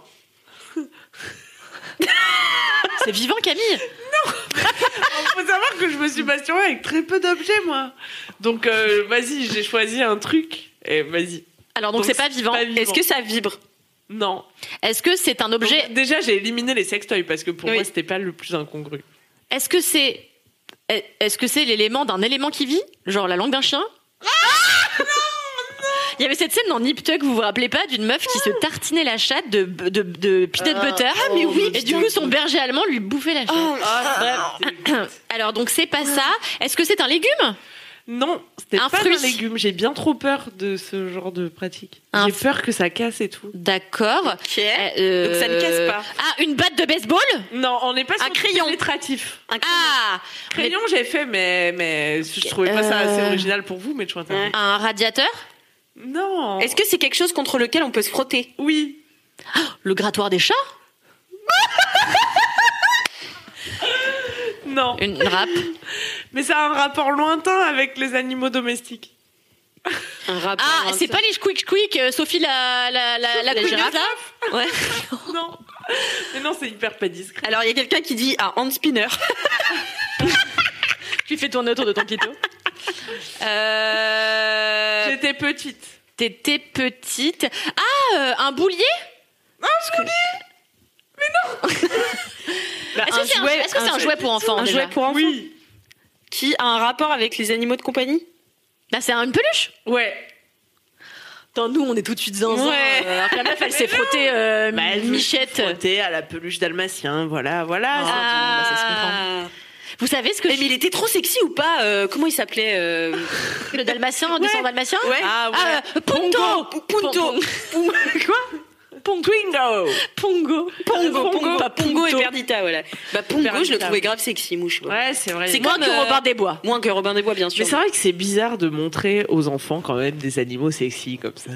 S3: C'est vivant Camille
S2: Faut savoir que je me suis masturbée avec très peu d'objets, moi. Donc, euh, vas-y, j'ai choisi un truc. Et vas-y.
S3: Alors donc
S2: Donc,
S3: c'est pas vivant.
S2: pas vivant.
S4: Est-ce que ça vibre
S2: Non.
S3: Est-ce que c'est un
S2: Donc,
S3: objet
S2: déjà, j'ai éliminé les sextoys parce que pour
S4: Oui.
S2: moi, c'était pas le plus incongru.
S3: Est-ce que c'est est-ce que c'est l'élément d'un élément qui vit Genre la langue d'un chien Il y avait cette scène dans Nip Tuck, vous vous rappelez pas, d'une meuf qui se tartinait la chatte de, de, de peanut butter. Ah, mais oui Et du coup, son berger allemand lui bouffait la chatte.
S4: Oh,
S2: Ah, bref, c'est-
S3: [coughs] Alors, donc, c'est pas ça. Est-ce que c'est un légume
S2: non, c'était
S3: Un
S2: pas
S3: fruit.
S2: un légume. J'ai bien trop peur de ce genre de pratique.
S3: Un
S2: J'ai peur que ça casse et tout.
S3: D'accord.
S4: Ok.
S3: Euh,
S4: Donc ça ne casse pas.
S3: Ah, une batte de baseball
S2: Non, on n'est pas sur
S4: Un
S2: du
S4: crayon.
S2: pénétratif.
S4: Un
S3: Ah
S2: Crayon, j'ai fait, mais, mais je trouvais pas ça assez
S3: Euh.
S2: original pour vous, mais je suis interdit.
S3: Un radiateur ah.
S2: Non.
S4: Est-ce que c'est quelque chose contre lequel on peut se frotter
S2: Oui.
S3: Le grattoir des chats
S2: Non.
S3: Une [laughs] râpe
S2: Mais ça a un rapport lointain avec les animaux domestiques.
S4: Un rapport.
S3: Ah, c'est pas les quick quick Sophie la, la, la, la
S4: La
S3: couilleuse,
S4: girafe.
S3: là [laughs] Ouais.
S2: Non. Mais non, c'est hyper pas discret.
S4: Alors il y a quelqu'un qui dit un hand spinner.
S3: Je lui fais tourner autour de ton pito.
S2: [laughs]
S3: Euh,
S2: J'étais petite.
S3: T'étais petite. Ah, euh, un boulier
S4: Bah,
S3: Est-ce que c'est un,
S4: jouet-
S3: est-ce que c'est un jouet pour enfants
S4: un
S3: déjà
S4: jouet pour enfants
S2: Oui.
S4: qui a un rapport avec les animaux de compagnie
S3: Bah, c'est un- une peluche.
S2: Ouais.
S3: Attends, nous, on est tout de suite zinzin.
S2: Ouais.
S3: euh, alors que la meuf, elle s'est frottée euh, Michette.
S2: T'es à la peluche dalmatien, voilà, voilà.
S3: Ah. bah, ça se Vous savez ce que
S4: Eh,
S3: je-
S4: mais il était trop sexy ou pas euh, Comment il s'appelait euh,
S3: le dalmatien, descend dalmatien
S4: Ouais.
S2: Ah, ouais.
S3: Ah, euh, Punto
S4: Punto [laughs]
S2: Twingo.
S3: Pongo
S4: Pongo,
S3: Pongo.
S4: Pongo, pas Pongo et
S3: Punto.
S4: Perdita, voilà. Bah Pongo, je le
S2: Perdita.
S4: trouvais grave sexy, mouche. ouais.
S2: Ouais, c'est vrai.
S4: C'est
S3: Moins
S4: comme,
S3: que
S4: euh,
S3: Robin des Bois.
S4: Moins que Robin des Bois, bien
S2: Mais
S4: sûr.
S2: c'est vrai que c'est bizarre de montrer aux enfants quand même des animaux sexy comme ça.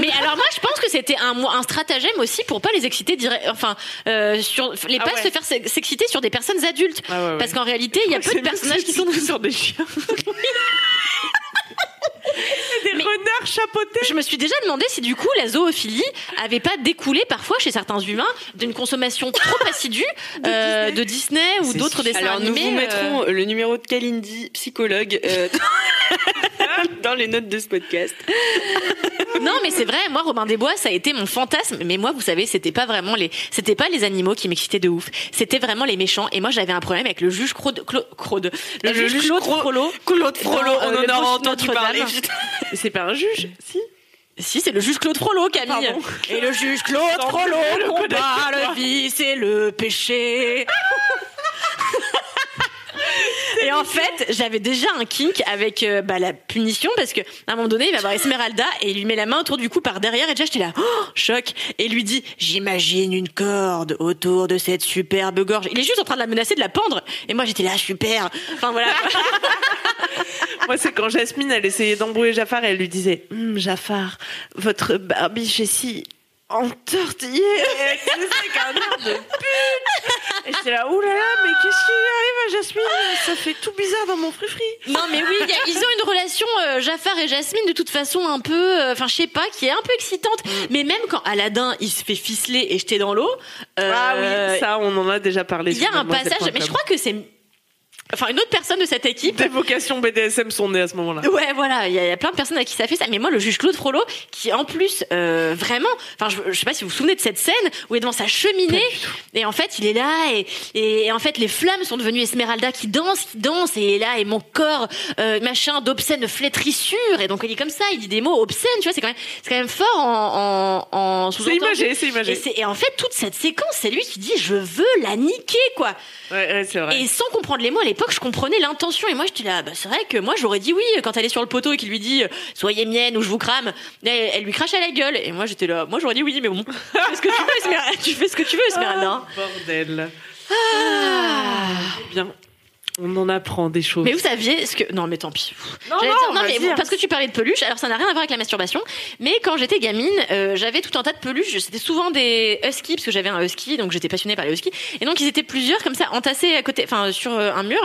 S3: Mais alors moi je pense que c'était un, mo- un stratagème aussi pour pas les exciter direct, enfin euh, sur les
S2: Ah
S3: pas
S2: ouais.
S3: se faire se- s'exciter sur des personnes adultes
S2: Ah ouais, ouais.
S3: parce qu'en réalité il y a peu de personnages qui sont
S2: sur des
S3: [laughs]
S2: chiens. des
S3: Mais-
S2: renards chapeautés.
S3: je me suis déjà demandé si du coup la zoophilie avait pas découlé parfois chez certains humains d'une consommation trop assidue euh, de Disney, ou
S2: C'est
S3: d'autres
S2: sûr.
S3: dessins
S4: Alors nous
S3: animés.
S4: vous
S3: euh,
S4: mettrons le numéro de Kalindi, psychologue, euh, [laughs] dans les notes de ce podcast.
S3: Non, mais c'est vrai, moi, Robin des Bois, ça a été mon fantasme. Mais moi, vous savez, c'était pas vraiment les, c'était pas les animaux qui m'excitaient de ouf. C'était vraiment les méchants. Et moi, j'avais un problème avec le juge Crode, Clo- Crode. Le, juge, Claude Frollo.
S4: Claude
S3: Frollo,
S2: euh,
S3: on en aura entendu parler,
S2: C'est pas un juge, si
S3: Si, c'est le juge Claude Frollo, Camille.
S2: Pardon.
S3: Et le juge Claude
S2: Sans
S3: Frollo
S2: plus, le
S3: combat
S2: connaître,
S3: le vice et le péché. [laughs] Et en fait, j'avais déjà un kink avec euh, bah, la punition parce que à un moment donné, il va voir Esmeralda et il lui met la main autour du cou par derrière et déjà j'étais là, oh, choc, et il lui dit "J'imagine une corde autour de cette superbe gorge." Il est juste en train de la menacer de la pendre et moi j'étais là, super. Enfin voilà.
S2: Moi, c'est quand Jasmine, elle essayait d'embrouiller Jafar et elle lui disait Hum, Jafar, votre barbiche est si entortillée. Et elle disait qu'un air de pute. Et j'étais là, oulala, mais qu'est-ce qui lui arrive à Jasmine Ça fait tout bizarre dans mon frifri.
S3: Non mais oui, il y a- ils ont une relation euh, Jafar et Jasmine de toute façon un peu, euh, enfin je sais pas, qui est un peu excitante. Mais même quand Aladdin il se fait ficeler et jeter dans l'eau, euh,
S2: ah oui, ça, on en a déjà parlé.
S3: il y a un passage. Mais je crois que c'est, enfin une autre personne de cette équipe.
S2: Des vocations BDSM sont nées à ce moment-là.
S3: Ouais, voilà, il y, a- il y a plein de personnes à qui ça fait ça. Mais moi, le juge Claude Frollo, qui en plus, euh, vraiment, enfin, je, je sais pas si vous vous souvenez de cette scène où il est devant sa cheminée, et en fait, il est là, et, et, en fait, les flammes sont devenues Esmeralda qui danse, qui danse, et il est là, et mon corps, euh, machin, d'obscène flétrissure, et donc il est comme ça, il dit des mots obscènes, tu vois, c'est quand même, c'est quand même fort en, en, en
S2: C'est
S3: sous-entendu.
S2: imagé, c'est
S3: Et,
S2: imagé.
S3: c'est- et en fait, toute cette séquence, c'est lui qui dit je veux la niquer, quoi.
S2: Ouais, ouais, c'est vrai.
S3: Et sans comprendre les mots, à l'époque, je comprenais l'intention. Et moi, j'étais là, bah, c'est vrai que moi, j'aurais dit oui quand elle est sur le poteau et qu'il lui dit euh, soyez mienne ou je vous crame. Elle, elle lui crache à la gueule. Et moi, j'étais là, moi, j'aurais dit oui, mais bon. Tu fais ce que tu veux, Esmeralda. Tu fais ce que tu veux, Esmeralda. hein.
S2: Bordel. Bien. On en apprend des choses.
S3: Mais vous saviez ce que. Non, mais tant pis.
S2: non,
S3: J'allais dire, non, mais
S2: vas-y, hein.
S3: bon, parce que tu parlais de peluches, alors ça n'a rien à voir avec la masturbation. Mais quand j'étais gamine, euh, j'avais tout un tas de peluches. C'était souvent des huskies, parce que j'avais un husky, donc j'étais passionnée par les huskies. Et donc ils étaient plusieurs comme ça, entassés à côté, enfin sur euh, un mur.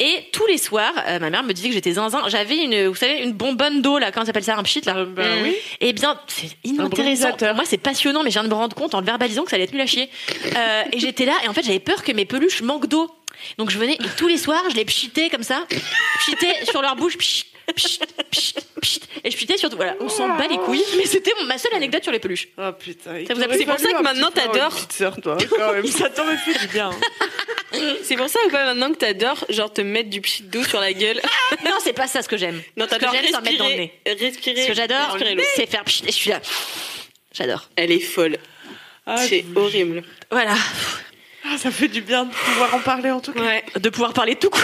S3: Et tous les soirs, euh, ma mère me disait que j'étais zinzin. J'avais une, vous savez, une bonbonne d'eau là, comment ça s'appelle ça, un pchit là.
S2: Euh, bah oui.
S3: Eh bien, c'est inintéressant.
S2: brumisateur.
S3: Pour moi, c'est passionnant, mais je viens de me rendre compte en le verbalisant que ça allait être nul à chier. [laughs] Euh, et j'étais là, et en fait, j'avais peur que mes peluches manquent d'eau. Donc je venais, et tous les soirs, je les pchitais comme ça, pchitais sur leur bouche, pchit, pchit, pchit, pchit. et je pchitais surtout. Voilà, on s'en bat les couilles, mais c'était mon- ma seule anecdote sur les peluches.
S2: Oh putain. il
S3: Ça vous a-
S2: t'aurait
S3: c'est pour
S2: fallu
S4: ça que
S2: un
S4: maintenant,
S2: petit frère ou
S4: t'adores.
S2: une petite sœur, toi. Quand même. Ça t'aurait fait du bien. hein.
S4: [laughs] C'est pour ça ou pas maintenant que t'adores, genre te mettre du pchit d'eau sur
S3: [laughs]
S4: la gueule
S3: Non, c'est pas ça ce que j'aime.
S4: Non,
S3: Ce que
S4: t'adores
S3: j'aime, c'est en mettre dans le nez.
S4: respirer, respirer.
S3: Ce que j'adore,
S4: respirer l'eau.
S3: c'est faire pchit, et je suis là. J'adore.
S4: Elle est folle,
S2: Ah,
S4: c'est horrible.
S3: Voilà.
S2: ah, ça fait du bien de pouvoir en parler en tout cas.
S4: Ouais.
S3: De pouvoir parler tout court.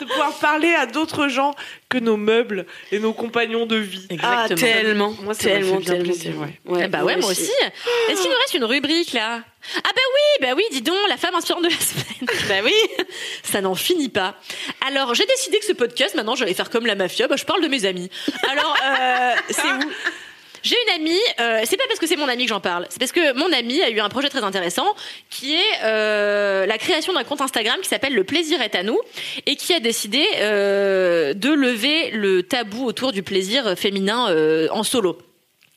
S2: De pouvoir parler à d'autres gens que nos meubles et nos compagnons de vie.
S4: Ah
S3: Exactement.
S4: tellement,
S2: Moi, ça m'a
S4: tellement,
S2: fait bien
S4: tellement,
S2: plaisir,
S4: tellement.
S2: ouais.
S3: Eh bah [laughs] ouais, moi aussi. Est-ce qu'il nous reste une rubrique là Ah bah oui, bah oui, dis donc, la femme inspirante de la semaine.
S2: [laughs]
S3: bah
S4: [laughs]
S3: oui, ça n'en finit pas. Alors j'ai décidé que ce podcast, maintenant, j'allais faire comme la mafia, bah je parle de mes amis. Alors euh,
S2: Ah,
S3: c'est où j'ai une amie, euh, c'est pas parce que c'est mon amie que j'en parle, c'est parce que mon amie a eu un projet très intéressant qui est euh, la création d'un compte Instagram qui s'appelle Le plaisir est à nous et qui a décidé euh, de lever le tabou autour du plaisir féminin euh, en solo.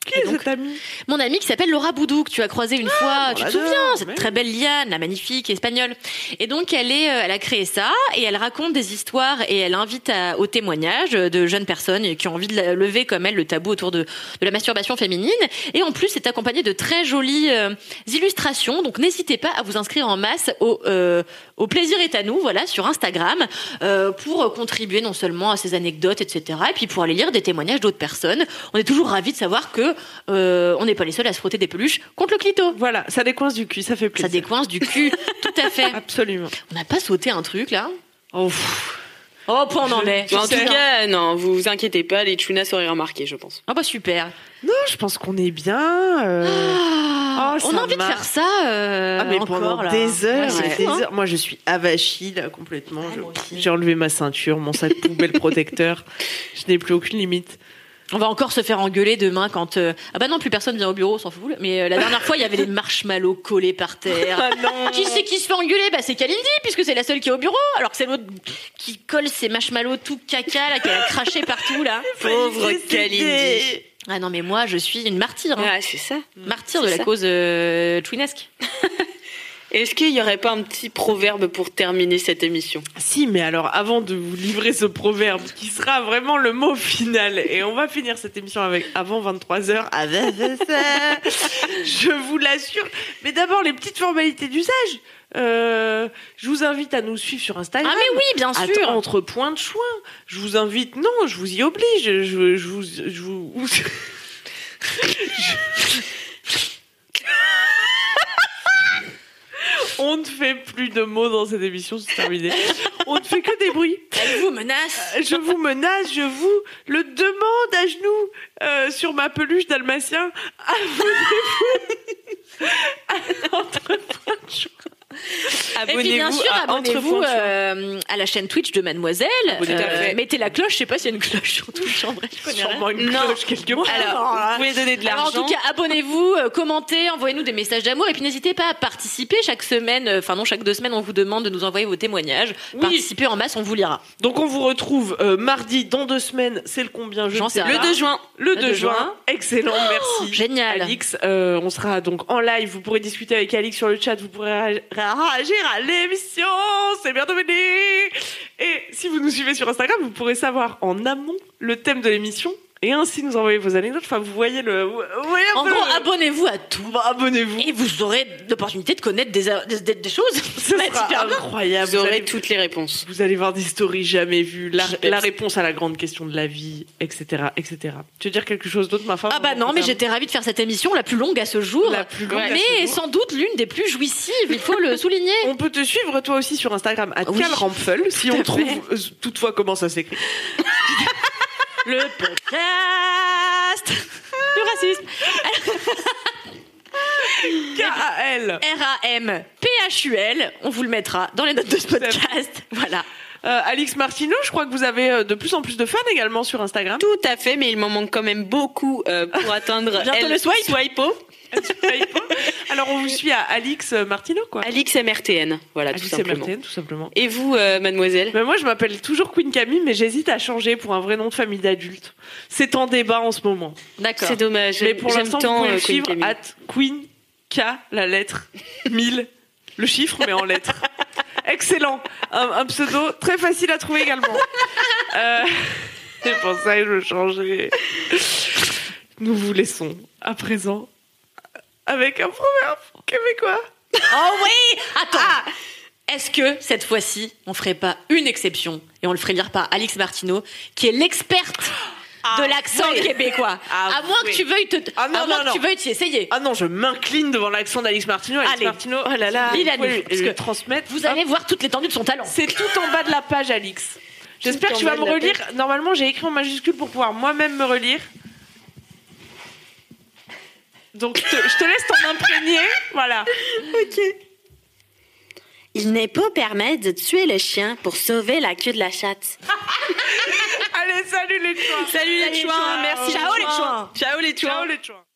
S2: Qui est
S3: donc,
S2: cet ami
S3: Mon amie qui s'appelle Laura Boudou, que tu as croisée une fois, tu te
S2: Ah, l'adore,
S3: souviens, cette
S2: oui.
S3: très belle liane, la magnifique espagnole. Et donc, elle, est, euh, elle a créé ça et elle raconte des histoires et elle invite à- au témoignage euh, de jeunes personnes qui ont envie de la- lever comme elle le tabou autour de, de la masturbation féminine. Et en plus, c'est accompagné de très jolies euh, illustrations. Donc, n'hésitez pas à vous inscrire en masse au, euh, au plaisir est à nous, voilà, sur Instagram, euh, pour contribuer non seulement à ces anecdotes, etc., et puis pour aller lire des témoignages d'autres personnes. On est toujours ravis de savoir que euh, on n'est pas les seuls à se frotter des peluches contre le clito.
S2: Voilà, ça décoince du cul, ça fait
S3: Ça
S2: plaisir.
S3: décoince du cul, [laughs] tout à fait.
S2: Absolument.
S3: On n'a pas sauté un truc là
S2: Oh, pff.
S3: Oh, point on en
S2: Je-
S3: est.
S2: je
S4: en
S2: sais.
S4: tout cas, non, vous vous inquiétez pas, les Chunas auraient remarqué, je pense.
S3: Ah bah super.
S2: non, je pense qu'on est bien. euh,
S3: Ah,
S2: Oh,
S3: on
S2: ça
S3: a envie de
S2: marche.
S3: faire ça euh,
S2: ah, mais
S3: encore
S2: pendant
S3: là.
S2: des heures,
S3: Ouais,
S2: et
S3: c'est
S2: des
S3: fou, hein. Ah,
S2: heures. Moi, je suis avachie là, complètement. Je-
S3: moi aussi.
S2: J'ai enlevé ma ceinture, mon sac poubelle protecteur. Je n'ai plus aucune limite.
S3: On va encore se faire engueuler demain quand euh, ah bah non plus personne vient au bureau, on s'en fout. Mais euh, la dernière fois il y avait des marshmallows collés par terre.
S2: [laughs] Ah non
S3: Qui c'est qui se fait engueuler Bah c'est Kalindi, puisque c'est la seule qui est au bureau, alors que c'est l'autre qui colle ses marshmallows tout caca, là, qui a craché partout, là.
S4: Pauvre Kalindi.
S3: Ah non, mais moi, je suis une martyre, hein.
S4: Ah, c'est ça.
S3: martyre de
S4: c'est
S3: la
S4: ça.
S3: cause euh, twinesque.
S4: Est-ce qu'il y aurait pas un petit proverbe pour terminer cette émission
S2: Si, mais alors avant de vous livrer ce proverbe qui sera vraiment le mot final, et on va finir cette émission avec avant 23h, avec ça, je vous l'assure. Mais d'abord, les petites formalités d'usage. Euh, je vous invite à nous suivre sur Instagram.
S3: Ah mais oui, bien
S2: Att-
S3: sûr
S2: entre points de choin. Je vous invite, non, je vous y oblige. Je, je vous. Je vous... [laughs] Je- On ne fait plus de mots dans cette émission, c'est terminé. On ne fait que des bruits.
S3: Elle vous menace
S2: Je vous menace, je vous le demande à genoux euh, sur ma peluche dalmatien.
S3: Et puis bien sûr,
S2: à
S3: abonnez-vous
S2: Entrepoint de Choix.
S3: euh, à la chaîne Twitch de Mademoiselle.
S2: Abonnez-vous.
S3: Euh, mettez la cloche, je sais pas s'il y a une cloche sur Twitch, en vrai, je connais rien.
S2: Sûrement une
S4: Non.
S2: cloche quelque part.
S4: Alors, vous
S2: Ah.
S4: pouvez donner de
S3: Alors, en
S4: l'argent.
S3: tout cas, abonnez-vous, euh, commentez, envoyez-nous des messages d'amour et puis n'hésitez pas à participer chaque semaine, euh, enfin non, chaque deux semaines, on vous demande de nous envoyer vos témoignages.
S2: Oui.
S3: Participez en masse, on vous lira.
S2: Donc on vous retrouve euh, mardi dans deux semaines. C'est le combien je
S3: J'en
S2: ne
S3: sais
S2: sais
S3: rien.
S2: pas.
S4: Le 2 juin.
S2: Le 2
S3: 2
S2: juin.
S3: juin. Oh,
S2: Excellent, merci.
S3: Génial.
S2: Alix, Euh, on sera donc en live. Vous pourrez discuter avec Alix sur le chat. Vous pourrez réa- réagir à l'émission. C'est bien devenu. Et si vous nous suivez sur Instagram, vous pourrez savoir en amont le thème de l'émission et ainsi nous envoyer vos anecdotes. Enfin, vous voyez le. vous voyez un
S3: En
S2: peu
S3: gros,
S2: le-
S3: abonnez-vous à tout.
S2: Bah, abonnez-vous.
S3: Ah Et vous aurez l'opportunité de connaître des, des, des- des choses.
S2: Ce sera
S3: Bah, [laughs] super bien.
S2: incroyable.
S4: Ah, Vous
S2: Vous
S4: aurez
S2: allez,
S4: toutes les réponses.
S2: vous allez voir des stories jamais vues, la,
S4: J'y pense.
S2: la réponse à la grande question de la vie, etc., etc. Tu veux dire quelque chose d'autre, ma femme
S3: Ah bah non, mais j'étais ravie de faire cette émission, la plus longue à ce jour.
S2: La plus grande à ce
S3: mais
S2: jour.
S3: sans doute l'une des plus jouissives, il faut
S2: [laughs]
S3: le souligner.
S2: On peut te suivre toi aussi sur Instagram à
S3: Oui.
S2: Calrampfel si on trouve euh, toutefois comment ça s'écrit.
S3: Le podcast Le racisme
S2: K-A-L.
S3: R-A-M-P-H-U-L, on vous le mettra dans les notes de ce podcast. Voilà.
S2: Euh, Alix Martineau, je crois que vous avez euh, de plus en plus de fans également sur Instagram.
S4: Tout à fait, mais il m'en manque quand même beaucoup
S2: [laughs]
S4: euh, pour atteindre
S3: Bientôt
S4: El
S3: le swipe.
S4: Swipo.
S2: Alors on vous suit à Alix euh, Martineau quoi.
S4: Alix MRTN, voilà, tout
S2: Alix
S4: simplement.
S2: MRTN, tout simplement.
S4: Et vous, euh, mademoiselle
S2: Mais moi je m'appelle toujours Queen Camille mais j'hésite à changer pour un vrai nom de famille d'adulte. C'est en débat en ce moment.
S3: D'accord.
S4: C'est dommage.
S2: Mais pour
S4: j'aime
S2: l'instant
S4: tant,
S2: vous pouvez
S4: euh,
S2: le
S4: Queen
S2: suivre
S4: Camille.
S2: at Queen K la lettre [laughs] 1000 le chiffre mais en lettres. Excellent, un, un pseudo très facile à trouver également. Euh, C'est pour ça que je veux changer. Nous vous laissons à présent avec un proverbe québécois.
S3: Oh oui Attends Est-ce que cette fois-ci, on ferait pas une exception et on le ferait lire par Alix Martineau, qui est l'experte de l'accent québécois
S2: Ah
S3: À moins
S2: oui.
S3: que tu veuilles te.
S2: Ah non,
S3: à moins
S2: non,
S3: que
S2: non.
S3: tu veuilles t'y essayer.
S2: Ah non, je m'incline devant l'accent d'Alix Martineau. Alix
S3: Allez.
S2: Martineau, oh là là,
S3: Il
S2: vous
S3: a
S2: pouvez
S3: dit,
S2: le-
S3: parce
S2: le
S3: que
S2: transmettre.
S3: Vous allez voir toute l'étendue de son talent.
S2: C'est tout en bas de la page, Alix. J'espère
S4: Tout
S2: que tu
S4: en
S2: vas
S4: bas
S2: me
S4: de la
S2: relire. Normalement, j'ai écrit en majuscule pour pouvoir moi-même me relire. Donc, je te, je te laisse t'en imprégner. Voilà.
S6: Il n'est pas permis de tuer le chien pour sauver la queue de la chatte.
S2: Allez, salut les chouins.
S4: Salut les chouins, merci.
S3: Ciao les chouins.
S4: Ciao les chouins.
S2: Ciao les chouins.